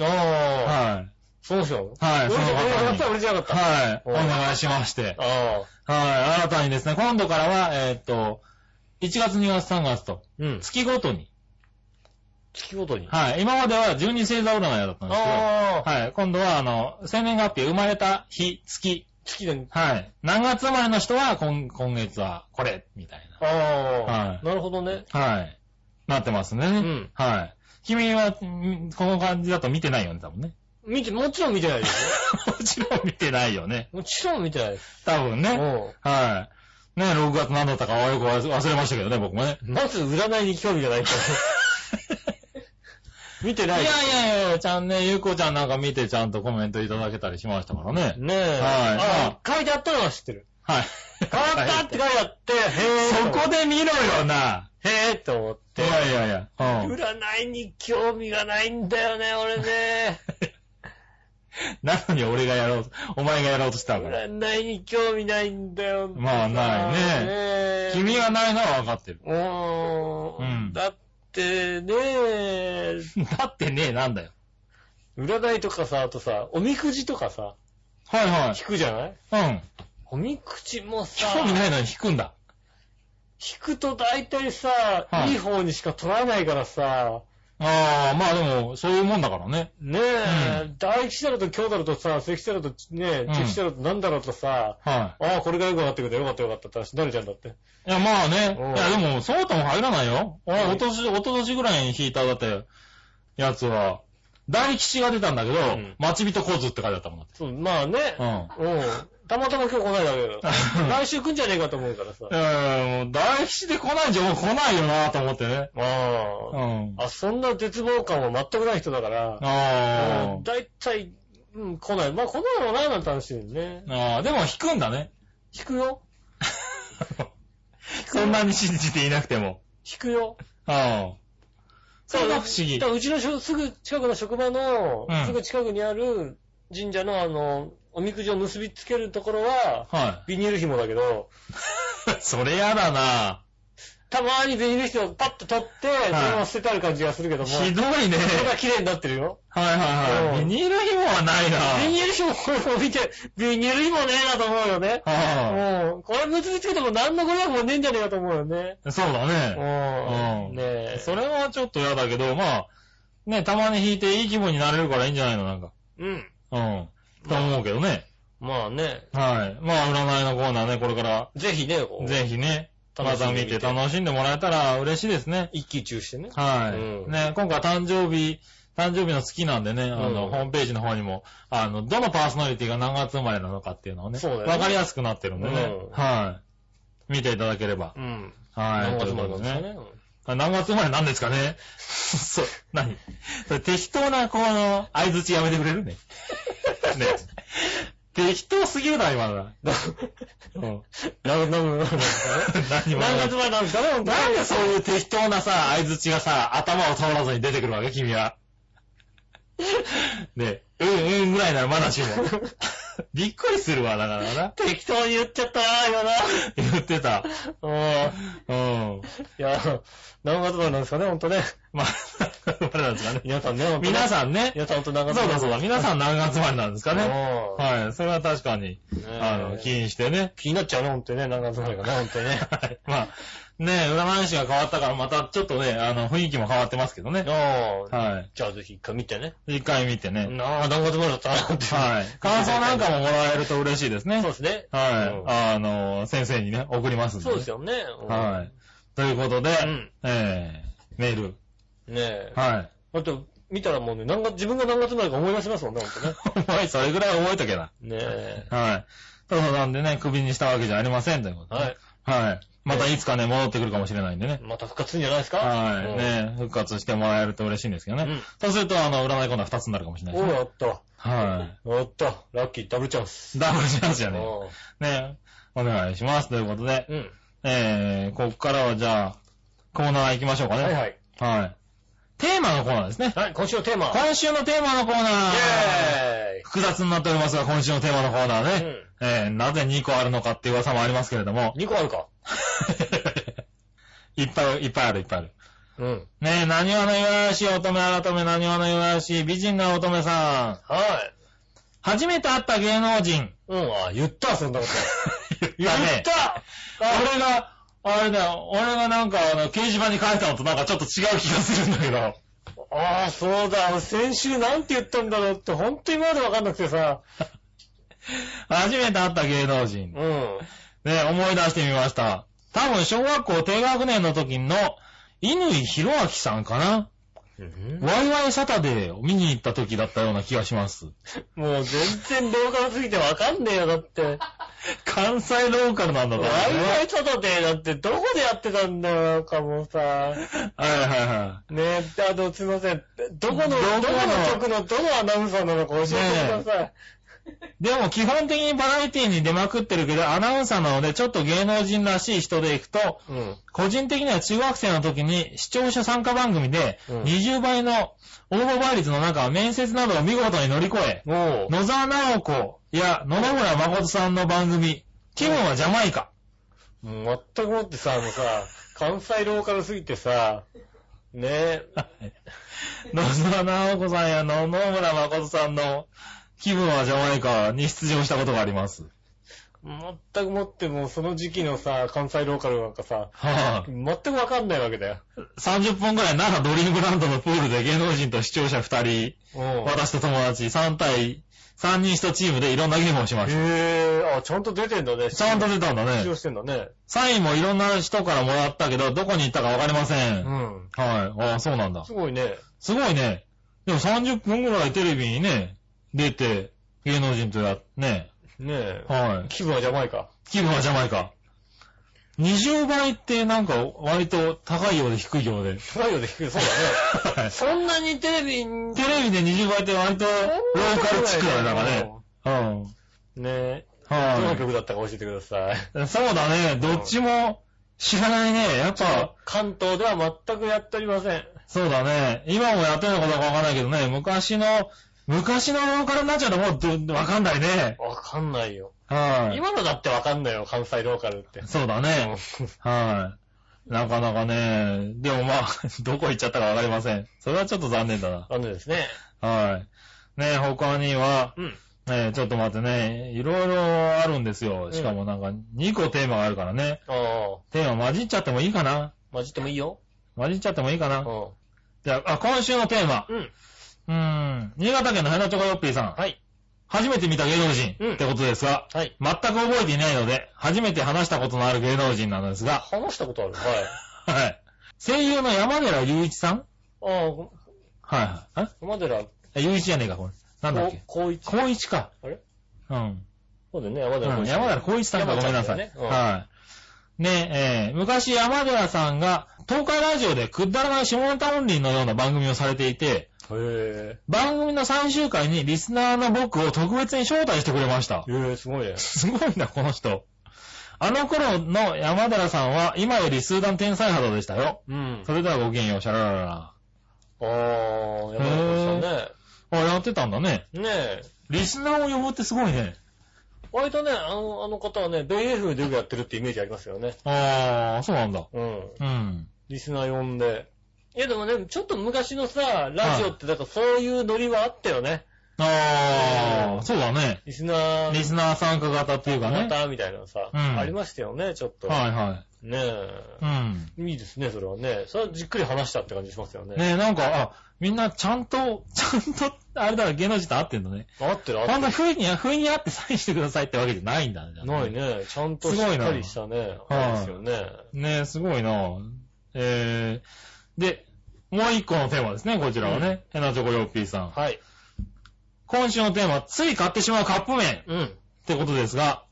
Speaker 2: ああ。
Speaker 3: はい。
Speaker 2: そうしよう。
Speaker 3: はい、
Speaker 2: 俺
Speaker 3: そ
Speaker 2: じ
Speaker 3: の
Speaker 2: ゃ俺じゃなかった、俺じゃなかった。
Speaker 3: 方に。はい、お願いしまして。
Speaker 2: ああ。
Speaker 3: はい、新たにですね、今度からは、えーっと、1月、2月、3月と、
Speaker 2: うん。
Speaker 3: 月ごとに。
Speaker 2: 月ごとに。
Speaker 3: はい、今までは12星座占いだったんですけど、
Speaker 2: ああ。
Speaker 3: はい、今度は、あの、生年月日、生まれた日、月。
Speaker 2: 月で、
Speaker 3: はい。何月生まれの人は、今、今月は、これ、みたい
Speaker 2: あ
Speaker 3: は
Speaker 2: あ。
Speaker 3: い
Speaker 2: なるほどね。
Speaker 3: な。はい。なってますね。
Speaker 2: ん
Speaker 3: はい。君は、んこの感じだと見てないよね、多分ね。
Speaker 2: 見て、もちろん見てないですよ。
Speaker 3: もちろん見てないよね。
Speaker 2: もちろん見てないです。
Speaker 3: 多分ね。
Speaker 2: う
Speaker 3: はい。ね、6月何だったかはよく忘れ忘れましたけどね、僕もね。
Speaker 2: ん。まず占いに興味がないから。 見てない
Speaker 3: い
Speaker 2: で
Speaker 3: や
Speaker 2: す。
Speaker 3: いやいや、ちゃんね、ゆうこちゃんなんか見てちゃんとコメントいただけたりしましたからね。
Speaker 2: ねえ。
Speaker 3: はい
Speaker 2: ああ書いてあったのは知ってる。
Speaker 3: はい。
Speaker 2: 変わったって書いてあって、へえ。
Speaker 3: そこで見ろよな。
Speaker 2: へえって思っ
Speaker 3: い
Speaker 2: て。
Speaker 3: やいやいや。うん。
Speaker 2: 占いに興味がないんだよね、俺ね。
Speaker 3: なのに俺がやろう、お前がや ろうとしたから。
Speaker 2: 占いに興味ないんだよ。
Speaker 3: まあない
Speaker 2: ね
Speaker 3: ね君がないのは分かってる。
Speaker 2: うー
Speaker 3: うん
Speaker 2: ん。だってね、
Speaker 3: だってね、なんだよ。
Speaker 2: 占いとかさ、あとさ、おみくじとかさ、
Speaker 3: はい
Speaker 2: 引くじゃない
Speaker 3: はい。うん。
Speaker 2: おみくじもさ、
Speaker 3: 興味ないのに引くんだ。
Speaker 2: 引くと大体さ、
Speaker 3: はい
Speaker 2: いい方にしか取らないからさ、
Speaker 3: ああ、まあでも、そういうもんだからね。
Speaker 2: ねえ、大吉だろうと京だろうとさ、関だろうとね、
Speaker 3: うん
Speaker 2: 中吉だろうとなんだろうとさ、
Speaker 3: は
Speaker 2: ああ、これが良くなってくれたよかったよかったって話になるじゃんだって。
Speaker 3: い。いや、まあね。
Speaker 2: うん
Speaker 3: いや、でも、そうとも入らないよ。お
Speaker 2: うん
Speaker 3: おとし、おととしぐらいに引いた、だって、やつは、大吉が出たんだけど
Speaker 2: ん、
Speaker 3: 待ち人小津って書いてあったもんだって。
Speaker 2: そう、まあね、
Speaker 3: う
Speaker 2: う
Speaker 3: ん。。
Speaker 2: ん。たまたま今日来ないだけだよ来週来んじゃねえかと思うからさ。
Speaker 3: えー、もう大吉で来ないんじゃもう来ないよなと思ってね。
Speaker 2: あ
Speaker 3: う
Speaker 2: あ。
Speaker 3: ん。
Speaker 2: あ、そんな絶望感は全くない人だから、
Speaker 3: あ
Speaker 2: うん大体、うん、来ない。まあ、来ないもないなんて話だよね。
Speaker 3: ーあー。でも引くんだね。
Speaker 2: 引くよ。
Speaker 3: そんなに信じていなくても。
Speaker 2: 引くよ。
Speaker 3: ああ。それが不思議
Speaker 2: だか。らうちのしょすぐ近くの職場の、
Speaker 3: うん
Speaker 2: すぐ近くにある神社のあの、おみくじを結びつ けるところは、
Speaker 3: は
Speaker 2: ビニール紐だけど、
Speaker 3: い。それやだな
Speaker 2: たまにビニールシートをパッと取って、そのまま捨ててある感じがするけども、
Speaker 3: ひどいね。
Speaker 2: それが綺麗になってるよ。
Speaker 3: はいはいは
Speaker 2: う
Speaker 3: い。
Speaker 2: ん
Speaker 3: ビニール紐はないな。
Speaker 2: ビニール紐を見て、ビニール紐ねえなと思うよね。
Speaker 3: は
Speaker 2: もう、これ結びつけても何のご利益もねえんじゃねえかと思うよね。
Speaker 3: あそうだ
Speaker 2: う
Speaker 3: ね。うん
Speaker 2: ん。ねえ。
Speaker 3: それはちょっと嫌だけど、まあ、ね、たまに弾いていい気分になれるからいいんじゃないのなんか。
Speaker 2: うん。
Speaker 3: うん。と思うけどね。
Speaker 2: まあね、
Speaker 3: はい。まあ、占いのコーナーね、これから、
Speaker 2: ぜひね、こう
Speaker 3: ぜひね、ま
Speaker 2: 楽したんで
Speaker 3: 見
Speaker 2: みて
Speaker 3: て楽しんでもらえたら嬉しいですね。
Speaker 2: 一気中してね。
Speaker 3: はい。
Speaker 2: うん
Speaker 3: ね、今回誕生日、誕生日の好きなんでね、あの、
Speaker 2: うん
Speaker 3: ホームページの方にも、あの、どのパーソナリティが何月生まれなのかっていうのをね、
Speaker 2: そうだよね
Speaker 3: わかりやすくなってるんでね、
Speaker 2: うん
Speaker 3: はい。見ていただければ。
Speaker 2: うん。
Speaker 3: はい。
Speaker 2: 何月まで
Speaker 3: と
Speaker 2: ないんですか
Speaker 3: うことでね。
Speaker 2: ね。
Speaker 3: あ何月生まれなんですかねそう、何それ適当な、この、相づちやめてくれ るね。ね。適当すぎるな、今のは。うん。
Speaker 2: 何月 までなんですかね。
Speaker 3: 何も
Speaker 2: 何月までなんですかね、本当に
Speaker 3: なんでそういう適当なさ、相づちがさ、頭を通らずに出てくるわけ君は。ね、うんうんぐらいならまだしも。 びっくりするわ、だからな。
Speaker 2: 適当に言っちゃったな、
Speaker 3: 言ってた。
Speaker 2: 今な。うん。
Speaker 3: うん。
Speaker 2: いや、何月までなんですかね、ほんとね。
Speaker 3: まあ、 あれなんですかね。
Speaker 2: 皆さんね、ほんとね
Speaker 3: 皆さんね。
Speaker 2: 皆さんほんと何
Speaker 3: そ
Speaker 2: 月ま
Speaker 3: う
Speaker 2: で
Speaker 3: だそうだ。皆さん何月生まれなんですかね。
Speaker 2: うん
Speaker 3: はい。それは確かに、
Speaker 2: ねえ
Speaker 3: あの、気にしてね。
Speaker 2: 気になっちゃうね、ほんとにね、何月までかね、ほんとにね。
Speaker 3: はい。まあ、ね、占い師が変わったから、またちょっとね、あの、雰囲気も変わってますけどね。
Speaker 2: うん
Speaker 3: は
Speaker 2: じゃあぜひ一回見てね。
Speaker 3: い。一回見てね。
Speaker 2: なあ、何月までだったな、って。
Speaker 3: はい。感想なんかももらえると嬉しいですね。
Speaker 2: そうですね。
Speaker 3: はい。
Speaker 2: うん
Speaker 3: あの、先生にね、送りますんで、ね。
Speaker 2: そうですよね。うん
Speaker 3: はい。ということで、
Speaker 2: うん
Speaker 3: えー、メール。
Speaker 2: ねえ。
Speaker 3: はい。
Speaker 2: あと、見たらもうね、何月、自分が何月までか思い出しますもんね、ほんとね。
Speaker 3: お前、それぐらい覚えとけな。
Speaker 2: ねえ。
Speaker 3: はい。そうそうなんでね、クビにしたわけじゃありませんということで。
Speaker 2: はい。
Speaker 3: はい。またいつかね、戻ってくるかもしれないんでね。
Speaker 2: また復活するんじゃないですか
Speaker 3: はい。。ね、復活してもらえると嬉しいんですけどね。
Speaker 2: うん
Speaker 3: そうすると、あの、占いコーナー2つになるかもしれ
Speaker 2: う
Speaker 3: なんい
Speaker 2: お
Speaker 3: です、
Speaker 2: う、
Speaker 3: ね。
Speaker 2: やった。
Speaker 3: は
Speaker 2: やった。ラッキー、ダブルチャンス。
Speaker 3: い。ダブルチャンスじゃね
Speaker 2: うん
Speaker 3: え。ね、お願いします。ということで、
Speaker 2: うん。
Speaker 3: えー、こっからはじゃあ、コーナー行きましょうかね。
Speaker 2: はいはい。
Speaker 3: はい。テーマのコーナーですね。
Speaker 2: はい、今週のテーマ。イ
Speaker 3: 今週のテーマのコーナー。
Speaker 2: ェ
Speaker 3: 複雑になっておりますが、今週のテーマのコーナー
Speaker 2: ーイ
Speaker 3: ね。えー、なぜ2個あるのかっていう噂もありますけれども
Speaker 2: う。ん。2個あるか。
Speaker 3: いっぱい、いっぱいある、いっぱいある。
Speaker 2: うん。
Speaker 3: ねえ、何話の岩し乙女改め何話の岩し美人な乙女さん。
Speaker 2: はい。
Speaker 3: 初めて会った芸能人。
Speaker 2: うん、あ、言った、そんなこと。
Speaker 3: 言ったね。
Speaker 2: た
Speaker 3: 俺が、あれだよ、俺がなんかあの、掲示板に書いたのとなんかちょっと違う気がするんだけど。
Speaker 2: ああ、そうだ。先週なんて言ったんだろうって、ほんと今までわかんなくてさ。
Speaker 3: 初めて会った芸能人。
Speaker 2: うん。
Speaker 3: ね、思い出してみました。多分、小学校低学年の時の、犬井博明さんかな、ワイワイサタデーを見に行った時だったような気がします。
Speaker 2: もう全然ローカルすぎてわかんねえよ、だって。
Speaker 3: 関西ローカルなんだ
Speaker 2: ワイ
Speaker 3: と
Speaker 2: ワ
Speaker 3: 思うね。
Speaker 2: イサタデーだってどこでやってたんだよ、なんかもうさ。
Speaker 3: はいはいは
Speaker 2: ねえ、あの、すいません。どこの、
Speaker 3: ど
Speaker 2: ど
Speaker 3: こ
Speaker 2: こ
Speaker 3: の
Speaker 2: の局のどのアナウンサーなのか教えてください。
Speaker 3: い。でも基本的にバラエティに出まくってるけど、アナウンサーなのでちょっと芸能人らしい人で行くと、
Speaker 2: うん。
Speaker 3: 個人的には中学生の時に視聴者参加番組で
Speaker 2: うん
Speaker 3: 20倍の応募倍率の中、面接などを見事に乗り越え、
Speaker 2: おう。
Speaker 3: 野沢直子や野々村誠さんの番組、気分はジャマイカ。
Speaker 2: もう全くもってさ、もうさ、関西ローカルすぎてさ、ねえ、
Speaker 3: 野沢直子さんや野々村誠さんの気分はジャマイカに出場したことがあります。
Speaker 2: 全くもってもうその時期のさ、関西ローカルなんかさ、
Speaker 3: はぁ、
Speaker 2: 全くわかんないわけだよ。
Speaker 3: 30分くらい奈良ドリームランドのプールで芸能人と視聴者2人、
Speaker 2: うん
Speaker 3: 私と友達3対3人1チームでいろんなゲームをしま
Speaker 2: へ
Speaker 3: した。
Speaker 2: え、あ、ちゃんと出てんだね。
Speaker 3: ちゃんと出たんだ
Speaker 2: 出場
Speaker 3: ね。
Speaker 2: してんだね。
Speaker 3: サインもいろんな人からもらったけど、どこに行ったかわかりません。
Speaker 2: う
Speaker 3: はい。
Speaker 2: ん。
Speaker 3: ああ、そうなんだ
Speaker 2: す。ごいね。
Speaker 3: すごいね。でも30分ぐらいテレビにね、出て、芸能人とや、ね。
Speaker 2: ねえ。
Speaker 3: はい。
Speaker 2: 気分はジャマイカ。
Speaker 3: 気分はジャマイカ。20倍ってなんか割と高いようで低いようで。
Speaker 2: 高いよで低い。そうだ
Speaker 3: はい
Speaker 2: ね。そんなにテレビに、
Speaker 3: テレビで20倍って割とローカル地区だね、なんかね。うん。
Speaker 2: ねえ。どの
Speaker 3: は
Speaker 2: 曲だったか教えてください。
Speaker 3: い。そうだね、どっちも知らないね。やっぱ、
Speaker 2: 関東では全くやっておりません。
Speaker 3: そうだね。今もやってるのかどうかわかんないけどね、昔の、昔のローカルになっちゃうともうどわかんないね。
Speaker 2: わかんないよ。
Speaker 3: はい。
Speaker 2: 今のだってわかんないよ、関西ローカルって。
Speaker 3: そうだね。はい。なかなかね、でもまあ、 どこ行っちゃったかわかりません。それはちょっと残念だな。
Speaker 2: 残念ですね。
Speaker 3: はい。ね、他には、
Speaker 2: うん。
Speaker 3: ね、ちょっと待ってね、いろいろあるんですよ。しかもなんか、2個テーマがあるからね。
Speaker 2: ああ、
Speaker 3: テーマ混じっちゃってもいいかな
Speaker 2: 混じってもいいよ。
Speaker 3: 混じっちゃってもいいか
Speaker 2: う。
Speaker 3: なんじゃあ、あ今週のテーマ。
Speaker 2: うん。
Speaker 3: うーん。新潟県のヘナチョコヨッピーさん。
Speaker 2: はい。
Speaker 3: 初めて見た芸能人
Speaker 2: うん
Speaker 3: ってことですが、
Speaker 2: はい。
Speaker 3: 全く覚えていないので、初めて話したことのある芸能人なのですが、
Speaker 2: 話したことある。は
Speaker 3: はい。声優の山寺雄一さん
Speaker 2: い。ああ、ご
Speaker 3: はいはい。ん
Speaker 2: 山寺、
Speaker 3: あ雄一じゃねえか、これ。なんだっけ。
Speaker 2: こうい
Speaker 3: 孝一か。
Speaker 2: あれ
Speaker 3: うん。
Speaker 2: そうだよね、山寺
Speaker 3: う
Speaker 2: こうんいち
Speaker 3: 山寺孝一さんか、
Speaker 2: 山
Speaker 3: ご
Speaker 2: ち
Speaker 3: め
Speaker 2: ゃ
Speaker 3: ん
Speaker 2: だ
Speaker 3: な
Speaker 2: よ
Speaker 3: さい。
Speaker 2: ねうん
Speaker 3: はい。ねえ、えー昔山寺さんが、東海ラジオでくだらない下ネタ音林のような番組をされていて、
Speaker 2: へ
Speaker 3: 番組の最終回にリスナーの僕を特別に招待してくれました
Speaker 2: え。。へえ、すごいね。
Speaker 3: すごいな、この人。あの頃の山寺さんは、今より数段天才肌でしたよ。
Speaker 2: うん。
Speaker 3: それではごきげんよう、シャラララ
Speaker 2: ああ、山寺こういちさんね。
Speaker 3: ラ。あ、やってたんだね。
Speaker 2: ねえ。
Speaker 3: リスナーを呼ぶってすごいね。
Speaker 2: 割とね、あの、あの方はね、ベイエフでよくやってるってイメージありますよね。
Speaker 3: あー、そうなんだ。
Speaker 2: うん。
Speaker 3: うん。
Speaker 2: リスナー呼んで。いやでもね、ちょっと昔のさ、ラジオってだからそういうノリはあったよね。
Speaker 3: あ
Speaker 2: うん
Speaker 3: ー、そうだね。
Speaker 2: リスナー、
Speaker 3: リスナー参加型っていうかね。
Speaker 2: たみたいなのさ、
Speaker 3: うん
Speaker 2: ありましたよね、ちょっと。
Speaker 3: はいは
Speaker 2: ねえ
Speaker 3: い。。うん。
Speaker 2: いいですね、それはね。それはじっくり話したって感じしますよね。
Speaker 3: ねえ、なんか、あ、みんなちゃんと、ちゃんと、あれだ、芸能人と合ってんだね。
Speaker 2: 合ってる、合
Speaker 3: あん
Speaker 2: っ
Speaker 3: な不意に、不意に会ってサインしてくださいってわけじゃないんだね
Speaker 2: て。る。ない。ね。ちゃんとしっかりしたね。
Speaker 3: すごいな
Speaker 2: あれですよね。
Speaker 3: ねえ、すごいなえー、で、もう一個のテーマですね、こちらはね。ヘナチョコヨッピーさん。
Speaker 2: はい。
Speaker 3: 今週のテーマ、つい買ってしまうカップ麺っ
Speaker 2: うん。
Speaker 3: てことですが、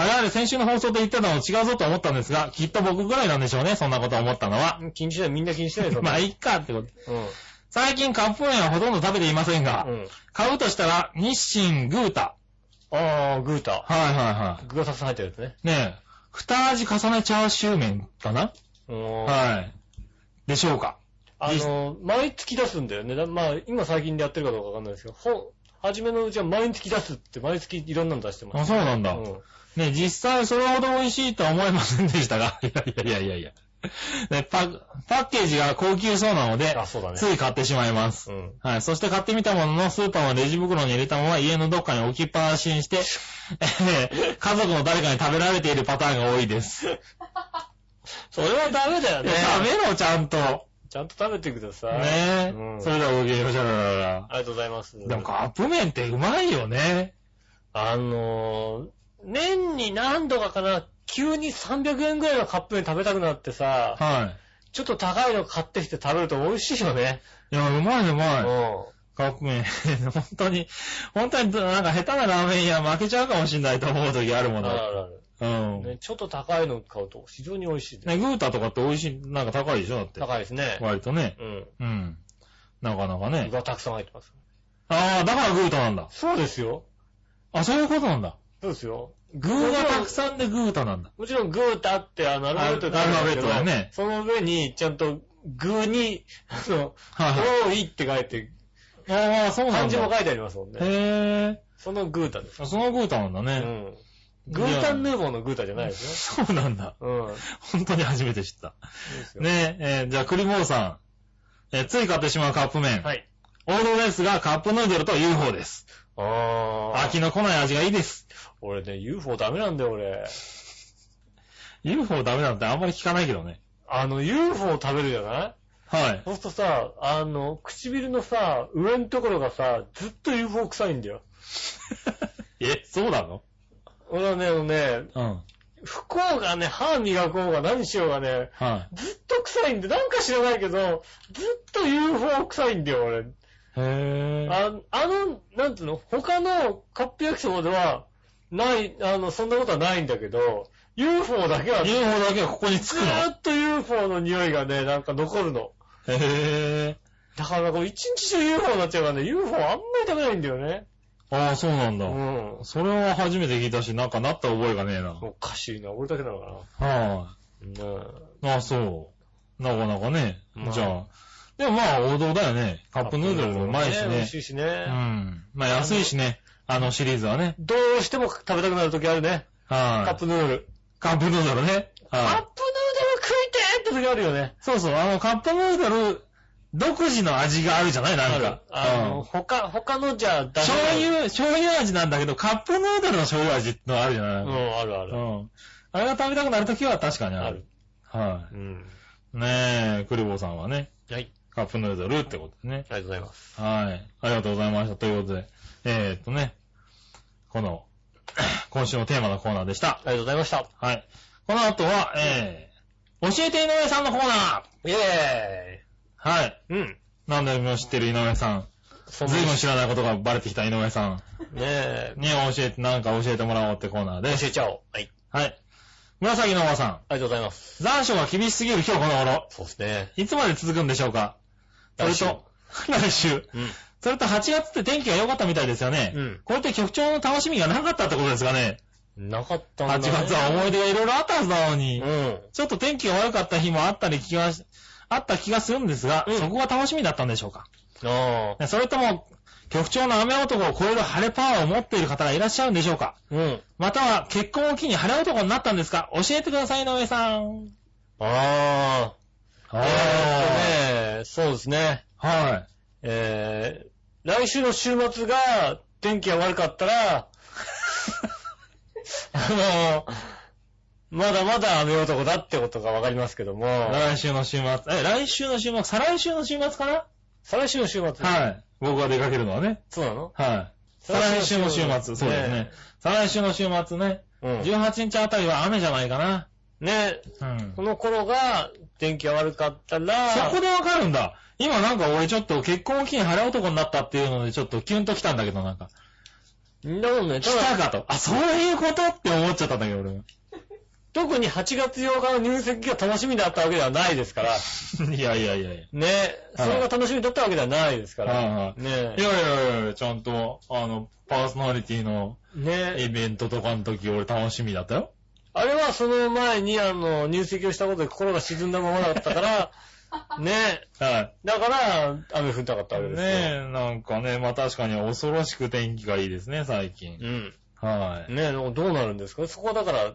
Speaker 3: あれあれ先週の放送で言ってたの違うぞと思ったんですが、きっと僕ぐらいなんでしょうね、そんなこと思ったのは。
Speaker 2: 気にしない、みんな気にしてないですよね
Speaker 3: まあ、いっかってこと。
Speaker 2: う
Speaker 3: 最近カップ麺はほとんど食べていませんが、
Speaker 2: ん。うん。
Speaker 3: 買うとしたら、日清グータ。
Speaker 2: ああ、グータ。
Speaker 3: はいはいは
Speaker 2: 具がたくさん入ってるやつね。
Speaker 3: い。ねえ、二味重ねチャーシュー麺かな
Speaker 2: うん。
Speaker 3: はい。でしょうか。
Speaker 2: あの、毎月出すんだよね。だまあ、今最近でやってるかどうかわかんないですけど、ほ、初めのうちは毎月出すって、毎月いろんなの出してます。
Speaker 3: あ、そうなんだ。
Speaker 2: うん
Speaker 3: ね、実際それほど美味しいとは思えませんでしたが、い やいやいやいやいや。ね、パッ、パッケージが高級そうなので、
Speaker 2: あ、そうだね
Speaker 3: つ。い買ってしまいます。
Speaker 2: うん。
Speaker 3: はい。そして買ってみたものの、スーパーのレジ袋に入れたまま家のどっかに置きっぱなしにして、 えー家族の誰かに食べられているパターンが多いです。
Speaker 2: それはダメだよ
Speaker 3: 食
Speaker 2: ね。
Speaker 3: べろ、ちゃんと。
Speaker 2: ちゃんと食べてください。
Speaker 3: ね
Speaker 2: うん
Speaker 3: それではごきげんよう、シャララララ
Speaker 2: ありがとうございます。
Speaker 3: でもカップ麺ってうまいよね。
Speaker 2: あのー、年に何度かかな、急に300円ぐらいのカップ麺食べたくなってさ、
Speaker 3: は
Speaker 2: ちょっと高いの買ってきて食べると美味しいよね。
Speaker 3: い。いや、うまいうまい。
Speaker 2: う
Speaker 3: カップ麺、 本当に、本当に、なんか下手なラーメン屋負けちゃうかもしんないと思う時あるも
Speaker 2: ん。ある
Speaker 3: の。
Speaker 2: あるある
Speaker 3: うん。ね、
Speaker 2: ねちょっと高いの買うと非常に美味しいです。
Speaker 3: グータとかって美味しい、なんか高いでしょだって。
Speaker 2: 高いですね。
Speaker 3: 割とね。
Speaker 2: うん。
Speaker 3: うん。なかなかね
Speaker 2: 具。がたくさん入ってます。
Speaker 3: ああ、だからグータなんだ。
Speaker 2: そうですよ。
Speaker 3: あ、そういうことなんだ。
Speaker 2: そうですよ。
Speaker 3: グ
Speaker 2: ー
Speaker 3: ー
Speaker 2: が
Speaker 3: が
Speaker 2: た
Speaker 3: た
Speaker 2: く
Speaker 3: くさんでグータなんだ。
Speaker 2: もちろんグータってあのアルファベットで
Speaker 3: アルファベットだね
Speaker 2: その上にちゃんとグーに、 あの、
Speaker 3: はいは
Speaker 2: 多
Speaker 3: い。
Speaker 2: いって書いて、
Speaker 3: ああ、そうな
Speaker 2: 漢
Speaker 3: ん
Speaker 2: 字も
Speaker 3: だ。
Speaker 2: 書いてありますもんね。
Speaker 3: へ
Speaker 2: そのグータです。
Speaker 3: え。そのグータなんだ
Speaker 2: う
Speaker 3: ね。
Speaker 2: ん。グータンヌーボーのグータじゃないです
Speaker 3: そうなんだ。
Speaker 2: よ。うん。そう
Speaker 3: 本当に初めて知った。
Speaker 2: ですよ。
Speaker 3: ねえ、えーじゃあ、クリボーさん。えーつい買ってしまうカップ麺。
Speaker 2: はい。
Speaker 3: 王道ですが、カップヌードルと UFO です。
Speaker 2: あー。
Speaker 3: 飽きの来ない味がいいです。
Speaker 2: 俺ね、UFO ダメなんだよ、俺。
Speaker 3: UFO ダメなんてあんまり聞かないけどね。
Speaker 2: あの、UFO 食べるじゃない
Speaker 3: はい。
Speaker 2: そうするとさ、あの、唇のさ、上のところがさ、ずっと UFO 臭いんだよ。
Speaker 3: え、そうなの
Speaker 2: 俺はね、あのね、
Speaker 3: うん。
Speaker 2: 不幸がね、歯磨こうが何しようがね、
Speaker 3: はい。
Speaker 2: ずっと臭いんで、なんか知らないけど、ずっと UFO 臭いんだよ、俺。
Speaker 3: へぇ
Speaker 2: ああの、なんつうの、他のカップ焼きそばでは、ない、あの、そんなことはないんだけど、UFO だけは、
Speaker 3: ー。
Speaker 2: ず
Speaker 3: UFO だけはここにつくの
Speaker 2: ーっと UFO の匂いがね、なんか残るの。
Speaker 3: へぇー。
Speaker 2: だから、こう、一日中 UFO になっちゃうからね、UFO あんまり食べないんだよね。
Speaker 3: ああ、そうなん
Speaker 2: う
Speaker 3: だ。
Speaker 2: ん。
Speaker 3: それは初めて聞いたし、なんかなった覚えがねえな。
Speaker 2: おかしいな、俺だけなのかな。
Speaker 3: は
Speaker 2: うん。
Speaker 3: い。ああ、そう。なかなかね
Speaker 2: まあ。
Speaker 3: じゃあ。でもまあ、王道だよね。カ
Speaker 2: カ
Speaker 3: ップヌードルもうまいし
Speaker 2: 美
Speaker 3: ね
Speaker 2: 味。しいし
Speaker 3: う
Speaker 2: ね。
Speaker 3: ん。まあ、安いしね。あのシリーズはね。
Speaker 2: どうしても食べたくなるときあるね。カ
Speaker 3: は
Speaker 2: ップヌードル。
Speaker 3: い。カップヌード
Speaker 2: カッ
Speaker 3: ルね。は
Speaker 2: プヌードル食いてーってった時あるよね。
Speaker 3: そうそう、あの、カップヌードル、独自の味があるじゃないなんか。
Speaker 2: あの、
Speaker 3: うん
Speaker 2: 他、他のじゃダメだ
Speaker 3: 醤油、醤油味なんだけど、カップヌードルの醤油味ってのあるじゃない、
Speaker 2: うん、あるある。
Speaker 3: うん。あれが食べたくなるときは確かにあ
Speaker 2: あ
Speaker 3: る
Speaker 2: る。。
Speaker 3: は
Speaker 2: うん。
Speaker 3: い。ねえ、クリボーさんはね、
Speaker 2: はい。あり
Speaker 3: カップヌードルってことですね。
Speaker 2: がとうございます。
Speaker 3: はい。ありがとうございました。ということで、えー、っとね、この、 今週のテーマのコーナーでした。
Speaker 2: ありがとうございました。
Speaker 3: はい。この後は、えー、教えて井上さんのコーナー
Speaker 2: イェ
Speaker 3: はい。
Speaker 2: ーイうん。
Speaker 3: 何でも知ってる井上さん。
Speaker 2: そんな
Speaker 3: ずい
Speaker 2: に
Speaker 3: ぶん
Speaker 2: ね
Speaker 3: 知らないことがバレてきた井上さん
Speaker 2: え、
Speaker 3: に教えて、なんか教えてもらおうってコーナーで
Speaker 2: 教
Speaker 3: す。
Speaker 2: えちゃおう。はい。
Speaker 3: はい。紫のおばさん。
Speaker 2: ありがとうございます。
Speaker 3: 残暑が厳しすぎる今日この頃。
Speaker 2: そうですね。
Speaker 3: いつまで続くんでしょうかそれ
Speaker 2: 来週
Speaker 3: と、来週。
Speaker 2: うん。
Speaker 3: それと8月って天気が良かったみたいですよね。
Speaker 2: うん
Speaker 3: これって局長の楽しみがなかったってことですかね。
Speaker 2: なかった
Speaker 3: 8
Speaker 2: んだ、ね。
Speaker 3: 月は思い出がいろいろあったはずなのに、
Speaker 2: うん。
Speaker 3: ちょっと天気が悪かった日もあったり気がし、あった気がするんですが、
Speaker 2: うん
Speaker 3: そこが楽しみだったんでしょうか。
Speaker 2: ああ。
Speaker 3: ねそれとも、局長の雨男を超える晴れパワーを持っている方がいらっしゃるんでしょうか。
Speaker 2: うん。
Speaker 3: または、結婚を機に晴れ男になったんですか教えてください、井上さん。
Speaker 2: ああ。
Speaker 3: えーっ
Speaker 2: えーっとね、そうですね。
Speaker 3: とねはい。
Speaker 2: えー、来週の週末が天気が悪かったら、 あのまだまだ雨男だってことがわかりますけども、
Speaker 3: 来週の週末、え、来週の週末、再来週の週末かな
Speaker 2: 再来週の週末。
Speaker 3: はい。僕が出かけるのはね。
Speaker 2: そうなの
Speaker 3: はい。再来週の週末、そうですね。。再来週の週末ね、
Speaker 2: うん。
Speaker 3: 18日あたりは雨じゃないかな。
Speaker 2: ね、
Speaker 3: うん。
Speaker 2: この頃が天気が悪かったら、
Speaker 3: そこでわかるんだ。今なんか俺ちょっと結婚を機に腹男になったっていうのでちょっとキュンと来たんだけどなんか。
Speaker 2: だもんね、
Speaker 3: 来たかと。あ、そういうことって思っちゃったんだけど俺。
Speaker 2: 特に8月8日の入籍が楽しみだったわけではないですから、
Speaker 3: いやいやいやいや。
Speaker 2: ね、それが楽しみだったわけではないですか
Speaker 3: はい
Speaker 2: ら、
Speaker 3: はい。
Speaker 2: ね
Speaker 3: いやいやいや、ちゃんと、あの、パーソナリティの
Speaker 2: ね
Speaker 3: イベントとかの時俺楽しみだったよ。
Speaker 2: あれはその前に、あの、入籍をしたことで心が沈んだままだった から、ね、
Speaker 3: はい。
Speaker 2: だから、雨降んなかったわけですよ。
Speaker 3: ねえ、なんかね、まあ確かに恐ろしく天気がいいですね、最近。はい
Speaker 2: うん。。ねどうどうなるんですかそこはだから、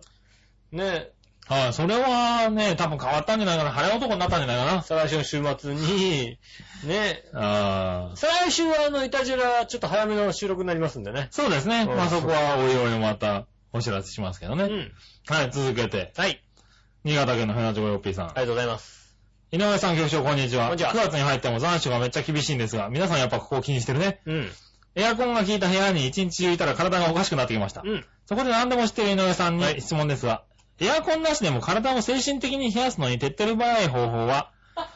Speaker 2: ね、
Speaker 3: はい、それはね、多分変わったんじゃないかな。晴れ男になったんじゃないかな。
Speaker 2: 再来週の週末に、ね、
Speaker 3: ああ。
Speaker 2: 再来週はあの、イタジラはちょっと早めの収録になりますんでね。
Speaker 3: そうですね。
Speaker 2: うん
Speaker 3: まあそこはおいおいまたお知らせしますけどね。
Speaker 2: うん。
Speaker 3: はい、続けて。
Speaker 2: はい。
Speaker 3: 新潟県の船長ヨッピーさん。
Speaker 2: ありがとうございます。
Speaker 3: 井上さん、局長、こんにちは。
Speaker 2: こんにちは
Speaker 3: 9月に入っても残暑がめっちゃ厳しいんですが、皆さんやっぱここを気にしてるね。
Speaker 2: うん。
Speaker 3: エアコンが効いた部屋に一日中いたら体がおかしくなってきました。
Speaker 2: うん。
Speaker 3: そこで何でも知っている井上さんに
Speaker 2: はい
Speaker 3: 質問ですが、エアコンなしでも体を精神的に冷やすのに手っ取り早い方法は、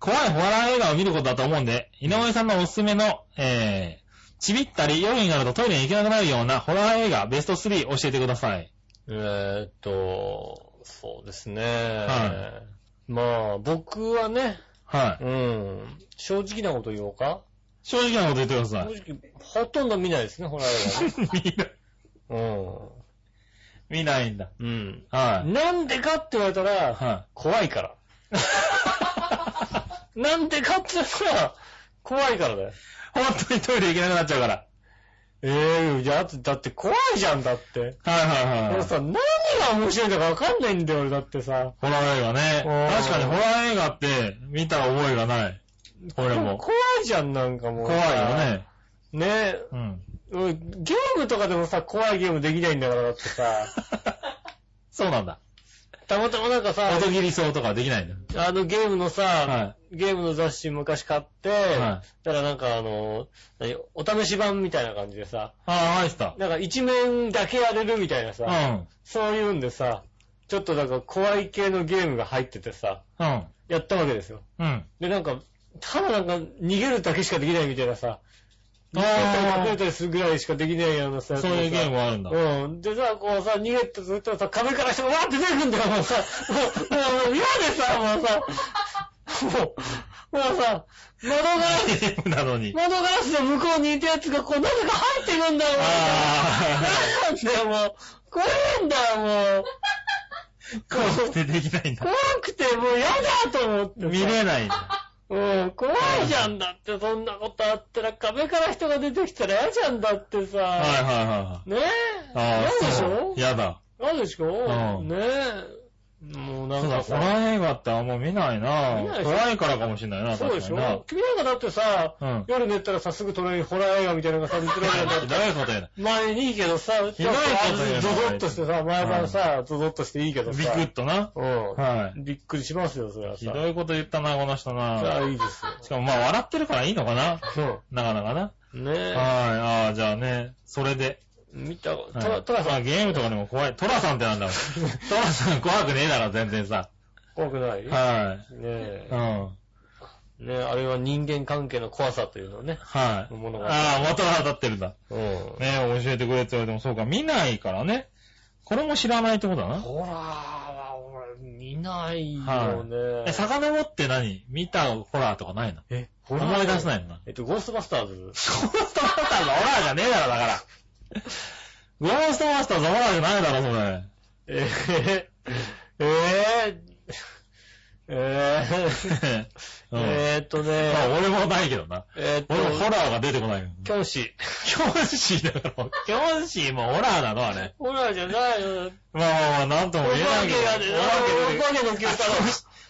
Speaker 3: 怖いホラー映画を見ることだと思うんで、井上さんのおすすめの、えー、ちびったり夜になるとトイレに行けなくなるようなホラー映画ベスト3教えてください。
Speaker 2: えーっと、そうですね。
Speaker 3: は
Speaker 2: まあ、僕はね、
Speaker 3: はい。
Speaker 2: うん。正直なこと言おうか
Speaker 3: 正直なこと言ってくだ
Speaker 2: 正
Speaker 3: さ い。
Speaker 2: 直、ほとんど見ないですね、ホラー
Speaker 3: 見ない
Speaker 2: 映画。
Speaker 3: 見ないんだ。
Speaker 2: うん。う
Speaker 3: はい。
Speaker 2: ん。なんでかって言われたら、
Speaker 3: は
Speaker 2: 怖いから。なんでかって言ったら、怖いからだよ。
Speaker 3: い。 本当にトイレ行けなくなっちゃうから。
Speaker 2: ええいや、だって怖いじゃん、だって。
Speaker 3: はいはいは
Speaker 2: 俺
Speaker 3: い。
Speaker 2: さ、何が面白いんだかわかんないんだよ、俺だってさ。
Speaker 3: ホラー映画ね。
Speaker 2: うん
Speaker 3: 確かにホラー映画って見た覚えがない。俺
Speaker 2: でも
Speaker 3: も。
Speaker 2: 怖いじゃん、なんかもう。
Speaker 3: 怖いよ。ね。
Speaker 2: ねえ、
Speaker 3: うん。
Speaker 2: うんゲームとかでもさ、怖いゲームできないんだから、だって さ。
Speaker 3: そうなんだ。
Speaker 2: たまたまなんかさ、
Speaker 3: 音切りそうとかできないんだ。
Speaker 2: あのゲームのさ、
Speaker 3: は
Speaker 2: ゲームの雑誌昔買って、
Speaker 3: い。は
Speaker 2: だ
Speaker 3: い。
Speaker 2: からなんかあの、何お試し版みたいな感じでさ、
Speaker 3: ああ、入ってた。
Speaker 2: なんか一面だけやれるみたいなさ、
Speaker 3: うん。
Speaker 2: そういうんでさ、ちょっとなんか怖い系のゲームが入っててさ、
Speaker 3: うん。
Speaker 2: やったわけですよ。
Speaker 3: うん。
Speaker 2: で、なんか、ただなんか逃げるだけしかできないみたいなさ、
Speaker 3: あ
Speaker 2: 逃
Speaker 3: ー
Speaker 2: げたり隠れたりするぐらいしかできないようなさ、
Speaker 3: そういうゲームはあるんだ。
Speaker 2: うん。でさ、こうさ、逃げてずっとさ、壁から人がわーって出てくんだよ、もうさ。もう、もう、嫌でさ、もうさ、もう、もうさ、窓ガラ ス、
Speaker 3: ゲームなのに。
Speaker 2: 窓ガラスの向こうにいたやつが、こう、なぜか入ってくんだよ、もうさ。
Speaker 3: あ
Speaker 2: なんだよ、もう。怖いんだよ、もう。
Speaker 3: 怖くてできないんだ。
Speaker 2: 怖くて、もう嫌だと思ってさ。
Speaker 3: 見れないんだ。
Speaker 2: うん、怖いじゃんだって、そんなことあったら、壁から人が出てきたら嫌じゃんだってさ。
Speaker 3: はいはいはいはい。
Speaker 2: ねえ。
Speaker 3: ああ、
Speaker 2: 嫌でし
Speaker 3: そう
Speaker 2: ょ。
Speaker 3: やだ。
Speaker 2: あるでしょ、
Speaker 3: うん
Speaker 2: ねえ。もうな
Speaker 3: そ
Speaker 2: ん
Speaker 3: うだ、
Speaker 2: か
Speaker 3: ホラ
Speaker 2: さ、
Speaker 3: ー映画ってあんま見ないな
Speaker 2: 見ないでしょ
Speaker 3: 暗いからかもしれないな、
Speaker 2: そうで
Speaker 3: 確
Speaker 2: し
Speaker 3: かにな
Speaker 2: ょ。君なんかだってさ、
Speaker 3: うん。
Speaker 2: 夜寝たらさ、すぐ隣にホラー映画みたいなのがさ、見てるわけだっ
Speaker 3: ひ
Speaker 2: て
Speaker 3: どいこと言うな。
Speaker 2: 前にいいけどさ、うちは
Speaker 3: ひどいこと言うな
Speaker 2: ゾゾッとしてさ、前々さ、ゾゾッとしていいけどさ。
Speaker 3: ビクッとな。
Speaker 2: う
Speaker 3: は。
Speaker 2: ん。びっくりしますよ、それはいさ。
Speaker 3: ひどいこと言ったな、この人
Speaker 2: じゃ
Speaker 3: な。
Speaker 2: あいいですよ。
Speaker 3: しかもまあ笑ってるからいいのかな
Speaker 2: そ
Speaker 3: なかなかな。
Speaker 2: う。ねえ。
Speaker 3: はい、ああ、じゃあね、それで。
Speaker 2: 見た、ト
Speaker 3: はい
Speaker 2: ラ、トラさ
Speaker 3: まあ
Speaker 2: ん
Speaker 3: ゲームとかでも怖い。トラさんってなんだもん。 トラさん怖くねえだろ、全然さ。
Speaker 2: 怖くないね
Speaker 3: は
Speaker 2: え
Speaker 3: い。う。ん。
Speaker 2: ねえ、あれは人間関係の怖さというのをね。
Speaker 3: はい。
Speaker 2: ものが
Speaker 3: ああ、また当たってるんだ。
Speaker 2: うん。
Speaker 3: ねえ、教えてくれって言われてもそうか。見ないからね。これも知らないってことだな。
Speaker 2: ホラーは俺見ないよね。
Speaker 3: え、遡って何見たホラーとかないの
Speaker 2: え、ホ。
Speaker 3: 名前出せないいのな。
Speaker 2: えっと、ゴーストバスターズ。
Speaker 3: ゴーストマスターズホラーじゃねえだろ、だから。ゴーストマスターズホラーじゃないだろ、それ。
Speaker 2: えええええ え
Speaker 3: うん
Speaker 2: えーっとね、
Speaker 3: まあ俺もないけどな。
Speaker 2: えーっと
Speaker 3: 俺も、ホラーが出てこないけど。
Speaker 2: 教師。
Speaker 3: キョンシーだから、キョンシーもホラーなのあれ。
Speaker 2: ホラーじゃないよ。
Speaker 3: まあまあまあ、なんとも言えないけど。
Speaker 2: お化けが出て
Speaker 3: お化けの九太郎。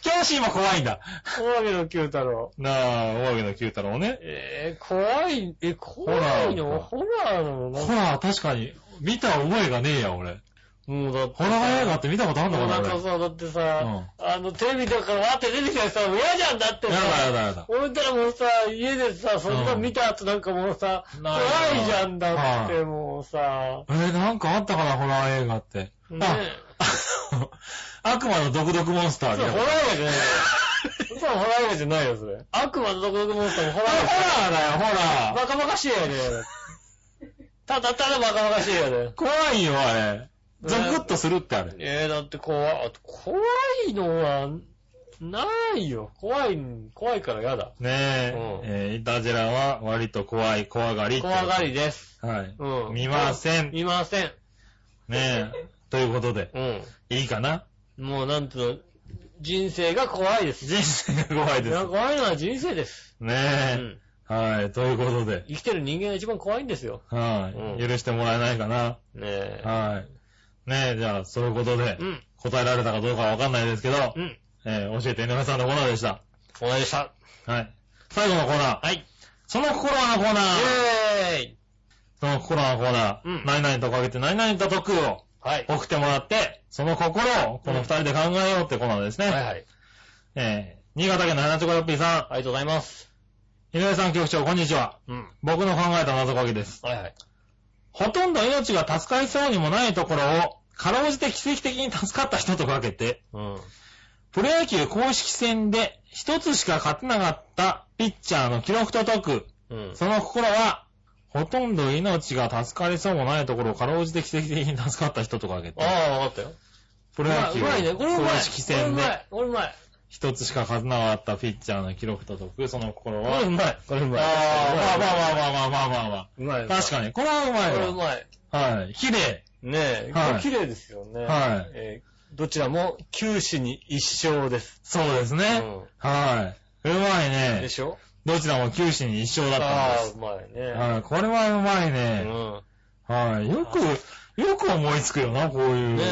Speaker 3: キョンシーも怖いんだ。
Speaker 2: お化けの九太郎。
Speaker 3: なあ、お化けの九太郎ね。
Speaker 2: えー、怖い、え、怖いのホ
Speaker 3: ホ
Speaker 2: ラーなのな
Speaker 3: ホラー確かに、見た覚えがねえや、俺。
Speaker 2: もうだって
Speaker 3: ホラー映画って見たことあんの
Speaker 2: も
Speaker 3: か
Speaker 2: う
Speaker 3: な、
Speaker 2: なん
Speaker 3: 俺。
Speaker 2: かさ、
Speaker 3: や
Speaker 2: だってさ、あの、テレビだからわーって出てきたらさ、もう嫌じゃんだって
Speaker 3: だ
Speaker 2: さ。
Speaker 3: やだやだ。
Speaker 2: 俺たらもうさ、家でさ、そんな見た後なんかもうさ、
Speaker 3: な
Speaker 2: 怖
Speaker 3: い
Speaker 2: い
Speaker 3: よ
Speaker 2: じゃんだって、
Speaker 3: は
Speaker 2: もうさ。
Speaker 3: えーなんかあったかな、ホラー映画って。
Speaker 2: ね
Speaker 3: あ
Speaker 2: え。
Speaker 3: 悪魔の毒毒モンスター
Speaker 2: そ
Speaker 3: み
Speaker 2: れ
Speaker 3: たい
Speaker 2: ホ
Speaker 3: な
Speaker 2: ラー映画じゃないよ。それホラー映画じゃないよ、それ。悪魔の独特モンスターもホ
Speaker 3: ホ
Speaker 2: ラ
Speaker 3: ラ
Speaker 2: ー映画。
Speaker 3: ーだよ、ホ ラー。
Speaker 2: バカバカしい映画だよ。ただただバカバカしい映画だよ。
Speaker 3: 怖いよ、あれ。
Speaker 2: ね
Speaker 3: ザクッとするってあれ。
Speaker 2: えー、だって怖い、怖いのは、ないよ。怖い、怖いから嫌だ。
Speaker 3: ねえ、
Speaker 2: うん
Speaker 3: えーイタジェラは割と怖い、怖がり。
Speaker 2: 怖がり。です。
Speaker 3: はい。
Speaker 2: うん。
Speaker 3: 見ません。ね
Speaker 2: 見ません。
Speaker 3: え。ということで、
Speaker 2: うん。
Speaker 3: いいかな
Speaker 2: もうなんていうの、人生が怖いです。
Speaker 3: 人生が怖いです。
Speaker 2: 怖いのは人生です。
Speaker 3: ね
Speaker 2: う
Speaker 3: え、
Speaker 2: ん。
Speaker 3: はい。ということで、
Speaker 2: 生きてる人間が一番怖いんですよ。
Speaker 3: はい、
Speaker 2: うん
Speaker 3: 許してもらえないかな。
Speaker 2: ねえ。
Speaker 3: はい。ねえ、じゃあ、そういうことで
Speaker 2: う、ん。
Speaker 3: 答えられたかどうかはわかんないですけど、
Speaker 2: うん。
Speaker 3: えー教えて井上さんのコーナーでした。
Speaker 2: お願いした。
Speaker 3: はい。最後のコーナー。はい。その心はのコーナー。
Speaker 2: イェーイ
Speaker 3: その心はのコーナー。
Speaker 2: うん
Speaker 3: 何々とかけて何々と得を
Speaker 2: はい。
Speaker 3: 送ってもらって、その心をこの二人で考えようってコーナーですね。
Speaker 2: はいはい。
Speaker 3: えー、新潟県の花チョコヨッピーさ
Speaker 2: ありがとうございます。
Speaker 3: ん、井上さん局長、こんにちは。
Speaker 2: うん。
Speaker 3: 僕の考えた謎かけです。
Speaker 2: はいはい。
Speaker 3: ほとんど命が助かりそうにもないところを、かろうじて奇跡的に助かった人とかけて、
Speaker 2: うん。
Speaker 3: プロ野球公式戦で一つしか勝てなかったピッチャーの記録と解く、
Speaker 2: うん。
Speaker 3: その心は、ほとんど命が助かりそうもないところをかろうじて奇跡的に助かった人とかげて
Speaker 2: あ、あ、わかったよ。
Speaker 3: プ
Speaker 2: う
Speaker 3: ロ野球
Speaker 2: まいね。これうまい。
Speaker 3: 公式戦で
Speaker 2: これうまい。
Speaker 3: 一つしか勝てなかったピッチャーの記録と解く、その心
Speaker 2: これ
Speaker 3: は、
Speaker 2: うまい。これうまい。
Speaker 3: ああ、まあまあまあまあまあまあま
Speaker 2: うまい。
Speaker 3: あ。確か
Speaker 2: に。
Speaker 3: に。これはうま
Speaker 2: これう
Speaker 3: いわ。
Speaker 2: まい。
Speaker 3: はい。綺麗。
Speaker 2: ねえ。
Speaker 3: はい
Speaker 2: これ綺麗ですよね。
Speaker 3: はい
Speaker 2: えーどちらも、九死に一生です。
Speaker 3: そうですね。
Speaker 2: う
Speaker 3: はい。うまい
Speaker 2: んで
Speaker 3: ね。
Speaker 2: しょ
Speaker 3: どちらも九死に一生だったん
Speaker 2: あ
Speaker 3: で
Speaker 2: あ、
Speaker 3: す。
Speaker 2: うまいね。
Speaker 3: はい。これはうまいうね。
Speaker 2: ん。
Speaker 3: はい。よく、よく思いつくよな、こういう。
Speaker 2: ね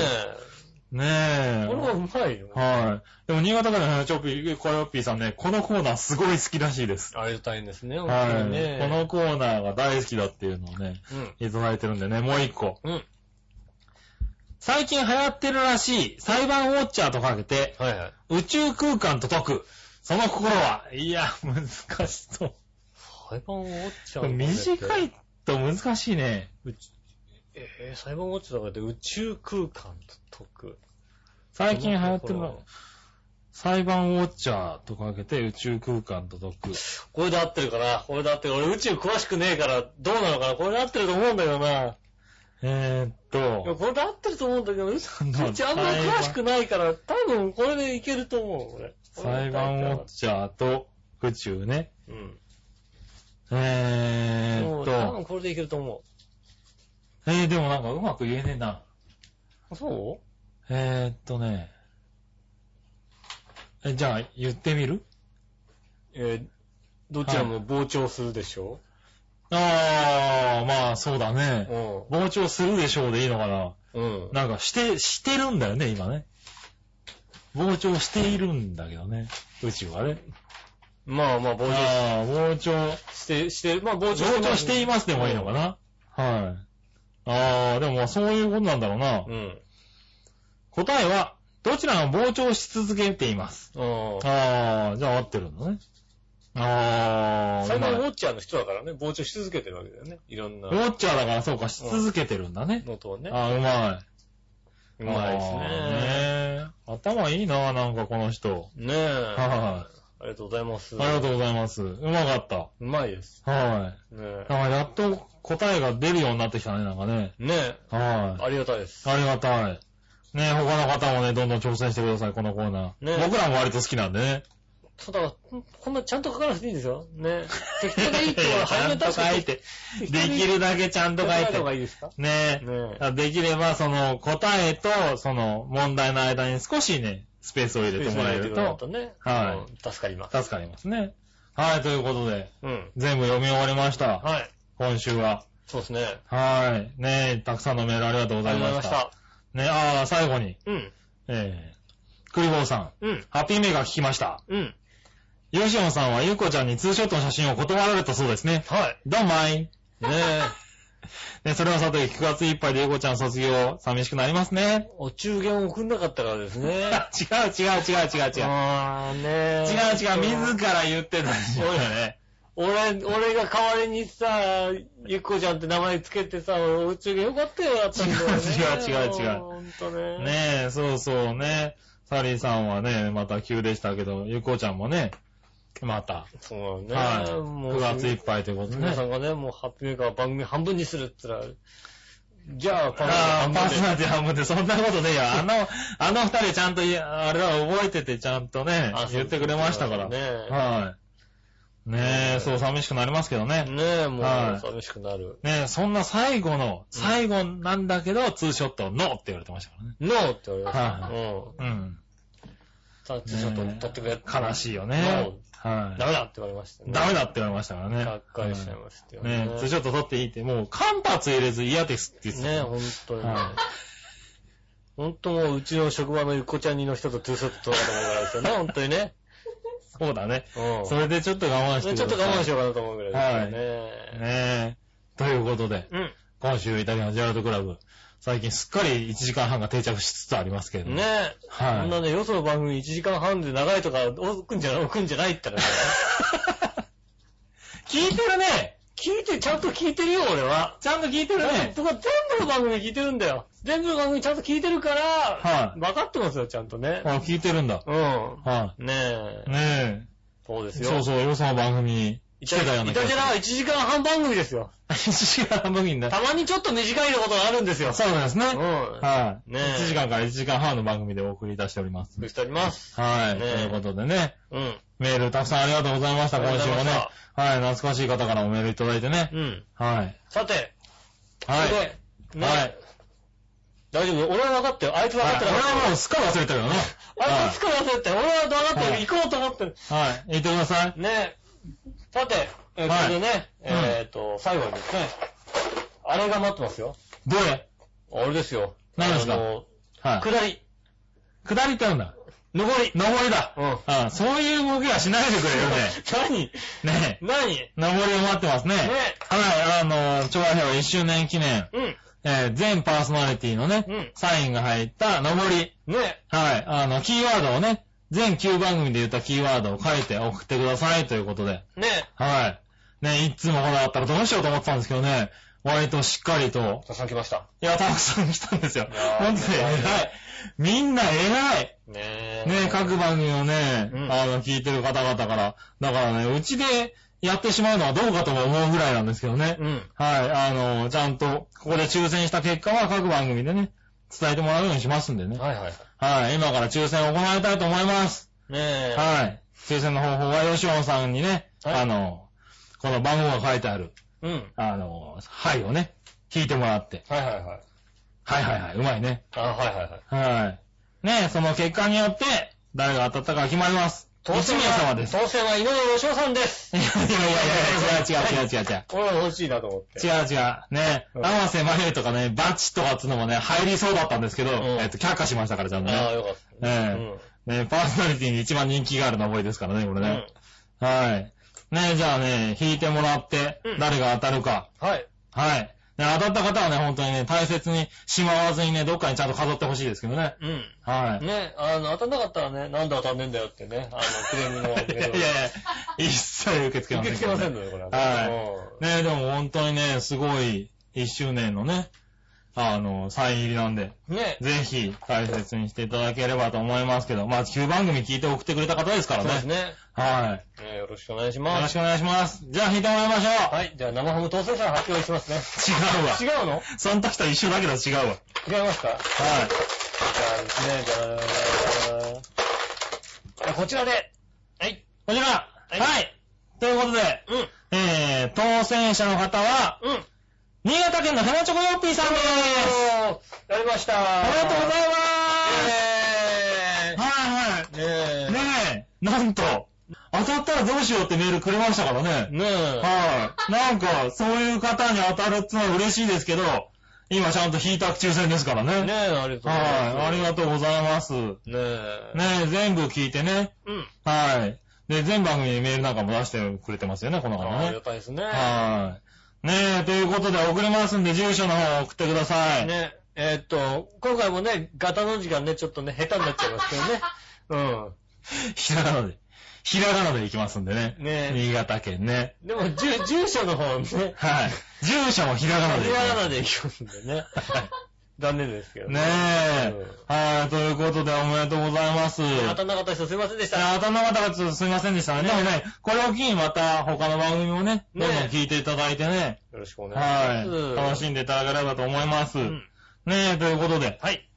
Speaker 3: ね
Speaker 2: え。
Speaker 3: え。
Speaker 2: これはうまいよ。
Speaker 3: はい。でも、新潟からのチョッピー、コヨッピーさんね、このコーナーすごい好きらしいです。
Speaker 2: ありがたいんですね、本当に
Speaker 3: は
Speaker 2: ね。
Speaker 3: い。このコーナーが大好きだっていうのをね、いただいてるんでね、もう一個。
Speaker 2: うん。うん。
Speaker 3: 最近流行ってるらしい、裁判ウォッチャーとかけて、
Speaker 2: はいはい。
Speaker 3: 宇宙空間と解く。その心は、いや、難しそう。
Speaker 2: 裁判ウォッチャ
Speaker 3: これ
Speaker 2: ー
Speaker 3: 短。いと難しいね。
Speaker 2: えー、裁判ウォッチャーだからって宇宙空間と解く。
Speaker 3: 最近流行ってる
Speaker 2: この
Speaker 3: の。裁判ウォッチャーとかけて宇宙空間と解く。
Speaker 2: これで合ってるかなこれで合ってる。俺宇宙詳しくねえから、どうなのかなこれで合ってると思うんだけどな。い
Speaker 3: えーっ
Speaker 2: や、
Speaker 3: と、
Speaker 2: これで合ってると思うんだけど、宇宙
Speaker 3: んなの
Speaker 2: 宇宙あんまり詳しくないから、多分これでいけると思う、俺。
Speaker 3: 裁判ウォッチャーと宇宙ね。
Speaker 2: うん。
Speaker 3: えー
Speaker 2: も
Speaker 3: っ
Speaker 2: う多分
Speaker 3: と、
Speaker 2: これでいけると思
Speaker 3: えー、でもなんかうまく言えねえな。
Speaker 2: う。そ
Speaker 3: えー、っとね。え、じゃあ、言ってみる
Speaker 2: うえー、どちらも膨張するでしょ、
Speaker 3: あー、まあ、そうだね。膨張するでしょうでいいのかな。
Speaker 2: うん。うん。
Speaker 3: なんか、して、してるんだよね、今ね。膨張しているんだけどね。宇宙はね。
Speaker 2: まあまあ、膨張
Speaker 3: ああ、膨張。
Speaker 2: して、して、まあ膨張
Speaker 3: 膨張してい
Speaker 2: ま
Speaker 3: ますでもいいのかな、はい。ああ、でもまあそういうことなんだろうな。
Speaker 2: す。うん。
Speaker 3: 答えは、どちらも膨張し続けています。
Speaker 2: うん。
Speaker 3: ああ、じゃあ合ってるんだね。ああ、
Speaker 2: サイバーウォ
Speaker 3: ウ
Speaker 2: ッチャーの人だからね、膨張し続けてるわけだよね。いろんな
Speaker 3: ォッチャーだからそうか、し続けてるんだね。
Speaker 2: のとをね。
Speaker 3: ああ、うま
Speaker 2: う
Speaker 3: い。
Speaker 2: まいです
Speaker 3: あ
Speaker 2: ね。
Speaker 3: あねえ頭いいな、なんかこの人。
Speaker 2: ねえ。
Speaker 3: は
Speaker 2: ありがとうございます。
Speaker 3: い。ありがと
Speaker 2: う。
Speaker 3: うございます。うまかった。
Speaker 2: うまいです。
Speaker 3: はい。
Speaker 2: ねえ。
Speaker 3: なんかやっと答えが出るようになってきたね、なんかね。
Speaker 2: ねえ。
Speaker 3: はい。
Speaker 2: ありがたいです。
Speaker 3: ありがたい。ね他の方もね、どんどん挑戦してください、このコーナー。
Speaker 2: ね
Speaker 3: 僕らも割と好きなんでね。
Speaker 2: ただ、こんなちゃんと書かなくていいんですよ。 ねえ。適当にいいってことは始めた
Speaker 3: ちゃんと書い。て。できるだけちゃんと
Speaker 2: 適当に書
Speaker 3: 書
Speaker 2: いた
Speaker 3: い
Speaker 2: 方が
Speaker 3: て。
Speaker 2: いいですか
Speaker 3: ね
Speaker 2: ねえ。
Speaker 3: できれば、その、答えと、その、問題の間に少しね、スペースを入れてもらえると、
Speaker 2: ね。
Speaker 3: は
Speaker 2: う
Speaker 3: い
Speaker 2: ん。助かります。
Speaker 3: 助かりますね。はい、ということで、
Speaker 2: うん。
Speaker 3: 全部読み終わりました。
Speaker 2: はい。
Speaker 3: 今週は。
Speaker 2: そうですね。
Speaker 3: はい。ねたくさんのメールありがとうご
Speaker 2: あ
Speaker 3: ざい
Speaker 2: りがとう
Speaker 3: ま
Speaker 2: ございま
Speaker 3: し。
Speaker 2: したた。
Speaker 3: ね、ああ、最後に、
Speaker 2: うん。
Speaker 3: えー、クリボーさん、
Speaker 2: うん。
Speaker 3: ハッピーメーカー聞きました。
Speaker 2: うん。
Speaker 3: ヨシオンさんはゆうこちゃんにツーショットの写真を断られたそうですね。
Speaker 2: はい。
Speaker 3: どんまい。
Speaker 2: ねえ。
Speaker 3: ね、それはさて、9月いっぱいでゆうこちゃん卒業、寂しくなりますね。
Speaker 2: お中元を送んなかったからですね。
Speaker 3: 違う違う違う 違う違う。
Speaker 2: あーねえ
Speaker 3: 違う違う、自ら言ってたんですよね。
Speaker 2: 俺、俺が代わりにさ、ゆっこちゃんって名前つけてさ、俺お中元よかったよ、だったんだよ、ね。
Speaker 3: 違う違う違う違う
Speaker 2: ほんとね。
Speaker 3: ねえ、そうそうね。サリーさんはね、また急でしたけど、ゆうこちゃんもね、また、
Speaker 2: そうだ
Speaker 3: はい
Speaker 2: ね。もう
Speaker 3: 9月いっぱいということで
Speaker 2: 皆さ
Speaker 3: ね。
Speaker 2: んがね、もうハッピーメーカー番組半分にするっつったら、じゃあ、パ
Speaker 3: ああ、
Speaker 2: 半
Speaker 3: パー
Speaker 2: 分
Speaker 3: ソ
Speaker 2: で
Speaker 3: ナリティ半分ってそんなことねえよ。あの、あの二人ちゃんとい、あれは覚えててちゃんとね
Speaker 2: あ、
Speaker 3: 言ってくれましたから。
Speaker 2: ね
Speaker 3: はい。ねえ、そう寂しくなりますけどね。
Speaker 2: ねえ、もう
Speaker 3: はい
Speaker 2: 寂しくなる。
Speaker 3: ねえ、そんな最後の、最後なんだけど、ツーショットノーって言われてましたからね。
Speaker 2: ノーって言われました。
Speaker 3: は
Speaker 2: うん。
Speaker 3: うん。
Speaker 2: さあ、ツーショット撮ってくれ。
Speaker 3: 悲しいよね。はい。
Speaker 2: ダメだって言われましたね。
Speaker 3: ダメだって言われましたからね。
Speaker 2: がっかりしちゃいましたよ
Speaker 3: はい
Speaker 2: ね。
Speaker 3: ねえ、ツーショット撮っていいって、もう間髪入れず嫌ですって言ってた
Speaker 2: ねえ、ほんとにね
Speaker 3: はい。
Speaker 2: ほんともう、うちの職場のゆっこちゃんにの人とツーショット撮らなきゃいけないですよね、ほんとにね。
Speaker 3: そうだね。
Speaker 2: うん。
Speaker 3: それでちょっと我慢して
Speaker 2: ね
Speaker 3: く
Speaker 2: ちょっ
Speaker 3: ださ
Speaker 2: と
Speaker 3: い
Speaker 2: 我慢しようかなと思うぐらいですよね。
Speaker 3: ねえ。ということで、今週イタリアンジェラートクラブ、最近すっかり1時間半が定着しつつありますけれ
Speaker 2: う
Speaker 3: ど
Speaker 2: ん。
Speaker 3: も。
Speaker 2: ね。え。
Speaker 3: は
Speaker 2: こ
Speaker 3: い
Speaker 2: ん。なね、よその番組1時間半で長いとか、置くんじゃない、置くんじゃないって言 ったらね。
Speaker 3: 聞いてるね
Speaker 2: 聞いて、ちゃんと聞いてるよ、俺は。
Speaker 3: ちゃんと聞いてるね
Speaker 2: 僕は全部の番組聞いてるんだよ。全部の番組ちゃんと聞いてるから、
Speaker 3: はい
Speaker 2: 分かってますよ、ちゃんとね。
Speaker 3: あ、聞いてるんだ。
Speaker 2: うん。
Speaker 3: は
Speaker 2: ね
Speaker 3: い。
Speaker 2: え。
Speaker 3: ね
Speaker 2: そうで
Speaker 3: え。
Speaker 2: すよ。
Speaker 3: そうそう、よその番組に
Speaker 2: イ
Speaker 3: 来
Speaker 2: タ
Speaker 3: てたような
Speaker 2: イ
Speaker 3: 気が
Speaker 2: タ
Speaker 3: す
Speaker 2: ジ
Speaker 3: る
Speaker 2: ェラは1時間半番組ですよ。
Speaker 3: 1時間半分にね。
Speaker 2: たまにちょっと短いことがあるんですよ。
Speaker 3: そうなんですね。
Speaker 2: うん。
Speaker 3: はい。
Speaker 2: ねえ
Speaker 3: 1時間から1時間半の番組でお送り出しております。
Speaker 2: そうしております。
Speaker 3: はい。
Speaker 2: ね
Speaker 3: と
Speaker 2: え
Speaker 3: いうことでね、
Speaker 2: うん。
Speaker 3: メールたくさんありがとうございました、今
Speaker 2: あり
Speaker 3: 週も
Speaker 2: がとうござ
Speaker 3: ね
Speaker 2: いまし。
Speaker 3: はい、懐かしい方からもメールいただいてね。
Speaker 2: うん。
Speaker 3: はい。
Speaker 2: さて、
Speaker 3: はい。
Speaker 2: こ
Speaker 3: はい。
Speaker 2: こで、ね大丈夫。俺は分かったよ。あいつ分
Speaker 3: は
Speaker 2: か
Speaker 3: い
Speaker 2: って
Speaker 3: 俺
Speaker 2: なかった
Speaker 3: はもうすっかり忘れたけどね。
Speaker 2: あいつつか忘れて、俺は黙って
Speaker 3: はい
Speaker 2: る行こうと思ってる。
Speaker 3: はい。はい。言ってください。
Speaker 2: ねさて、えー
Speaker 3: はい
Speaker 2: これでね、
Speaker 3: うん
Speaker 2: えっと、最後にですね、あれが待ってますよ。
Speaker 3: どれ
Speaker 2: あれですよ。
Speaker 3: 何ですか
Speaker 2: あの
Speaker 3: は
Speaker 2: 下り。
Speaker 3: い。下りってあるんだ。
Speaker 2: 上り。
Speaker 3: 上りだ。
Speaker 2: うん。
Speaker 3: あそういう動きはしないでくれ よね。
Speaker 2: 何
Speaker 3: ねえ。
Speaker 2: 何ね
Speaker 3: 上りを待ってますね。はい、あの、調和平和1周年記念、
Speaker 2: うん。
Speaker 3: えー全パーソナリティのね、
Speaker 2: うん
Speaker 3: サインが入った上り。
Speaker 2: ね
Speaker 3: はい、あの、キーワードをね、全9番組で言ったキーワードを書いて送ってくださいということで。
Speaker 2: ね
Speaker 3: はい。ね、いつもこれだったらどうしようと思ってたんですけどね、割としっかりと、
Speaker 2: たくさん来ました。
Speaker 3: いや、たくさん来たんですよ。
Speaker 2: いやー
Speaker 3: 本当に偉い
Speaker 2: 偉いね。
Speaker 3: みんな偉い。
Speaker 2: ねえ。
Speaker 3: ね、各番組をね、
Speaker 2: うん
Speaker 3: あの、聞いてる方々から。だからね、うちでやってしまうのはどうかとも思うぐらいなんですけどね。
Speaker 2: うん。
Speaker 3: はい、あの、ちゃんと、ここで抽選した結果は各番組でね、伝えてもらうようにしますんでね。
Speaker 2: はいはい。
Speaker 3: はい、今から抽選を行いたいと思います。
Speaker 2: ねえ。
Speaker 3: はい。抽選の方法は、吉本さんにね、
Speaker 2: はい
Speaker 3: あの、この番号が書いてある、
Speaker 2: うん。
Speaker 3: あの、はいをね、聞いてもらって。
Speaker 2: はいはいはい。
Speaker 3: はいはいはい、うまいね。
Speaker 2: あ、はいはいはい。
Speaker 3: はい。ね、その結果によって、誰が当たったかが決まります。1名 様です。
Speaker 2: 当選は井上義雄さんです。
Speaker 3: いやいやいやいや、違う違う違う違う違う。違う違う。
Speaker 2: 俺は欲しいなと思って。
Speaker 3: ね、
Speaker 2: うん
Speaker 3: 生瀬まゆとかね、バチとかっつうのもね、入りそうだったんですけど、
Speaker 2: ん
Speaker 3: えっと、却下しましたから、ちゃんと
Speaker 2: ああ、
Speaker 3: ね。
Speaker 2: よかった。
Speaker 3: ええ
Speaker 2: うん。
Speaker 3: ね、パーソナリティに一番人気がある名前ですからね、これね。はい。ね、じゃあね、引いてもらって
Speaker 2: うん、
Speaker 3: 誰が当たるか。
Speaker 2: はい。
Speaker 3: はい。ね、当たった方はね、本当にね、大切にしまわずにね、どっかにちゃんと飾ってほしいですけどね。
Speaker 2: うん。
Speaker 3: はい。
Speaker 2: ね、あの、当たんなかったらね、なんで当たんねえんだよってね、あの、クレームの
Speaker 3: いやいやいや、一切受け付けま
Speaker 2: 受
Speaker 3: せ
Speaker 2: け付
Speaker 3: ん。
Speaker 2: けませんのよ、これはね。
Speaker 3: はい
Speaker 2: い。
Speaker 3: ねでも本当にね、すごい、一周年のね、あの、サイン入りなんで、
Speaker 2: ね。
Speaker 3: ぜひ大切にしていただければと思いますけど、まあ、旧番組聞いて送ってくれた方ですか
Speaker 2: そ
Speaker 3: ら
Speaker 2: うです
Speaker 3: ね。
Speaker 2: ね。
Speaker 3: は
Speaker 2: えーよろしくお願いし
Speaker 3: い。よろ
Speaker 2: ま
Speaker 3: し
Speaker 2: す。
Speaker 3: くお願いします。じゃあ、引いてもらいましょう。
Speaker 2: はい。じゃあ、生ハム当選者発表しますね。
Speaker 3: 違うわ。
Speaker 2: 違うの
Speaker 3: その時と一緒だけど違うわ。
Speaker 2: 違いますか
Speaker 3: はい。
Speaker 2: じゃあですね、じゃあ、じゃあこちらで。はい。
Speaker 3: こちらはい、ということで、
Speaker 2: うん。
Speaker 3: えー、当選者の方は、
Speaker 2: うん。
Speaker 3: 新潟県のヘナチョコヨッピーさんです
Speaker 2: おーやりました
Speaker 3: ありがとうございま
Speaker 2: え
Speaker 3: すはいはい。
Speaker 2: ーねえ。
Speaker 3: ねえ、なんと、当たったらどうしようってメールくれましたからね。
Speaker 2: ねえ。
Speaker 3: はい。なんか、そういう方に当たるってのは嬉しいですけど、今ちゃんと引いた抽選ですからね。
Speaker 2: ねえ、ありがとうございます。
Speaker 3: はい。ありがとうございます。ね
Speaker 2: ねえ。
Speaker 3: え、全部聞いてね。
Speaker 2: うん。
Speaker 3: はい。で、全番組にメールなんかも出してくれてますよね、この方
Speaker 2: ああり
Speaker 3: ね
Speaker 2: が。たいですね。
Speaker 3: はい。ねえ、ということで送れますんで、住所の方送ってください。
Speaker 2: ね、えーっと、今回もね、ガタの字がね、ちょっとね、下手になっちゃいますけど ね。
Speaker 3: ひらがなで。ひらがなで行きますんでね。
Speaker 2: ね
Speaker 3: 新潟県ね。
Speaker 2: うん。でも、住、住所の方ね、ひ
Speaker 3: はい。住所もひらがなで行きます
Speaker 2: らがなでいきますんでね。残念ですけど
Speaker 3: ねえ。はい、ということでおめでとうございます。
Speaker 2: 当たんなかった人すいませんでした。
Speaker 3: あ頭方がちょっとすいませんでしたね。
Speaker 2: ね
Speaker 3: でもね、これを機にまた他の番組もね、
Speaker 2: ね
Speaker 3: どんどん聞いていただいてね、
Speaker 2: よろしくお願いします。
Speaker 3: はい、楽しんでいただければと思います。
Speaker 2: うん
Speaker 3: ねえ、ということで、
Speaker 2: はい。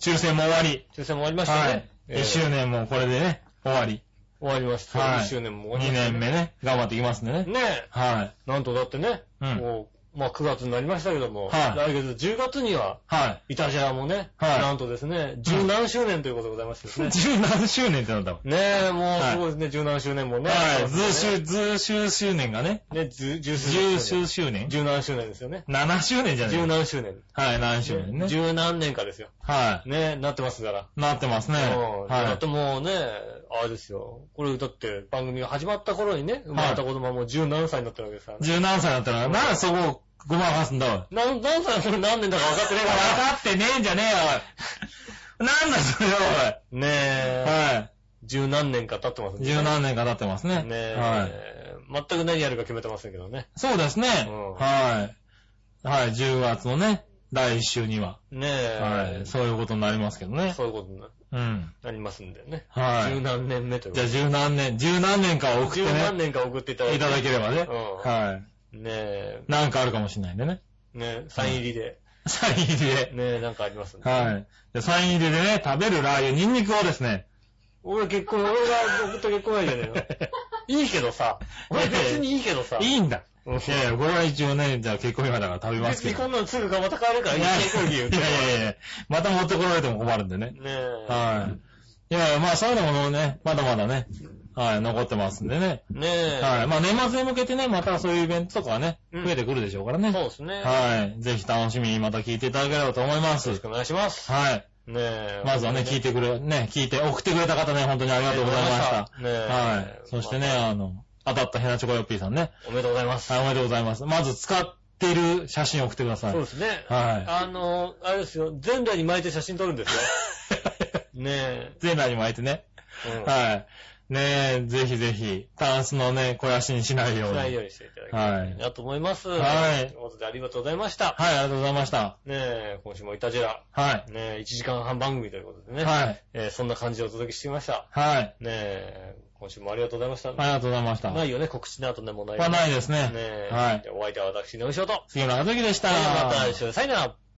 Speaker 3: 抽選も終わり。
Speaker 2: 抽選も終わりました
Speaker 3: は
Speaker 2: ね
Speaker 3: い。。
Speaker 2: えー
Speaker 3: 1周年もこれでね、終わり。
Speaker 2: 終わりました。
Speaker 3: はい
Speaker 2: 1周年も終わり
Speaker 3: 2
Speaker 2: ました。
Speaker 3: 年目ね、頑張っていきますんでね。
Speaker 2: ねえ。
Speaker 3: はい。
Speaker 2: なんとだってね、
Speaker 3: うん
Speaker 2: もう、まあ9月になりましたけども、
Speaker 3: は
Speaker 2: 来
Speaker 3: い
Speaker 2: 月10月には、
Speaker 3: はい。
Speaker 2: イタジェラもね、
Speaker 3: はい
Speaker 2: なんとですね、十何周年ということでございましてですね。
Speaker 3: 十何周年ってなったもん。
Speaker 2: ねえ、もうすごいですね、十何周年もね。
Speaker 3: は
Speaker 2: そう
Speaker 3: い。
Speaker 2: で
Speaker 3: ず
Speaker 2: す
Speaker 3: し
Speaker 2: ね
Speaker 3: ゅ、ずしゅ周年がね、
Speaker 2: ね、十、十
Speaker 3: 十
Speaker 2: 周
Speaker 3: 数
Speaker 2: 年。
Speaker 3: 周年
Speaker 2: 十何周年ですよね。
Speaker 3: ?7 周年じゃない
Speaker 2: 十何周年。
Speaker 3: はい、何周年ね。
Speaker 2: 十何年かですよ。
Speaker 3: は
Speaker 2: ねなってますから。
Speaker 3: い。なってますね。
Speaker 2: うんだ
Speaker 3: は
Speaker 2: ってもうね、あれですよ。これだって番組が始まった頃にね、生まれた子供はもう十何歳になってるわけですから
Speaker 3: い。
Speaker 2: ね。
Speaker 3: 十何歳だったら、ならそこをごまかすんだ、おい。分
Speaker 2: 何、何歳これ何 年だか分かってねえか
Speaker 3: かってねえんじゃねえよ、おい。なんだそれ、お
Speaker 2: ら。ね
Speaker 3: い。
Speaker 2: え、
Speaker 3: は
Speaker 2: 十何年か経ってます
Speaker 3: い。
Speaker 2: ね。
Speaker 3: 十何年か経ってますね。
Speaker 2: ね
Speaker 3: はい。
Speaker 2: え、全く何やるか決めてませんけどね。
Speaker 3: そうですね。
Speaker 2: うん
Speaker 3: はい。はい、10月のね、第1週には。
Speaker 2: ね
Speaker 3: は
Speaker 2: え
Speaker 3: い。、そういうことになりますけどね。
Speaker 2: そういうことにな
Speaker 3: うん。
Speaker 2: なりますんでね。
Speaker 3: は
Speaker 2: 十
Speaker 3: い。
Speaker 2: 何年目というこ
Speaker 3: じ
Speaker 2: と
Speaker 3: ゃあ
Speaker 2: で。
Speaker 3: 十何年、十何年かを送って
Speaker 2: 十何
Speaker 3: ね、
Speaker 2: 年か送っていただいて。
Speaker 3: いただければね。
Speaker 2: うん
Speaker 3: は
Speaker 2: ねえ、
Speaker 3: い。なんかあるかもしれないんでね。
Speaker 2: ねえ、サイン入りで。
Speaker 3: サイン入りで。
Speaker 2: ねえ、なんかありますね。
Speaker 3: はい。でサイン入りでね、食べるラー油、ニンニクをです ね、
Speaker 2: 俺結婚、俺が送った結婚相手だよ。いいけど さ。俺別にいいけどさ。
Speaker 3: いいんだ。
Speaker 2: うん
Speaker 3: いやいや、これは一応ね、じゃあ結婚今だから食べま
Speaker 2: 別
Speaker 3: すけ
Speaker 2: に
Speaker 3: ど。
Speaker 2: こんなのすぐまた帰るから、
Speaker 3: い
Speaker 2: いい
Speaker 3: や
Speaker 2: 結婚
Speaker 3: い
Speaker 2: 牛
Speaker 3: や
Speaker 2: ね
Speaker 3: いやいや、また持ってこられても困るんでね。
Speaker 2: え。
Speaker 3: はい。いやいや、まあそういうのもね、まだまだね、はい、残ってますんでね。
Speaker 2: ねえ。
Speaker 3: はい。まあ年末に向けてね、またそういうイベントとかはね、
Speaker 2: うん
Speaker 3: 増えてくるでしょうからね。
Speaker 2: そうですね。よ
Speaker 3: はい。ぜひ楽しみにまた聞いていただければと思いま
Speaker 2: ろし
Speaker 3: す。
Speaker 2: くお願いします。
Speaker 3: はい。
Speaker 2: ねえ。
Speaker 3: まずはね、聞いてくれ、ね、聞いて、送ってくれた方ね、本当にありがとうございました。
Speaker 2: ねえ。
Speaker 3: はい。そしてね、あの、当たったヘナチョコヨッピーさんね。
Speaker 2: おめでとうございます。
Speaker 3: はい、おめでとうございます。まず使ってる写真を送ってください。
Speaker 2: そうですね。
Speaker 3: は
Speaker 2: あの、あれですよ。全裸に巻いて写真撮るんですよ。ね
Speaker 3: い。 全裸に巻いてね。
Speaker 2: え。うん
Speaker 3: はい。ねえ、ぜひぜひ、タンスのね、肥やしにしないよう
Speaker 2: し
Speaker 3: に。
Speaker 2: な
Speaker 3: はいい、
Speaker 2: ようにしていただきたいなと思います。
Speaker 3: はい
Speaker 2: ということでありがとうございました。
Speaker 3: ありがとうございました。
Speaker 2: ねえ、今週もイタジェラ、
Speaker 3: は
Speaker 2: ねえ、1時間半番組ということでね、
Speaker 3: い。はい。
Speaker 2: えーそんな感じでお届けしてきました。
Speaker 3: はい。
Speaker 2: ねえ、今週もありがとうございました。
Speaker 3: ありがとうございました。
Speaker 2: な
Speaker 3: はい
Speaker 2: よね、告知の後でもないよ
Speaker 3: ないです
Speaker 2: ね
Speaker 3: ね。
Speaker 2: え、
Speaker 3: はい。
Speaker 2: お相手は私、のお仕事。
Speaker 3: 杉村和樹でした。
Speaker 2: また来週、さよなら。